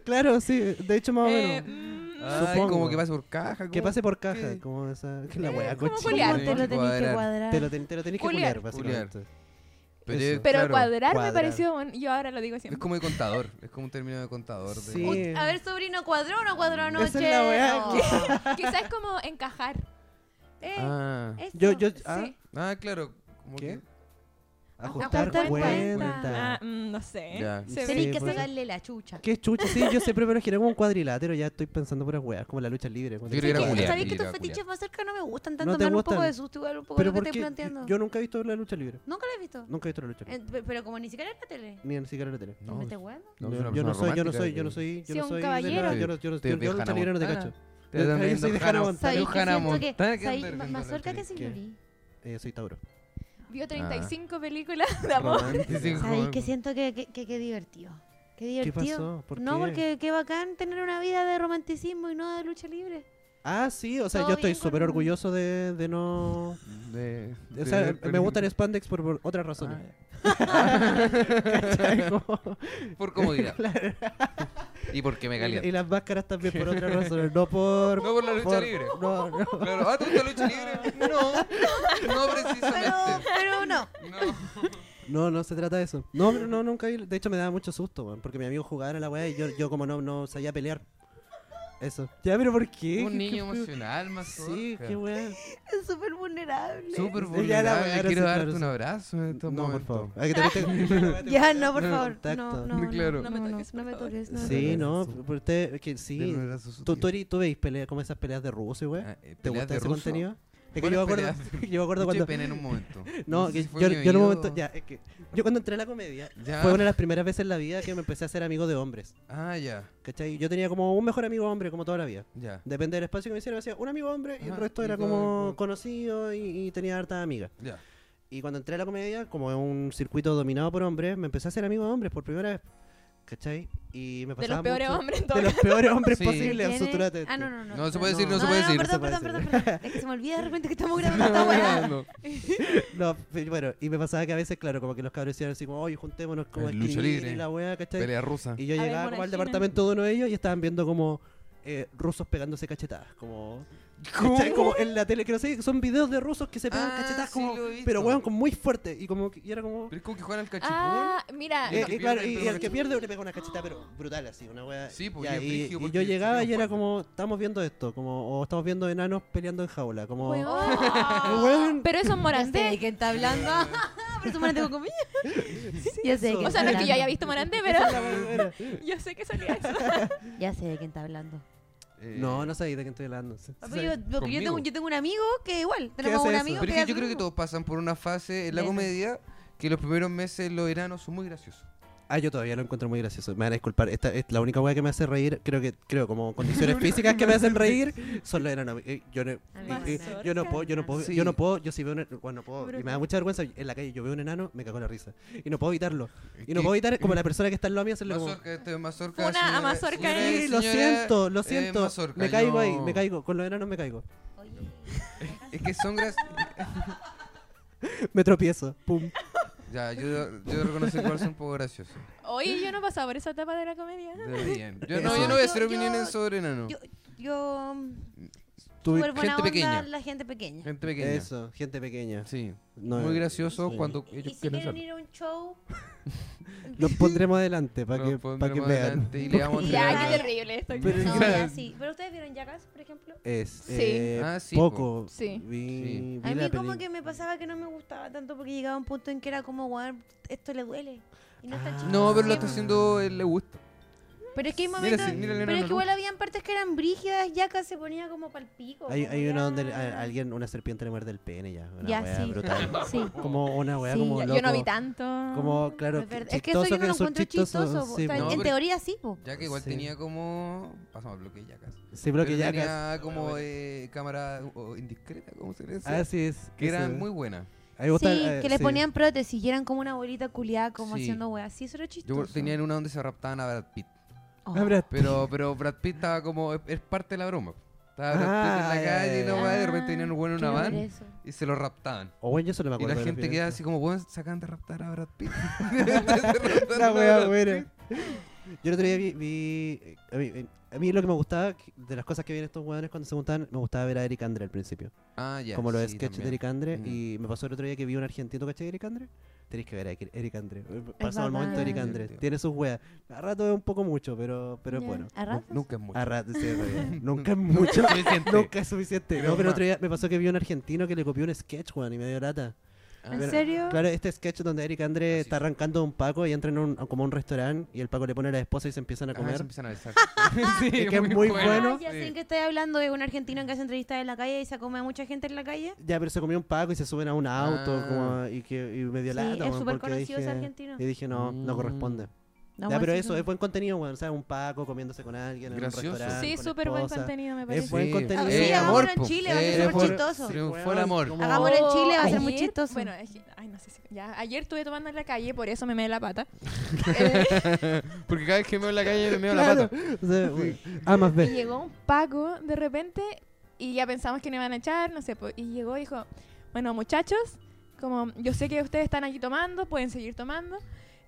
Speaker 3: Claro, sí. De hecho, más o
Speaker 5: Eh,
Speaker 3: menos.
Speaker 5: mm,
Speaker 4: Ay,
Speaker 3: Supongo.
Speaker 4: como que pasa por caja.
Speaker 3: Que
Speaker 4: como-
Speaker 3: pase por caja.
Speaker 4: ¿Qué?
Speaker 3: Como esa. Que la
Speaker 5: Eh,
Speaker 3: wea,
Speaker 5: como
Speaker 3: cochina.
Speaker 2: ¿Cómo
Speaker 5: culiar.
Speaker 2: te lo
Speaker 4: Cuadrar.
Speaker 2: tenés que cuadrar?
Speaker 3: Te lo, ten- te lo tenés que
Speaker 5: Culiar.
Speaker 3: culiar, básicamente.
Speaker 4: Pero,
Speaker 5: pero
Speaker 4: claro,
Speaker 5: cuadrar
Speaker 3: Cuadrar.
Speaker 5: me pareció, bueno, yo ahora lo digo
Speaker 4: Es
Speaker 5: siempre.
Speaker 4: como de contador. Es como un término de contador. de-
Speaker 3: Sí.
Speaker 2: Uy, a ver, sobrino, ¿cuadró o no cuadró
Speaker 3: Esa es
Speaker 2: anoche?
Speaker 3: la weá
Speaker 2: No.
Speaker 5: Quizás es como encajar.
Speaker 2: Eh,
Speaker 4: Ah.
Speaker 2: eso.
Speaker 3: Yo, yo. Ah,
Speaker 5: Sí.
Speaker 4: Ah, claro. como
Speaker 3: ¿Qué?
Speaker 4: que-
Speaker 3: ajustar
Speaker 2: Ajustar
Speaker 3: cuenta.
Speaker 2: cuenta.
Speaker 5: Ah, mm, no sé.
Speaker 4: Ya.
Speaker 5: Se
Speaker 3: Sí,
Speaker 5: ve-
Speaker 2: Tenés que
Speaker 3: pues.
Speaker 2: sacarle la chucha.
Speaker 3: Qué chucha, sí, yo siempre me lo imaginé como un cuadrilátero, ya estoy pensando puras weas, como la lucha libre. cuando-
Speaker 4: Yo creo que era culiar,
Speaker 2: ¿Sabéis
Speaker 4: yo
Speaker 2: que tus
Speaker 4: era
Speaker 2: fetiches
Speaker 4: culiar.
Speaker 2: más cerca no me gustan
Speaker 3: ¿No
Speaker 2: tanto?
Speaker 3: te
Speaker 2: me dan un
Speaker 3: gustan?
Speaker 2: poco de susto igual un poco
Speaker 3: Pero
Speaker 2: lo que
Speaker 3: porque
Speaker 2: estoy
Speaker 3: yo,
Speaker 2: planteando.
Speaker 3: yo nunca he visto la lucha libre,
Speaker 2: Nunca la he visto.
Speaker 3: nunca he visto la lucha libre,
Speaker 2: Eh, pe- pero como ni siquiera en la tele.
Speaker 3: ni en siquiera en la tele.
Speaker 4: No,
Speaker 2: ¿Me estás weando?
Speaker 4: no,
Speaker 3: No,
Speaker 4: es una
Speaker 3: yo no
Speaker 4: persona
Speaker 3: soy, yo no
Speaker 4: romántica
Speaker 3: soy, yo
Speaker 4: que-
Speaker 3: no soy, yo
Speaker 5: Sí,
Speaker 3: no
Speaker 5: un
Speaker 3: soy, de
Speaker 5: caballero.
Speaker 3: la- yo no, yo no,
Speaker 4: Te
Speaker 3: yo- yo
Speaker 4: dejan
Speaker 3: lucha libre no te
Speaker 4: aguantar.
Speaker 3: cacho.
Speaker 4: Te
Speaker 3: Yo
Speaker 4: están
Speaker 3: soy de
Speaker 4: viendo
Speaker 3: Hannah
Speaker 4: Hannah Montana.
Speaker 3: Montana.
Speaker 2: ¿Sabéis
Speaker 4: Yo
Speaker 2: que
Speaker 4: Hannah
Speaker 2: siento que
Speaker 4: Montana que
Speaker 2: sabéis
Speaker 4: anda
Speaker 2: ma-
Speaker 4: viendo
Speaker 2: más
Speaker 4: la
Speaker 2: cerca que
Speaker 4: tele.
Speaker 2: sin Yuri?
Speaker 3: Eh, soy Tauro.
Speaker 5: Vio 35
Speaker 4: Ah.
Speaker 5: películas de amor.
Speaker 3: Romántico.
Speaker 4: Sí, sí.
Speaker 2: ¿Sabéis que siento que que, que- que divertido?
Speaker 3: ¿Qué
Speaker 2: Qué divertido.
Speaker 3: pasó? ¿Por
Speaker 2: no,
Speaker 3: qué?
Speaker 2: porque qué bacán tener una vida de romanticismo y no de lucha libre.
Speaker 3: Ah, sí, o sea,
Speaker 2: Todo
Speaker 3: yo estoy
Speaker 2: bien con-
Speaker 3: súper orgulloso de, de no...
Speaker 4: De- de
Speaker 3: O sea,
Speaker 4: ver
Speaker 3: me gusta el
Speaker 4: películas.
Speaker 3: spandex por, por otras razones.
Speaker 4: Por comodidad. y porque me calienta.
Speaker 3: y las máscaras también por otras razones, no por...
Speaker 4: No por la lucha libre.
Speaker 3: No, no.
Speaker 4: Claro, ¿ah, te gusta la lucha libre? No, no precisamente.
Speaker 2: pero no.
Speaker 4: No.
Speaker 3: No, no se trata de eso. No, pero no, nunca vi. De hecho, me daba mucho susto, weón, porque mi amigo jugaba a la weá y yo, yo como no, no sabía pelear. Eso. Ya, pero ¿por qué?
Speaker 4: Un
Speaker 3: ¿Qué-
Speaker 4: niño
Speaker 3: qué feo?
Speaker 4: emocional, más
Speaker 3: Sí, qué weá.
Speaker 2: Es súper vulnerable.
Speaker 4: Súper
Speaker 3: Sí, ya la voy a
Speaker 4: vulnerable.
Speaker 3: dar
Speaker 4: Quiero
Speaker 3: así,
Speaker 4: darte
Speaker 3: claro,
Speaker 4: un
Speaker 3: sí.
Speaker 4: abrazo en este estos
Speaker 3: No, por
Speaker 4: momentos.
Speaker 3: favor. Hay que tener-
Speaker 2: Ya, no, por
Speaker 3: No,
Speaker 2: favor.
Speaker 3: contacto.
Speaker 2: No, no, no,
Speaker 4: Claro.
Speaker 2: no,
Speaker 5: No me
Speaker 2: no,
Speaker 5: toques,
Speaker 2: no me
Speaker 5: por favor.
Speaker 2: toques, no.
Speaker 3: Sí, no,
Speaker 4: Abrazo.
Speaker 3: pero usted, es que sí.
Speaker 4: Denle un abrazo sutil.
Speaker 3: Tú, tú, eres- tú veis peleas, como esas peleas de ruso, weá.
Speaker 4: Ah, eh,
Speaker 3: ¿Te
Speaker 4: peleas
Speaker 3: gusta
Speaker 4: de
Speaker 3: ese
Speaker 4: ruso.
Speaker 3: contenido? Es que
Speaker 4: ¿Cuáles
Speaker 3: yo me acuerdo,
Speaker 4: peleas de
Speaker 3: yo me acuerdo
Speaker 4: Mucho
Speaker 3: cuando...
Speaker 4: pena en un momento.
Speaker 3: No,
Speaker 4: sé
Speaker 3: que
Speaker 4: si fue
Speaker 3: yo,
Speaker 4: mi
Speaker 3: yo en un
Speaker 4: oído.
Speaker 3: momento... Ya, es que yo cuando entré a la comedia,
Speaker 4: Ya.
Speaker 3: fue una de las primeras veces en la vida que me empecé a hacer amigo de hombres.
Speaker 4: Ah, ya,
Speaker 3: ¿Cachai? Yo tenía como un mejor amigo hombre, como toda la vida.
Speaker 4: ya,
Speaker 3: Depende del espacio que me hiciera, me hacía un amigo hombre y el
Speaker 4: Ajá,
Speaker 3: resto
Speaker 4: y
Speaker 3: era
Speaker 4: todo
Speaker 3: como
Speaker 4: el-
Speaker 3: conocido y, y tenía hartas amigas.
Speaker 4: ya.
Speaker 3: Y cuando entré a la comedia, como en un circuito dominado por hombres, me empecé a hacer amigo de hombres por primera vez. ¿Cachai? Y me
Speaker 5: De
Speaker 3: pasaba
Speaker 5: los peores
Speaker 3: mucho-
Speaker 5: hombres
Speaker 3: De
Speaker 5: en todo
Speaker 3: los peores hombres
Speaker 4: Sí.
Speaker 3: posibles,
Speaker 2: ¿Tiene?
Speaker 3: absolutamente.
Speaker 2: Ah, no, no, no.
Speaker 4: No se puede decir, no
Speaker 3: no.
Speaker 4: se puede
Speaker 2: no,
Speaker 4: decir.
Speaker 2: Perdón,
Speaker 3: No se
Speaker 2: perdón,
Speaker 3: puede
Speaker 2: perdón, perdón. Es que se me olvida de repente que estamos grabando esta
Speaker 4: No,
Speaker 2: weá.
Speaker 4: no.
Speaker 3: No, pero bueno, y me pasaba que a veces, claro, como que los cabros decían así como, oye, juntémonos como
Speaker 4: El
Speaker 3: a
Speaker 4: lucha
Speaker 3: escribir
Speaker 4: libre.
Speaker 3: y la wea, ¿cachai?
Speaker 4: Pelea rusa.
Speaker 3: Y yo
Speaker 5: A ver,
Speaker 3: llegaba como al
Speaker 5: Morachina.
Speaker 3: departamento de uno de ellos y estaban viendo como eh, rusos pegándose cachetadas, como... ¿Cachai? Como en la tele, que no sé, son videos de rusos que se pegan
Speaker 4: Ah,
Speaker 3: cachetadas
Speaker 4: sí,
Speaker 3: como...
Speaker 4: lo he visto.
Speaker 3: Pero weón, como muy fuerte y como... que- Y era como...
Speaker 4: Pero es como que juegan al cachipún.
Speaker 5: Ah, mira,
Speaker 4: Y el
Speaker 3: Eh,
Speaker 4: que
Speaker 3: eh, claro,
Speaker 4: pierde,
Speaker 3: y, y el
Speaker 4: pero
Speaker 3: que
Speaker 4: cachetadas.
Speaker 3: pierde le pega una cachetada, pero brutal, así, una wea.
Speaker 4: Sí, pues,
Speaker 3: Ya,
Speaker 4: y es
Speaker 3: y,
Speaker 4: brígido
Speaker 3: y
Speaker 4: porque
Speaker 3: yo
Speaker 4: se
Speaker 3: llegaba y
Speaker 4: pegan
Speaker 3: era
Speaker 4: fuerte.
Speaker 3: como, estamos viendo esto, como, o estamos viendo enanos peleando en jaula, como.
Speaker 5: weón.
Speaker 3: Weón. Este,
Speaker 5: Pero eso
Speaker 2: Ya sé
Speaker 5: es
Speaker 2: de
Speaker 5: Morandé.
Speaker 2: quién está hablando. Pero su madre tengo comida. Ya sé de quién
Speaker 5: O sea,
Speaker 2: está
Speaker 5: no es que yo haya
Speaker 2: hablando.
Speaker 5: visto Morandé, pero
Speaker 3: Esa es la wea buena.
Speaker 5: yo sé que salía eso.
Speaker 2: Ya sé de quién está hablando.
Speaker 4: Eh,
Speaker 3: No, no sabía de quién estoy hablando. sí,
Speaker 2: Papi,
Speaker 3: sí.
Speaker 2: yo, lo que yo,
Speaker 4: Conmigo.
Speaker 2: tengo, yo tengo un amigo que igual, tenemos
Speaker 3: hace
Speaker 2: un
Speaker 3: eso?
Speaker 2: amigo
Speaker 4: Pero es
Speaker 2: que
Speaker 4: que yo
Speaker 2: hace
Speaker 4: creo que
Speaker 2: lo mismo.
Speaker 4: todos pasan por una fase en la
Speaker 2: De eso.
Speaker 4: comedia que los primeros meses los veranos son muy graciosos.
Speaker 3: Ah, yo todavía lo encuentro muy gracioso. Me van a disculpar. Esta es la única wea que me hace reír. Creo que, creo, como condiciones físicas que me hacen reír son los enanos. Eh, yo, no,
Speaker 5: Ah,
Speaker 2: A mí
Speaker 3: eh,
Speaker 2: me
Speaker 3: eh, yo no puedo, yo no puedo,
Speaker 4: Sí.
Speaker 3: yo no puedo. Yo si veo un bueno, no puedo. Y me da
Speaker 5: Brutal.
Speaker 3: mucha vergüenza. En la calle yo veo un enano, me cago en la risa. Y no puedo evitarlo. Y no
Speaker 4: Que-
Speaker 3: puedo evitar, como la persona que está en lo mío, hacerle como.
Speaker 4: Mazorca, este es Mazorca.
Speaker 5: Funa a
Speaker 4: señora-
Speaker 5: Mazorca,
Speaker 4: señora-
Speaker 5: eh.
Speaker 3: Sí, lo
Speaker 4: señora,
Speaker 3: siento, lo
Speaker 4: eh,
Speaker 3: siento.
Speaker 4: Mazorca,
Speaker 3: me caigo
Speaker 4: yo-
Speaker 3: ahí, me caigo. Con los enanos me caigo.
Speaker 2: Oye,
Speaker 4: Es que son graciosos.
Speaker 3: Me tropiezo. Pum.
Speaker 4: ya, yo, yo reconozco igual son un poco graciosos.
Speaker 5: Oye, yo no pasaba por esa etapa de la comedia.
Speaker 4: Deberían. Yo no,
Speaker 3: Eso.
Speaker 4: yo no voy a
Speaker 2: Yo-
Speaker 4: hacer
Speaker 2: yo-
Speaker 4: opiniones sobre enano.
Speaker 2: yo, yo
Speaker 3: Tú-
Speaker 2: súper buena
Speaker 4: gente
Speaker 2: onda
Speaker 4: pequeña.
Speaker 2: la gente pequeña.
Speaker 4: Gente pequeña.
Speaker 3: Eso, gente pequeña.
Speaker 4: Sí.
Speaker 3: No,
Speaker 4: muy
Speaker 3: eh,
Speaker 4: gracioso
Speaker 3: sí.
Speaker 4: cuando
Speaker 2: Y- y
Speaker 4: ellos
Speaker 2: si
Speaker 4: quieren
Speaker 2: quieren
Speaker 4: hacerlo.
Speaker 2: ir a un show,
Speaker 3: Los pondremos adelante para
Speaker 4: Nos
Speaker 3: que, para que
Speaker 4: pondremos
Speaker 3: vean.
Speaker 4: adelante Y le vamos a
Speaker 5: Ya,
Speaker 4: entregar-
Speaker 5: qué terrible esto.
Speaker 3: Pero-
Speaker 2: no,
Speaker 4: Claro.
Speaker 2: ya sí. Pero ustedes vieron Jackass, por ejemplo.
Speaker 3: Es
Speaker 5: Sí.
Speaker 3: eh,
Speaker 4: Ah, sí,
Speaker 3: poco.
Speaker 5: Sí.
Speaker 3: Vi-
Speaker 4: Sí.
Speaker 3: vi
Speaker 2: A
Speaker 3: la
Speaker 2: mí como
Speaker 3: peli-
Speaker 2: que me pasaba que no me gustaba tanto porque llegaba un punto en que era como, weón, esto le duele. Y no está
Speaker 3: Ah.
Speaker 2: chido.
Speaker 4: No, pero lo
Speaker 2: Sí,
Speaker 4: está haciendo, él le gusta.
Speaker 2: Pero es que hay
Speaker 4: Mira,
Speaker 2: momentos...
Speaker 4: sí, mira, el
Speaker 2: pero es
Speaker 4: enano,
Speaker 2: que
Speaker 4: ¿no?
Speaker 2: igual habían partes que eran brígidas, Jackass se ponía como pal pico.
Speaker 3: Hay,
Speaker 2: como
Speaker 3: hay
Speaker 2: ya.
Speaker 3: una donde a- alguien, una serpiente le muerde el pene ya. Una
Speaker 2: Ya,
Speaker 3: wea
Speaker 2: sí.
Speaker 3: brutal.
Speaker 2: Sí.
Speaker 3: Como una wea
Speaker 2: Sí,
Speaker 3: como
Speaker 5: Yo,
Speaker 3: loco.
Speaker 5: yo no vi tanto.
Speaker 3: Como, claro,
Speaker 2: Es verdad.
Speaker 3: que
Speaker 2: es que eso yo
Speaker 3: chistoso
Speaker 2: no lo
Speaker 3: son
Speaker 2: encuentro
Speaker 3: chistosos,
Speaker 2: chistoso. po.
Speaker 3: sí,
Speaker 2: O sea,
Speaker 3: po.
Speaker 4: No,
Speaker 2: en
Speaker 4: pero-
Speaker 2: teoría sí, po.
Speaker 4: Ya que igual
Speaker 3: Sí.
Speaker 4: tenía como. Pasamos al bloque de Jackass.
Speaker 3: Sí, pero que
Speaker 4: Pero
Speaker 3: ya
Speaker 4: tenía
Speaker 3: casi-
Speaker 4: como eh, cámara o- indiscreta, ¿cómo se le dice?
Speaker 3: Así Ah, es.
Speaker 4: que
Speaker 3: eso
Speaker 4: eran
Speaker 3: es.
Speaker 4: muy buenas.
Speaker 3: A mí me gusta-
Speaker 2: sí,
Speaker 3: eh,
Speaker 2: que le
Speaker 3: sí.
Speaker 2: ponían prótesis y eran como una abuelita culiada como
Speaker 4: Sí.
Speaker 2: haciendo weas. Sí, eso era chistoso.
Speaker 4: Yo tenía en una donde se raptaban a Brad Pitt.
Speaker 2: Oh.
Speaker 3: Ah, Brad Pitt.
Speaker 4: Pero, pero Brad Pitt estaba como. Es, es parte de la broma. Estaba Brad Pitt
Speaker 3: Ah,
Speaker 4: en la
Speaker 3: ya,
Speaker 4: calle y la
Speaker 3: ya,
Speaker 4: weá, de
Speaker 2: Ah,
Speaker 4: repente tenían un weón en una
Speaker 2: quiero ver
Speaker 4: van
Speaker 2: eso.
Speaker 4: y se lo raptaban.
Speaker 3: O bueno, yo solo me
Speaker 4: Y
Speaker 3: acuerdo.
Speaker 4: la
Speaker 3: de
Speaker 4: gente queda
Speaker 3: videos.
Speaker 4: así como, weón, se acaban de raptar a Brad Pitt.
Speaker 3: La wea buena. Yo el otro día vi. vi- eh, a, mí, eh, a mí lo que me gustaba, que- de las cosas que vienen estos weones cuando se juntaban, me gustaba ver a Eric Andre al principio.
Speaker 4: Ah, ya.
Speaker 3: como los
Speaker 4: sí,
Speaker 3: sketches de
Speaker 4: también.
Speaker 3: Eric Andre.
Speaker 4: Ujú.
Speaker 3: Y me pasó el otro día que vi un argentino, ¿cachai de Eric Andre? Tenéis que ver a Eric- Eric Andre. Pasaba el momento de Eric
Speaker 2: bacán.
Speaker 3: Andre.
Speaker 4: Divertido.
Speaker 3: Tiene sus weas. A rato es un poco mucho, pero, pero es
Speaker 5: Ya.
Speaker 3: bueno.
Speaker 2: ¿A
Speaker 4: Nu-
Speaker 2: ratos?
Speaker 4: Nunca es mucho.
Speaker 3: A rato, sí, es verdad. Nunca es mucho.
Speaker 4: Suficiente.
Speaker 3: Nunca es suficiente.
Speaker 4: Pero
Speaker 3: No, pero
Speaker 4: más.
Speaker 3: otro día me pasó que vi un argentino que le copió un sketch, weón, y me dio lata.
Speaker 4: Ah,
Speaker 2: ¿En
Speaker 3: Pero-
Speaker 2: serio?
Speaker 3: Claro, este sketch donde Eric Andre
Speaker 4: Así.
Speaker 3: está arrancando a un Paco y entra en un, a como un restaurante y el Paco le pone a la esposa y se empiezan a
Speaker 4: ah, se
Speaker 3: comer.
Speaker 4: empiezan a besar.
Speaker 3: Es que es muy
Speaker 2: Ah,
Speaker 3: bueno. eh.
Speaker 2: ya sé en
Speaker 4: Sí.
Speaker 2: que estoy hablando de un argentino que hace entrevistas en la calle y se come a mucha gente en la calle.
Speaker 3: ya, pero se comió un Paco y se suben a un auto
Speaker 4: Ah.
Speaker 3: como, y, que, y me dio
Speaker 2: Sí,
Speaker 3: lata,
Speaker 2: es
Speaker 3: weón,
Speaker 2: súper
Speaker 3: porque
Speaker 2: conocido ese
Speaker 3: dije-
Speaker 2: argentino.
Speaker 3: Y dije, no, no
Speaker 4: Mm.
Speaker 3: corresponde.
Speaker 2: No,
Speaker 3: ya,
Speaker 2: weón,
Speaker 3: pero
Speaker 2: sí,
Speaker 3: eso,
Speaker 2: sí.
Speaker 3: es buen contenido, weón. O sea, un Paco comiéndose con alguien en
Speaker 4: Gracioso.
Speaker 3: un restaurante.
Speaker 5: Sí,
Speaker 3: con
Speaker 5: súper buen
Speaker 3: esposa.
Speaker 5: contenido, me
Speaker 3: Es
Speaker 5: parece.
Speaker 3: buen
Speaker 4: Sí.
Speaker 3: contenido.
Speaker 2: Ah,
Speaker 4: Eh,
Speaker 2: sí,
Speaker 4: amor,
Speaker 2: hagámoslo en
Speaker 4: po.
Speaker 2: Chile, va a
Speaker 4: Eh,
Speaker 2: ser
Speaker 4: por-
Speaker 2: súper chistoso.
Speaker 4: Triunfó el amor.
Speaker 3: Como-
Speaker 2: Hagámoslo en Chile, va a ser muy
Speaker 5: Ayer-
Speaker 2: chistoso.
Speaker 5: Bueno, es que, ay, no sé si, ya, ayer estuve tomando en la calle, por eso me meé la pata.
Speaker 4: Porque cada vez que me veo en la calle me meo la
Speaker 3: Claro.
Speaker 4: pata.
Speaker 3: O sea, weón, A más
Speaker 5: Y
Speaker 3: B.
Speaker 5: llegó un Paco de repente y ya pensamos que nos iban a echar, no sé, po, y llegó y dijo, bueno muchachos, como yo sé que ustedes están aquí tomando, pueden seguir tomando,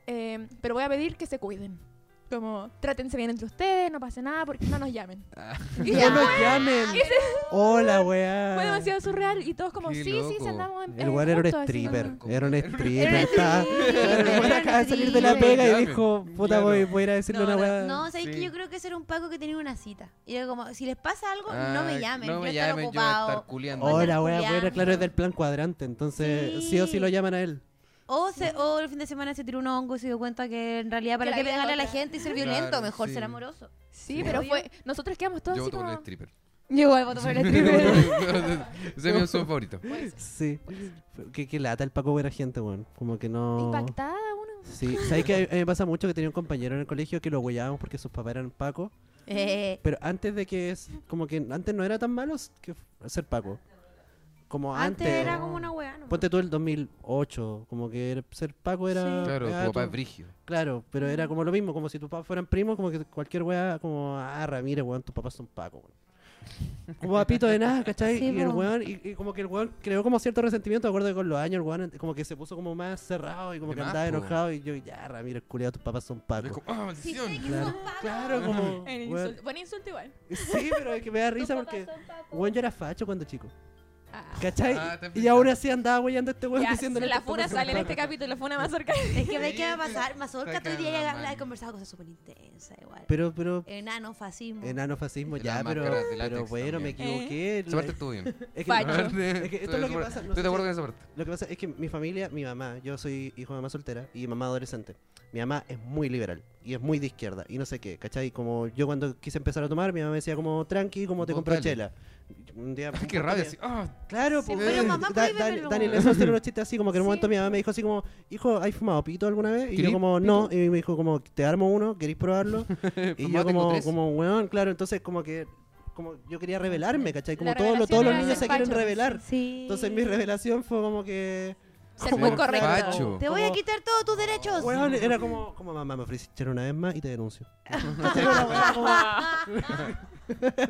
Speaker 5: eh, pero voy a pedir que se cuiden. Como, trátense bien entre ustedes, no pase nada, porque no nos llamen.
Speaker 4: Ah.
Speaker 5: Y
Speaker 3: ¡No
Speaker 5: ya,
Speaker 3: nos llamen! ¡Hola, weá!
Speaker 5: fue demasiado surreal y todos como,
Speaker 4: Qué
Speaker 5: sí, sí,
Speaker 4: loco.
Speaker 5: si andamos en
Speaker 3: El
Speaker 5: eh,
Speaker 3: weón era un
Speaker 5: juntos", así
Speaker 3: stripper.
Speaker 5: como-
Speaker 3: Era un stripper.
Speaker 2: stripper,
Speaker 3: estaba- El weón
Speaker 2: era
Speaker 3: acaba de salir de
Speaker 2: stripper.
Speaker 3: la pega y
Speaker 4: Llamen,
Speaker 3: dijo, puta,
Speaker 4: claro.
Speaker 3: voy, voy a ir a decirle
Speaker 4: No,
Speaker 3: una
Speaker 4: no,
Speaker 3: weá.
Speaker 2: No, sabéis
Speaker 4: Sí.
Speaker 2: que yo creo que ese era un Paco que tenía una cita. Y era como, si les pasa algo,
Speaker 4: Ah,
Speaker 2: no me llamen.
Speaker 4: No
Speaker 2: yo
Speaker 4: me
Speaker 2: estar
Speaker 4: llamen, yo voy a
Speaker 2: ocupado.
Speaker 4: estar culiando.
Speaker 2: Hola.
Speaker 3: Ahora, wea,
Speaker 2: culiando.
Speaker 3: Oh, buena, claro, es del plan cuadrante, entonces sí.
Speaker 2: Sí.
Speaker 3: o sí lo llaman a él.
Speaker 2: O, se- o el fin de semana se tiró un hongo y se dio cuenta que en realidad para
Speaker 5: Que
Speaker 2: qué
Speaker 5: había
Speaker 2: pegarle a la
Speaker 5: otra.
Speaker 2: gente y ser violento,
Speaker 4: Claro,
Speaker 2: mejor
Speaker 4: sí.
Speaker 2: ser amoroso.
Speaker 5: Sí,
Speaker 4: Sí,
Speaker 5: pero
Speaker 2: obvio.
Speaker 5: fue, nosotros quedamos todos
Speaker 4: Yo
Speaker 5: así
Speaker 4: voto por el
Speaker 5: como...
Speaker 4: stripper.
Speaker 2: Llegó el voto por el
Speaker 4: Ese es mi opción favorito.
Speaker 3: Sí. Que, que lata el Paco buena gente, weón. Como que no.
Speaker 5: Impactada uno.
Speaker 3: Sí, sabes que a mí me pasa mucho que tenía un compañero en el colegio que lo huellábamos porque sus papás eran Paco,
Speaker 2: Eh,
Speaker 3: pero antes de que es como que antes no era tan malo que f- ser Paco. Como antes,
Speaker 2: antes era como una weá, ¿no?
Speaker 3: ponte tú el 2008, como que er- ser Paco era
Speaker 2: Sí.
Speaker 4: Claro,
Speaker 3: ah,
Speaker 4: tu papá
Speaker 3: tú-
Speaker 4: es brígido.
Speaker 3: Claro, pero
Speaker 5: Mm.
Speaker 3: era como lo mismo, como si tus papás fueran primos, como que cualquier weá, como, ah, Ramírez, weón, tus papás son Paco, weón. Como papito de nada, ¿cachai?
Speaker 2: Sí,
Speaker 3: y el
Speaker 2: po.
Speaker 3: weón, y, y como que el weón creó como cierto resentimiento, de acuerdo que con los años el weón como que se puso como más cerrado y como
Speaker 4: De
Speaker 3: que
Speaker 4: más,
Speaker 3: andaba
Speaker 4: po.
Speaker 3: enojado y yo, ya, Ramírez, culiado, tus papás son
Speaker 4: Yo
Speaker 3: Paco.
Speaker 4: como, ah,
Speaker 2: Sí,
Speaker 4: maldición.
Speaker 2: sé que
Speaker 3: Claro.
Speaker 2: son Paco.
Speaker 3: Claro, como,
Speaker 5: El
Speaker 3: weón,
Speaker 5: insulto- Buen insulto igual.
Speaker 3: sí, pero es que me da risa porque, weón, yo era facho cuando chico,
Speaker 5: Ah.
Speaker 3: ¿cachai?
Speaker 4: Ah, te
Speaker 3: y aún así andaba weyando a este weón
Speaker 5: Ya,
Speaker 3: diciéndole...
Speaker 5: la
Speaker 3: "Tus papás
Speaker 5: funa
Speaker 3: son
Speaker 5: sale en este
Speaker 3: Paco".
Speaker 5: capítulo, funa más cerca.
Speaker 2: Es que ve que va a pasar.
Speaker 4: Está
Speaker 2: Mazorca todo el día
Speaker 4: cagada,
Speaker 2: llega-
Speaker 4: man.
Speaker 2: ha conversado cosas súper intensas, igual.
Speaker 3: Pero, pero...
Speaker 2: Enano,
Speaker 5: Eh.
Speaker 2: fascismo.
Speaker 3: Enano fascismo,
Speaker 4: Las
Speaker 3: ya, pero,
Speaker 4: máscaras de
Speaker 3: pero
Speaker 4: látex Eh.
Speaker 3: bueno, me
Speaker 5: también.
Speaker 3: equivoqué.
Speaker 4: Suerte estuvo bien.
Speaker 3: Es que,
Speaker 5: Facho.
Speaker 3: es que esto es lo que pasa. no
Speaker 4: Estoy
Speaker 3: sé
Speaker 4: de acuerdo
Speaker 3: si-
Speaker 4: con esa parte.
Speaker 3: Lo que pasa es que mi familia, mi mamá, yo soy hijo de mamá soltera y mamá adolescente. Mi mamá es muy liberal y es muy de izquierda y no sé qué, ¿cachai? Como yo cuando quise empezar a tomar, mi mamá me decía como tranqui, como te
Speaker 4: Vos
Speaker 3: compro
Speaker 4: dale.
Speaker 3: chela. Un día,
Speaker 4: Qué
Speaker 3: un
Speaker 4: rabia.
Speaker 3: día-
Speaker 4: así, ah,
Speaker 3: Claro,
Speaker 2: Sí,
Speaker 3: pues,
Speaker 2: pero
Speaker 3: eh,
Speaker 2: mamá
Speaker 3: da-
Speaker 2: prohíbe
Speaker 3: Dani-
Speaker 2: verlo.
Speaker 3: Dani le hizo hacer unos chistes así, como que en un
Speaker 5: Sí.
Speaker 3: momento mi mamá me dijo así como, hijo, ¿hay fumado pito alguna vez? Y yo
Speaker 4: ¿Querís
Speaker 3: como, no, y me dijo como, te armo uno, ¿queréis probarlo? y
Speaker 4: Mamá,
Speaker 3: yo
Speaker 4: tengo
Speaker 3: como,
Speaker 4: tres.
Speaker 3: como, weón, claro, entonces como que, como yo quería revelarme, ¿cachai? Como
Speaker 5: La
Speaker 3: todos los,
Speaker 5: revelación
Speaker 3: todos los
Speaker 5: era
Speaker 3: niños se
Speaker 5: ser
Speaker 3: quieren
Speaker 5: facho.
Speaker 3: revelar.
Speaker 2: Sí.
Speaker 3: Entonces mi revelación fue como que...
Speaker 5: Ser
Speaker 3: como-
Speaker 5: muy correcto.
Speaker 4: Facho.
Speaker 2: Te voy a quitar todos tus derechos.
Speaker 3: Weón, era como, como mamá, me ofrecí chela una vez más y te denuncio. Entonces, era weá como-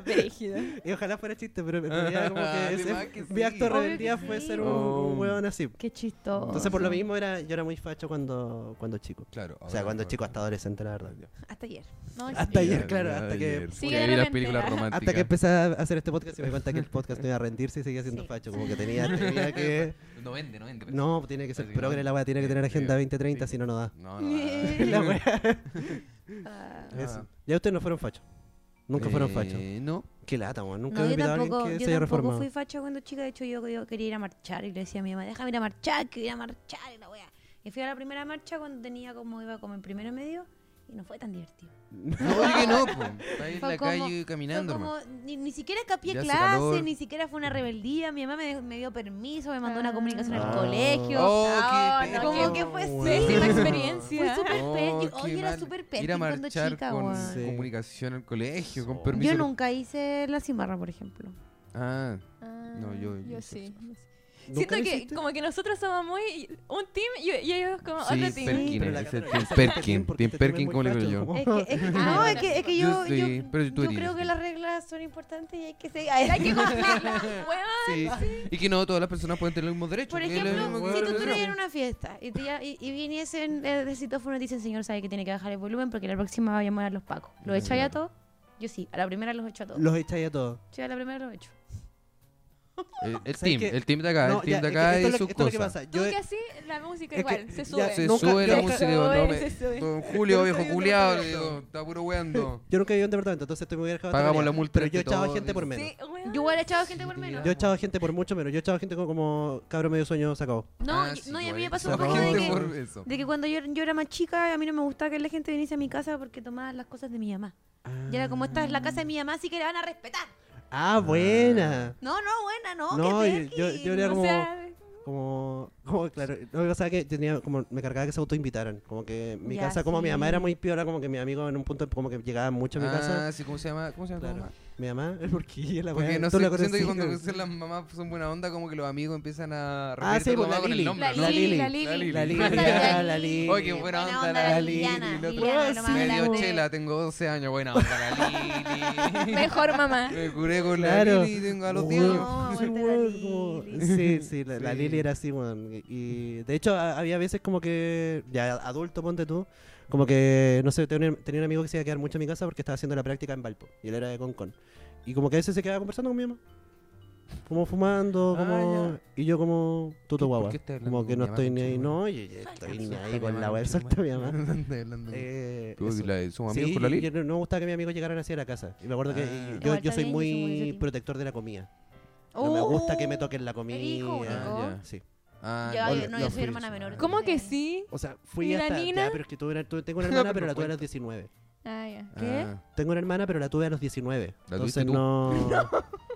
Speaker 5: Brígido.
Speaker 3: y ojalá fuera chiste, pero en realidad como
Speaker 4: Ah,
Speaker 3: que
Speaker 4: de
Speaker 3: ese-
Speaker 4: más que
Speaker 3: mi
Speaker 4: sí.
Speaker 3: acto de
Speaker 2: Obvio que
Speaker 3: rebeldía fue
Speaker 2: sí.
Speaker 3: ser un,
Speaker 4: Oh.
Speaker 3: un weón así.
Speaker 2: Qué chistoso.
Speaker 3: Entonces por lo mismo era, yo era muy facho cuando, cuando chico.
Speaker 4: Claro.
Speaker 3: O sea, cuando chico hasta adolescente, la verdad.
Speaker 2: Hasta ayer. No,
Speaker 3: Hasta ayer, claro, hasta que...
Speaker 5: Sí,
Speaker 4: Porque vi
Speaker 5: de
Speaker 4: las
Speaker 5: repente.
Speaker 4: películas
Speaker 5: Hasta
Speaker 4: románticas.
Speaker 3: Hasta que empecé a hacer este podcast y me di cuenta que el podcast no iba a rendirse y seguía siendo
Speaker 2: Sí.
Speaker 3: facho. Como que tenía, tenía que...
Speaker 4: No vende, no vende.
Speaker 3: No, tiene que ser
Speaker 4: Así que no.
Speaker 3: progre la weá, tiene que tener
Speaker 4: Sí,
Speaker 3: agenda
Speaker 4: sí.
Speaker 3: 2030,
Speaker 4: Sí.
Speaker 3: si no, no da.
Speaker 4: No, no, no, no.
Speaker 3: La weá.
Speaker 2: Ah.
Speaker 3: Eso. Ya ustedes no fueron fachos. Nunca fueron fachos.
Speaker 4: Eh, No.
Speaker 3: Qué lata, weón. Nunca
Speaker 2: No,
Speaker 3: he
Speaker 2: yo
Speaker 3: invitado a
Speaker 2: tampoco,
Speaker 3: alguien que
Speaker 2: yo
Speaker 3: se haya
Speaker 2: tampoco
Speaker 3: reformado.
Speaker 2: fui facha cuando chica. De hecho, yo, yo quería ir a marchar y le decía a mi mamá, déjame ir a marchar, que voy a ir a marchar y la wea. Y fui a la primera marcha cuando tenía como, iba como en primero medio y no fue tan divertido.
Speaker 4: No, oye que no, po. Está ahí en
Speaker 2: Fue
Speaker 4: la
Speaker 2: como-
Speaker 4: calle
Speaker 2: Fue
Speaker 4: caminando, hermano.
Speaker 2: como, ni, ni siquiera escapé
Speaker 4: Ya
Speaker 2: a
Speaker 4: hace
Speaker 2: clase,
Speaker 4: calor.
Speaker 2: ni siquiera fue una rebeldía. Mi mamá me, dejó- me dio permiso, me mandó
Speaker 5: Ah.
Speaker 2: una comunicación al
Speaker 3: Ah.
Speaker 2: colegio.
Speaker 4: Oh,
Speaker 5: Ah,
Speaker 4: qué
Speaker 5: no,
Speaker 4: pena.
Speaker 2: como que fue
Speaker 3: Wow.
Speaker 2: así.
Speaker 5: Pésima
Speaker 2: Fue
Speaker 5: experiencia.
Speaker 2: súper
Speaker 4: Oh,
Speaker 2: penqui.
Speaker 4: qué
Speaker 2: Oye, era
Speaker 4: mal.
Speaker 2: súper
Speaker 4: Ir a
Speaker 2: penqui cuando
Speaker 4: marchar
Speaker 2: chica,
Speaker 4: con
Speaker 2: weón.
Speaker 3: Sí.
Speaker 4: comunicación al colegio, con
Speaker 3: Yo
Speaker 4: permiso.
Speaker 2: Yo
Speaker 4: de los-
Speaker 2: nunca hice la cimarra, por ejemplo.
Speaker 4: Ah,
Speaker 5: Ah,
Speaker 4: No, yo- yo
Speaker 5: yo
Speaker 4: sí.
Speaker 5: sí. Siento
Speaker 3: ¿Nunca lo
Speaker 5: que
Speaker 3: hiciste?
Speaker 5: como que nosotros somos muy un team y, y ellos como
Speaker 4: Sí,
Speaker 5: otro team.
Speaker 4: Perkin,
Speaker 3: pero la
Speaker 4: ese
Speaker 3: Carola-
Speaker 4: Tim Perkin,
Speaker 3: porque
Speaker 4: Tim
Speaker 3: te
Speaker 4: Perkin,
Speaker 3: tiene
Speaker 4: ¿cómo le
Speaker 3: muy
Speaker 4: digo
Speaker 3: cacho,
Speaker 4: yo?
Speaker 3: como-
Speaker 2: Es que, es que- no, es que, es que yo,
Speaker 4: Ah, Yo sí,
Speaker 2: yo-
Speaker 4: pero
Speaker 2: yo
Speaker 4: tú eres,
Speaker 2: creo
Speaker 4: sí.
Speaker 2: que las reglas son importantes y hay que seguir. Hay
Speaker 5: Hay que cumplirla, weón.
Speaker 4: Sí. Y que no todas las personas pueden tener los mismos derechos.
Speaker 2: Por
Speaker 4: que es lo
Speaker 2: ejemplo,
Speaker 4: mismo que
Speaker 2: si tú
Speaker 4: nosotros
Speaker 2: estuvieras en
Speaker 4: hacemos.
Speaker 2: una fiesta y, te lla- y, y viniesen eh, de citófono y te dicen, señor, sabe que tiene que bajar el volumen porque la próxima va a llamar a los pacos. ¿Los echáis a
Speaker 4: Claro.
Speaker 2: todos? Yo sí, a la primera los echo a todos.
Speaker 3: Los echáis a todos.
Speaker 2: Yo a la primera los echo.
Speaker 4: El, Eh, el
Speaker 3: ¿Sabes
Speaker 4: team,
Speaker 3: qué?
Speaker 4: el team de acá,
Speaker 3: No,
Speaker 4: el team
Speaker 3: ya,
Speaker 4: de
Speaker 3: es que
Speaker 4: acá
Speaker 3: esto
Speaker 4: y
Speaker 3: es lo-
Speaker 4: sus
Speaker 3: esto es lo que
Speaker 4: cosas.
Speaker 3: pasa.
Speaker 5: Tú
Speaker 3: Yo-
Speaker 5: que así, la música
Speaker 3: es
Speaker 5: igual,
Speaker 3: que
Speaker 5: se
Speaker 3: ya-
Speaker 5: sube.
Speaker 4: Se
Speaker 3: Nunca-
Speaker 4: sube la
Speaker 3: yo-
Speaker 4: música. digo, no,
Speaker 5: Sube,
Speaker 4: me-
Speaker 5: se sube.
Speaker 4: Don Julio,
Speaker 5: Yo
Speaker 4: viejo
Speaker 5: nunca he
Speaker 4: culiado,
Speaker 5: visto
Speaker 4: le digo, está puro weando.
Speaker 3: Yo nunca viví en departamento, entonces estoy muy bien dejado de
Speaker 4: Pagamos
Speaker 3: tarea.
Speaker 4: la multa
Speaker 3: Pero yo
Speaker 4: entre
Speaker 3: he echado
Speaker 4: todos,
Speaker 3: gente por
Speaker 4: dice.
Speaker 3: menos.
Speaker 5: Sí, weón.
Speaker 2: Yo igual he echado gente por menos.
Speaker 3: Ah, Yo he echado gente por mucho menos. Yo he echado gente co- como cabro medio sueño se acabó.
Speaker 2: No,
Speaker 4: Ah,
Speaker 2: y-
Speaker 4: sí,
Speaker 2: no, y a mí
Speaker 4: güey,
Speaker 2: me pasó
Speaker 4: se
Speaker 2: un poco
Speaker 4: acabó
Speaker 2: de
Speaker 4: de
Speaker 2: que,
Speaker 4: por eso.
Speaker 2: de que cuando yo, yo era más chica, a mí no me gustaba que la gente viniese a mi casa porque tomaba las cosas de mi mamá. Y era como, esta es la casa de mi mamá, así que la van a respetar.
Speaker 3: Ah, buena.
Speaker 2: No, no, buena, no,
Speaker 3: No,
Speaker 2: que
Speaker 3: yo,
Speaker 2: perky.
Speaker 3: yo era
Speaker 5: O
Speaker 3: como,
Speaker 5: sea,
Speaker 3: como, como, claro, lo que pasa es que tenía, como, me cargaba que se autoinvitaran, como que mi
Speaker 2: Ya,
Speaker 3: casa, como mi mamá era
Speaker 2: sí.
Speaker 3: muy piola, como que mi amigo en un punto, como que llegaba mucho a mi casa,
Speaker 4: Ah, sí, ¿cómo se llama? ¿Cómo se llama? tu
Speaker 3: Claro.
Speaker 4: mamá?
Speaker 3: mi mamá, es porque la
Speaker 4: Porque
Speaker 3: weá,
Speaker 4: no
Speaker 3: tú
Speaker 4: sé,
Speaker 3: la
Speaker 4: siento que
Speaker 3: conocí,
Speaker 4: cuando
Speaker 3: como-
Speaker 4: crecen las mamás son buena onda, como que los amigos empiezan a
Speaker 3: Ah,
Speaker 4: referirte
Speaker 3: sí,
Speaker 4: a tu
Speaker 3: pues, la
Speaker 4: mamá con el
Speaker 3: Lili.
Speaker 4: nombre.
Speaker 5: la
Speaker 4: ¿no?
Speaker 3: La
Speaker 5: Lili,
Speaker 3: Lili.
Speaker 5: la Lili.
Speaker 4: La Lili.
Speaker 3: La Lili,
Speaker 2: Pasa de
Speaker 3: ya,
Speaker 2: Lili.
Speaker 3: la Lili.
Speaker 4: Oye, qué buena
Speaker 2: Buena
Speaker 4: onda
Speaker 2: onda la
Speaker 4: la
Speaker 2: Liliana,
Speaker 4: Lili. loco.
Speaker 2: Liliana, lo más
Speaker 4: Me dio
Speaker 2: grande.
Speaker 4: chela, tengo 12 años, buena onda la Lili.
Speaker 5: Mejor mamá.
Speaker 4: Me curé con
Speaker 3: Claro.
Speaker 4: la Lili, tengo a los
Speaker 3: Wow.
Speaker 4: 10 años.
Speaker 3: Sí,
Speaker 2: aguante la
Speaker 3: weón, como-
Speaker 2: Lili.
Speaker 3: Sí, sí, la, la
Speaker 4: Sí.
Speaker 3: Lili era así, weón. Y- Y de hecho, a- había veces como que, ya adulto, ponte tú, como que, no sé, tenía, tenía un amigo que se iba a quedar mucho en mi casa porque estaba haciendo la práctica en Valpo. Y él era de Concon. Y como que a veces se quedaba conversando con mi mamá. Como fumando,
Speaker 4: Ah,
Speaker 3: como. y yo como tuto
Speaker 4: ¿Por
Speaker 3: guagua.
Speaker 4: qué estás hablando
Speaker 3: Como
Speaker 4: con
Speaker 3: que
Speaker 4: mi
Speaker 3: no
Speaker 4: mamá,
Speaker 3: estoy ni ahí,
Speaker 4: conchetumare?
Speaker 3: no, y y estoy ni ahí con la web, suelta
Speaker 4: suelta
Speaker 3: mi mamá.
Speaker 4: hablando?
Speaker 3: Eh,
Speaker 4: Mm. ¿Tú
Speaker 3: eso.
Speaker 4: y la de sus amigos
Speaker 3: Sí,
Speaker 4: con la
Speaker 3: y-
Speaker 4: Lili?
Speaker 3: y no no me gustaba que mis amigos llegaran así a la casa. Y me acuerdo que
Speaker 4: Ah.
Speaker 3: y- y yo,
Speaker 2: Igual
Speaker 3: yo soy
Speaker 2: también, yo soy muy
Speaker 3: muy
Speaker 2: sensitiva.
Speaker 3: protector de la comida. No
Speaker 2: Oh,
Speaker 3: me gusta que me toquen la comida.
Speaker 2: hijo único.
Speaker 4: Ah, ya.
Speaker 3: Sí.
Speaker 4: Ah,
Speaker 2: Yo-
Speaker 4: hola,
Speaker 2: no,
Speaker 4: los
Speaker 2: yo soy
Speaker 4: Fritz.
Speaker 2: hermana menor.
Speaker 5: ¿Cómo que sí?
Speaker 3: O sea, fui
Speaker 5: ¿Y la
Speaker 3: hasta. ya,
Speaker 5: Nina?
Speaker 3: pero es que tuve una- tuve- tengo una hermana,
Speaker 4: No,
Speaker 3: pero
Speaker 4: pero
Speaker 3: la tuve a
Speaker 4: cuenta.
Speaker 3: los 19.
Speaker 5: Ah, ya.
Speaker 2: ¿Qué?
Speaker 4: Ah.
Speaker 3: Tengo una hermana, pero la tuve a los 19.
Speaker 4: ¿La tuviste
Speaker 3: Entonces
Speaker 4: tú?
Speaker 3: no.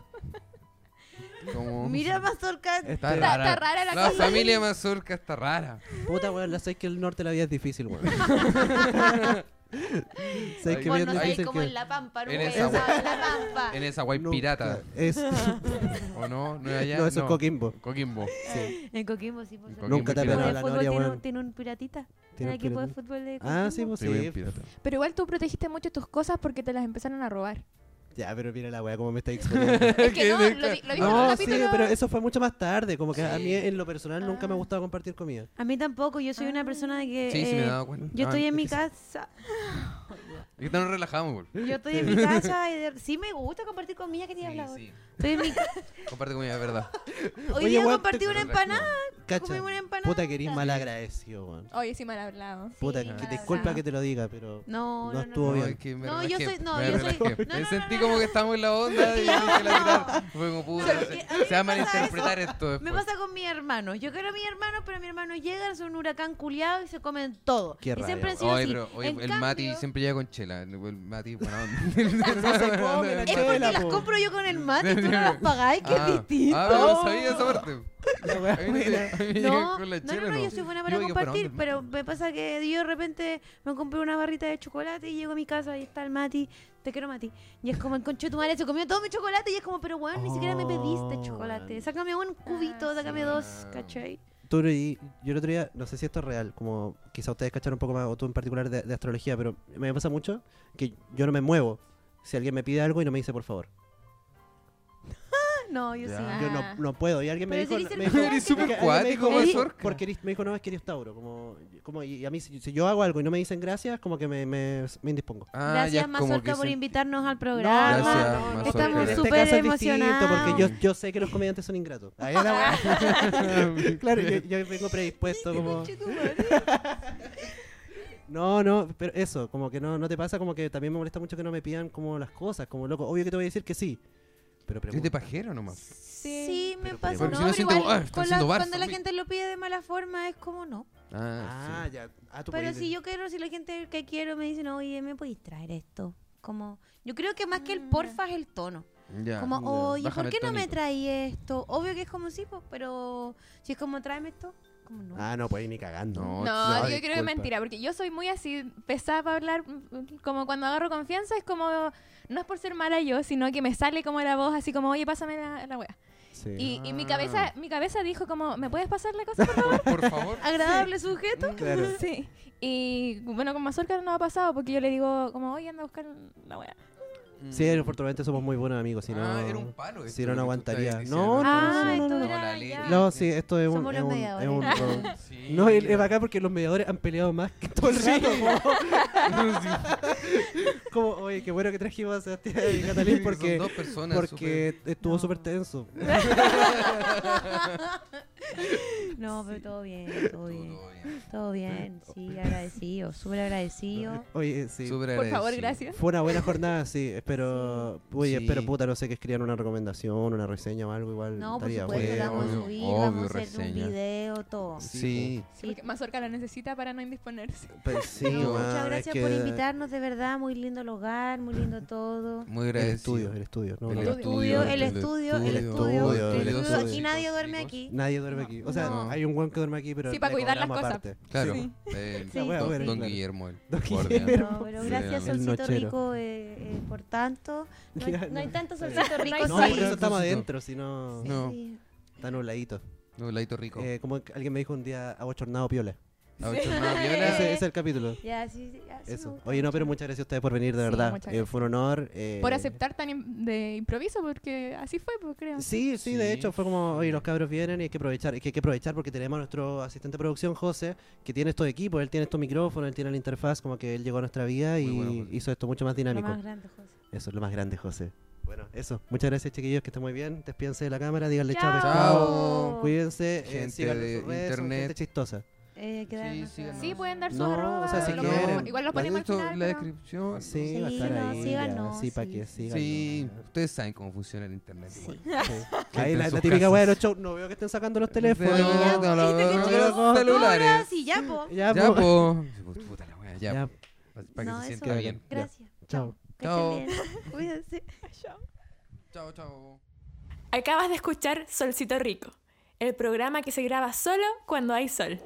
Speaker 4: Como-
Speaker 2: Mira, Mazorca.
Speaker 3: Este-
Speaker 5: Está- está rara la cosa.
Speaker 4: familia mazorca está rara.
Speaker 3: Puta, weón, la sabéis que el norte de la vida es difícil, weón. sabéis que
Speaker 4: Vos
Speaker 3: bien
Speaker 2: Bueno, no sabéis
Speaker 3: difícil
Speaker 2: cómo
Speaker 3: que-
Speaker 2: en La Pampa,
Speaker 4: En
Speaker 2: Uruguay, en
Speaker 4: esa-
Speaker 2: La Pampa.
Speaker 4: En esa guay
Speaker 3: No,
Speaker 4: pirata.
Speaker 3: claro, es-
Speaker 4: ¿O no? ¿No es allá?
Speaker 3: no, eso es Coquimbo.
Speaker 4: Coquimbo.
Speaker 2: En Coquimbo, sí, pues, por
Speaker 4: Coquimbo.
Speaker 2: supuesto.
Speaker 3: Nunca te
Speaker 4: pirata.
Speaker 3: perdona la
Speaker 2: Bueno, el fútbol
Speaker 3: noria,
Speaker 2: tiene,
Speaker 3: weón.
Speaker 2: un, tiene un piratita. Tiene
Speaker 3: Tiene
Speaker 2: un
Speaker 3: un
Speaker 2: equipo de
Speaker 3: pirata.
Speaker 2: fútbol de
Speaker 3: Ah, sí,
Speaker 2: Coquimbo.
Speaker 3: pues
Speaker 4: Sí, buen
Speaker 3: sí.
Speaker 4: pirata.
Speaker 5: Pero igual tú protegiste mucho tus cosas porque te las empezaron a robar.
Speaker 3: Ya, pero mira la weá, cómo me está exponiendo.
Speaker 5: Es que no, lo, vi- lo viste en un
Speaker 3: no, Ah, sí,
Speaker 5: capítulo.
Speaker 3: pero eso fue mucho más tarde. Como que a mí, en lo personal, nunca me ha
Speaker 5: Ah.
Speaker 3: gustado compartir comida.
Speaker 2: A mí tampoco, yo soy una persona de que...
Speaker 4: Sí, sí me he
Speaker 2: eh,
Speaker 4: dado cuenta.
Speaker 2: Yo estoy
Speaker 4: Ah,
Speaker 2: en mi
Speaker 4: es que
Speaker 2: casa,
Speaker 4: sí. Es que nos relajamos, güey.
Speaker 2: yo estoy en mi casa y de- sí me gusta compartir comida que te hablas.
Speaker 4: Sí, sí.
Speaker 2: Estoy en mi ca-
Speaker 4: Comparte conmigo, es verdad.
Speaker 2: Hoy
Speaker 3: Oye,
Speaker 2: día
Speaker 3: weón,
Speaker 2: compartí
Speaker 3: te-
Speaker 2: una empanada. Comí una empanada.
Speaker 3: Puta que eres mal agradecido, weón.
Speaker 5: Oye, sí, mal hablado.
Speaker 3: Puta,
Speaker 2: Sí,
Speaker 3: que
Speaker 2: mal
Speaker 3: disculpa
Speaker 2: hablado.
Speaker 3: que te lo diga, pero.
Speaker 2: No,
Speaker 3: No
Speaker 2: no, no.
Speaker 3: estuvo
Speaker 2: no.
Speaker 3: bien.
Speaker 4: es que me
Speaker 2: No, yo
Speaker 4: relajé,
Speaker 2: soy- no,
Speaker 4: me
Speaker 2: yo soy-
Speaker 4: relajé.
Speaker 2: no,
Speaker 4: Me
Speaker 2: no,
Speaker 4: sentí
Speaker 2: no,
Speaker 4: como
Speaker 2: no.
Speaker 4: que estamos en la onda y dije la tirada. Fue como puta.
Speaker 2: ¿Sabes
Speaker 4: Se
Speaker 2: qué? A mí
Speaker 4: se va a
Speaker 2: me pasa
Speaker 4: malinterpretar esto
Speaker 2: Me
Speaker 4: después.
Speaker 2: pasa con mi hermano. Yo quiero a mi hermano, pero mi hermano llega, es un huracán culiado y se comen todo.
Speaker 3: Qué
Speaker 2: y
Speaker 3: rabia.
Speaker 2: siempre han sido
Speaker 4: Oye,
Speaker 2: así.
Speaker 4: pero oye,
Speaker 2: En
Speaker 4: el
Speaker 2: cambio,
Speaker 4: Mati siempre llega con chela. El el Mati, buena onda.
Speaker 3: se come la
Speaker 2: Es
Speaker 3: chela.
Speaker 2: porque las
Speaker 3: po.
Speaker 2: compro yo con el mate y tú no las pagáis, que es distinto.
Speaker 4: Ah, no sabía esa parte.
Speaker 3: La weá buena.
Speaker 2: No, no, no, no, yo soy buena para compartir, pero me pasa que yo de repente me compré una barrita de chocolate y llego a mi casa y está el Mati, te quiero Mati. Y es como el conche de tu madre se comió todo mi chocolate y es como, pero weón, ni siquiera me pediste
Speaker 3: Oh,
Speaker 2: chocolate.
Speaker 3: weón.
Speaker 2: Sácame un cubito,
Speaker 5: Ah,
Speaker 2: sácame
Speaker 4: sí.
Speaker 2: dos, ¿cachai?
Speaker 3: Tú leí- yo el otro día, no sé si esto es real, como quizá ustedes cacharon un poco más, o tú en particular de, de astrología, pero me pasa mucho que yo no me muevo si alguien me pide algo y no me dice por favor.
Speaker 2: No, yo
Speaker 4: Ya.
Speaker 2: sí.
Speaker 3: Yo no, no puedo. Y alguien me
Speaker 2: Pero
Speaker 3: dijo.
Speaker 2: si eres
Speaker 3: me
Speaker 2: el
Speaker 3: dijo-
Speaker 2: Eres
Speaker 3: es que
Speaker 4: súper
Speaker 3: alguien me
Speaker 4: cuático,
Speaker 3: dijo,
Speaker 4: Mazorca.
Speaker 3: Porque eres- me dijo, no, es que eres Tauro. Como, como, y a mí, si, si yo hago algo y no me dicen gracias, como que me, me, me indispongo.
Speaker 4: Ah,
Speaker 2: Gracias, Mazorca, por invitarnos al programa.
Speaker 4: Gracias,
Speaker 3: no,
Speaker 4: Mazorca.
Speaker 3: en este
Speaker 2: Estamos
Speaker 3: caso es
Speaker 2: súper
Speaker 3: distinto,
Speaker 2: emocionados.
Speaker 3: Porque yo, yo sé que los comediantes son ingratos. Ahí es la weá. Claro, yo, yo vengo predispuesto como... No, no, pero eso, como que no, no te pasa, como que también me molesta mucho que no me pidan como las cosas, como loco. Obvio que te voy a decir que sí, pero
Speaker 4: Es de
Speaker 3: pregunta.
Speaker 4: pajero nomás.
Speaker 2: Sí,
Speaker 5: Sí,
Speaker 2: me
Speaker 3: pero-
Speaker 2: pasa.
Speaker 3: porque
Speaker 2: no,
Speaker 4: si no
Speaker 2: pero
Speaker 4: siento-
Speaker 2: igual,
Speaker 4: ah, están
Speaker 2: con la-
Speaker 4: siendo Barça,
Speaker 2: cuando la
Speaker 4: mi-
Speaker 2: gente lo pide de mala forma, es como no.
Speaker 4: Ah,
Speaker 3: Ah, ya. Ah, tú
Speaker 2: Pero
Speaker 3: podías-
Speaker 2: si yo quiero, si la gente que quiero me dice, no, oye, ¿me podéis traer esto? Como, yo creo que más que el porfa es el tono.
Speaker 4: sí. Ya.
Speaker 2: Como,
Speaker 3: Ah, ya.
Speaker 2: oye,
Speaker 4: Bájame
Speaker 2: ¿por qué
Speaker 4: el
Speaker 2: no me
Speaker 4: tónico".
Speaker 2: traí esto? Obvio que es como sí, po, pero si es como tráeme esto, Como no.
Speaker 3: Ah, no, pues ni cagando.
Speaker 4: No,
Speaker 5: No,
Speaker 3: no,
Speaker 5: yo creo que
Speaker 3: disculpa.
Speaker 5: es mentira, porque yo soy muy así, pesada para hablar, mm, como cuando agarro confianza, es como, no es por ser mala yo, sino que me sale como la voz, así como, oye, pásame la, la wea.
Speaker 3: Sí.
Speaker 5: Y, y mi
Speaker 4: Ah.
Speaker 5: cabeza mi cabeza dijo como, ¿me puedes pasar la cosa, por favor?
Speaker 4: Por, por favor.
Speaker 2: Agradable sujeto.
Speaker 3: Claro.
Speaker 5: Sí. Y bueno, con Mazorca no ha pasado, porque yo le digo como, oye, anda a buscar la wea.
Speaker 3: Sí, afortunadamente somos muy buenos amigos, si no...
Speaker 4: Mm. Ah, era un palo.
Speaker 3: si no, no aguantaría. No,
Speaker 4: No,
Speaker 2: Ah,
Speaker 3: no,
Speaker 2: esto
Speaker 3: no, no.
Speaker 2: era
Speaker 4: Hola,
Speaker 2: ya.
Speaker 4: Lady.
Speaker 3: No, sí, esto es un...
Speaker 2: Somos
Speaker 3: es
Speaker 2: los
Speaker 3: un- es un-
Speaker 2: mediadores.
Speaker 4: Sí.
Speaker 3: No, es, es bacán porque los mediadores han peleado más que todo el rato. Como, como, oye, qué bueno que trajimos a Sebastián y Catalín
Speaker 4: Son
Speaker 3: porque,
Speaker 4: dos personas.
Speaker 3: porque estuvo
Speaker 2: No.
Speaker 3: súper tenso.
Speaker 2: No, pero todo bien, todo bien. Todo bien, sí, agradecido, súper agradecido.
Speaker 3: Oye, eh, sí.
Speaker 5: Por favor, gracias.
Speaker 3: Fue una buena jornada, sí. Espero, oye,
Speaker 4: Sí.
Speaker 3: espero puta, no sé, que escriban una recomendación, una reseña o algo igual.
Speaker 2: No, por
Speaker 3: estaría
Speaker 2: supuesto,
Speaker 4: bueno,
Speaker 2: la vamos a
Speaker 4: obvio,
Speaker 2: subir,
Speaker 4: obvio,
Speaker 2: vamos a hacer un
Speaker 4: reseña.
Speaker 2: video, todo.
Speaker 3: Sí,
Speaker 4: Sí.
Speaker 2: Sí,
Speaker 5: Porque Mazorca lo necesita para no indisponerse.
Speaker 3: Pues sí,
Speaker 2: No,
Speaker 3: weón,
Speaker 2: muchas
Speaker 3: es
Speaker 2: gracias
Speaker 3: que
Speaker 2: por invitarnos, de verdad, muy lindo el hogar, muy lindo todo.
Speaker 4: pues. Muy
Speaker 3: El estudio,
Speaker 4: agradecido.
Speaker 3: el estudio. no,
Speaker 4: El
Speaker 3: no.
Speaker 5: estudio.
Speaker 2: Estudio, el estudio, el estudio,
Speaker 3: estudio,
Speaker 2: el
Speaker 3: el
Speaker 2: estudio. Aquí
Speaker 3: estudio.
Speaker 2: nadie duerme aquí.
Speaker 3: Nadie duerme aquí. O sea,
Speaker 4: No.
Speaker 3: hay un guan que duerme aquí, pero.
Speaker 5: Sí, para
Speaker 3: le
Speaker 5: cuidar las
Speaker 3: cobramos
Speaker 5: cosas.
Speaker 3: aparte.
Speaker 4: Claro.
Speaker 5: Sí.
Speaker 4: eh,
Speaker 2: Sí, sí,
Speaker 4: don, don
Speaker 3: claro.
Speaker 4: Guillermo. el
Speaker 3: Don
Speaker 4: guardián.
Speaker 3: Guillermo.
Speaker 2: No, pero
Speaker 4: Sí,
Speaker 2: gracias,
Speaker 4: el
Speaker 2: Solcito
Speaker 3: nochero.
Speaker 2: Rico, eh, eh, por tanto. No hay, no hay tanto Solcito Rico,
Speaker 3: No, por
Speaker 2: sí.
Speaker 3: eso estamos
Speaker 4: Sí.
Speaker 3: adentro, si no.
Speaker 4: No.
Speaker 2: Sí.
Speaker 3: Está nubladito.
Speaker 4: No, Laito Rico.
Speaker 3: Eh, como que alguien me dijo un día, abochornado piola.
Speaker 4: A ver, chornada viola.
Speaker 3: Ese, ese es el capítulo.
Speaker 2: Ya, sí, sí, ya, sí me
Speaker 3: Eso.
Speaker 2: gusta
Speaker 3: Oye, no,
Speaker 2: mucho.
Speaker 3: pero muchas gracias a ustedes por venir, de
Speaker 5: Sí,
Speaker 3: verdad.
Speaker 5: muchas
Speaker 3: Eh, fue un honor. eh,
Speaker 5: Por aceptar tan im- de improviso, porque así fue, pues creo.
Speaker 3: Sí, sí, de
Speaker 4: Sí.
Speaker 3: hecho fue como, oye, los cabros vienen y hay que aprovechar, es que hay que aprovechar porque tenemos a nuestro asistente de producción, José, que tiene estos equipos, él tiene estos micrófonos, él tiene la interfaz, como que él llegó a nuestra vida y
Speaker 4: Muy bueno, José.
Speaker 3: hizo esto mucho más
Speaker 2: Lo
Speaker 3: dinámico.
Speaker 2: más grande, José.
Speaker 3: Eso es lo más grande, José. Bueno, eso. Muchas gracias, chiquillos, que estén muy bien. Despídense de la cámara, díganle chao,
Speaker 2: Chao.
Speaker 3: pescado.
Speaker 4: Chao.
Speaker 3: Cuídense,
Speaker 4: Gente
Speaker 3: eh, síganlo en
Speaker 4: de
Speaker 3: sus redes, son
Speaker 4: internet.
Speaker 3: gente chistosa.
Speaker 2: Eh, quedar
Speaker 4: Sí,
Speaker 2: nuestra-
Speaker 4: síganos.
Speaker 5: Sí, pueden dar su
Speaker 3: No,
Speaker 5: arroba.
Speaker 3: o sea, si
Speaker 5: lo-
Speaker 3: quieren.
Speaker 5: Igual lo
Speaker 4: Vale,
Speaker 5: ponemos al
Speaker 4: esto,
Speaker 5: final,
Speaker 4: La
Speaker 5: pero-
Speaker 4: descripción.
Speaker 3: Sí,
Speaker 2: Sí,
Speaker 3: va a estar
Speaker 2: no,
Speaker 3: ahí.
Speaker 2: Oh, síganos,
Speaker 3: ya, sí, para
Speaker 2: sí.
Speaker 3: que sigan.
Speaker 4: Sí, ustedes saben cómo funciona el internet. igual.
Speaker 2: Sí.
Speaker 3: Ahí
Speaker 4: en
Speaker 3: la,
Speaker 4: sus
Speaker 3: la típica
Speaker 4: casas.
Speaker 3: wea de los shows, no veo que estén sacando los teléfonos.
Speaker 2: Ya,
Speaker 4: Pero- No, no,
Speaker 2: ¿viste que
Speaker 4: no,
Speaker 2: tú
Speaker 4: no,
Speaker 2: eres
Speaker 4: no,
Speaker 2: doctora?
Speaker 4: celulares.
Speaker 2: Sí, ya, po.
Speaker 3: Ya,
Speaker 4: Ya,
Speaker 3: po.
Speaker 4: po. Puta la wea, ya.
Speaker 3: Ya,
Speaker 4: Para que
Speaker 2: No,
Speaker 4: se
Speaker 2: eso.
Speaker 4: sienta bien.
Speaker 2: Gracias.
Speaker 3: Chao.
Speaker 2: Que
Speaker 4: Chao.
Speaker 2: estén bien. Cuídense.
Speaker 4: Chao, chao.
Speaker 6: Acabas de escuchar Solcito Rico, el programa que se graba solo cuando hay sol.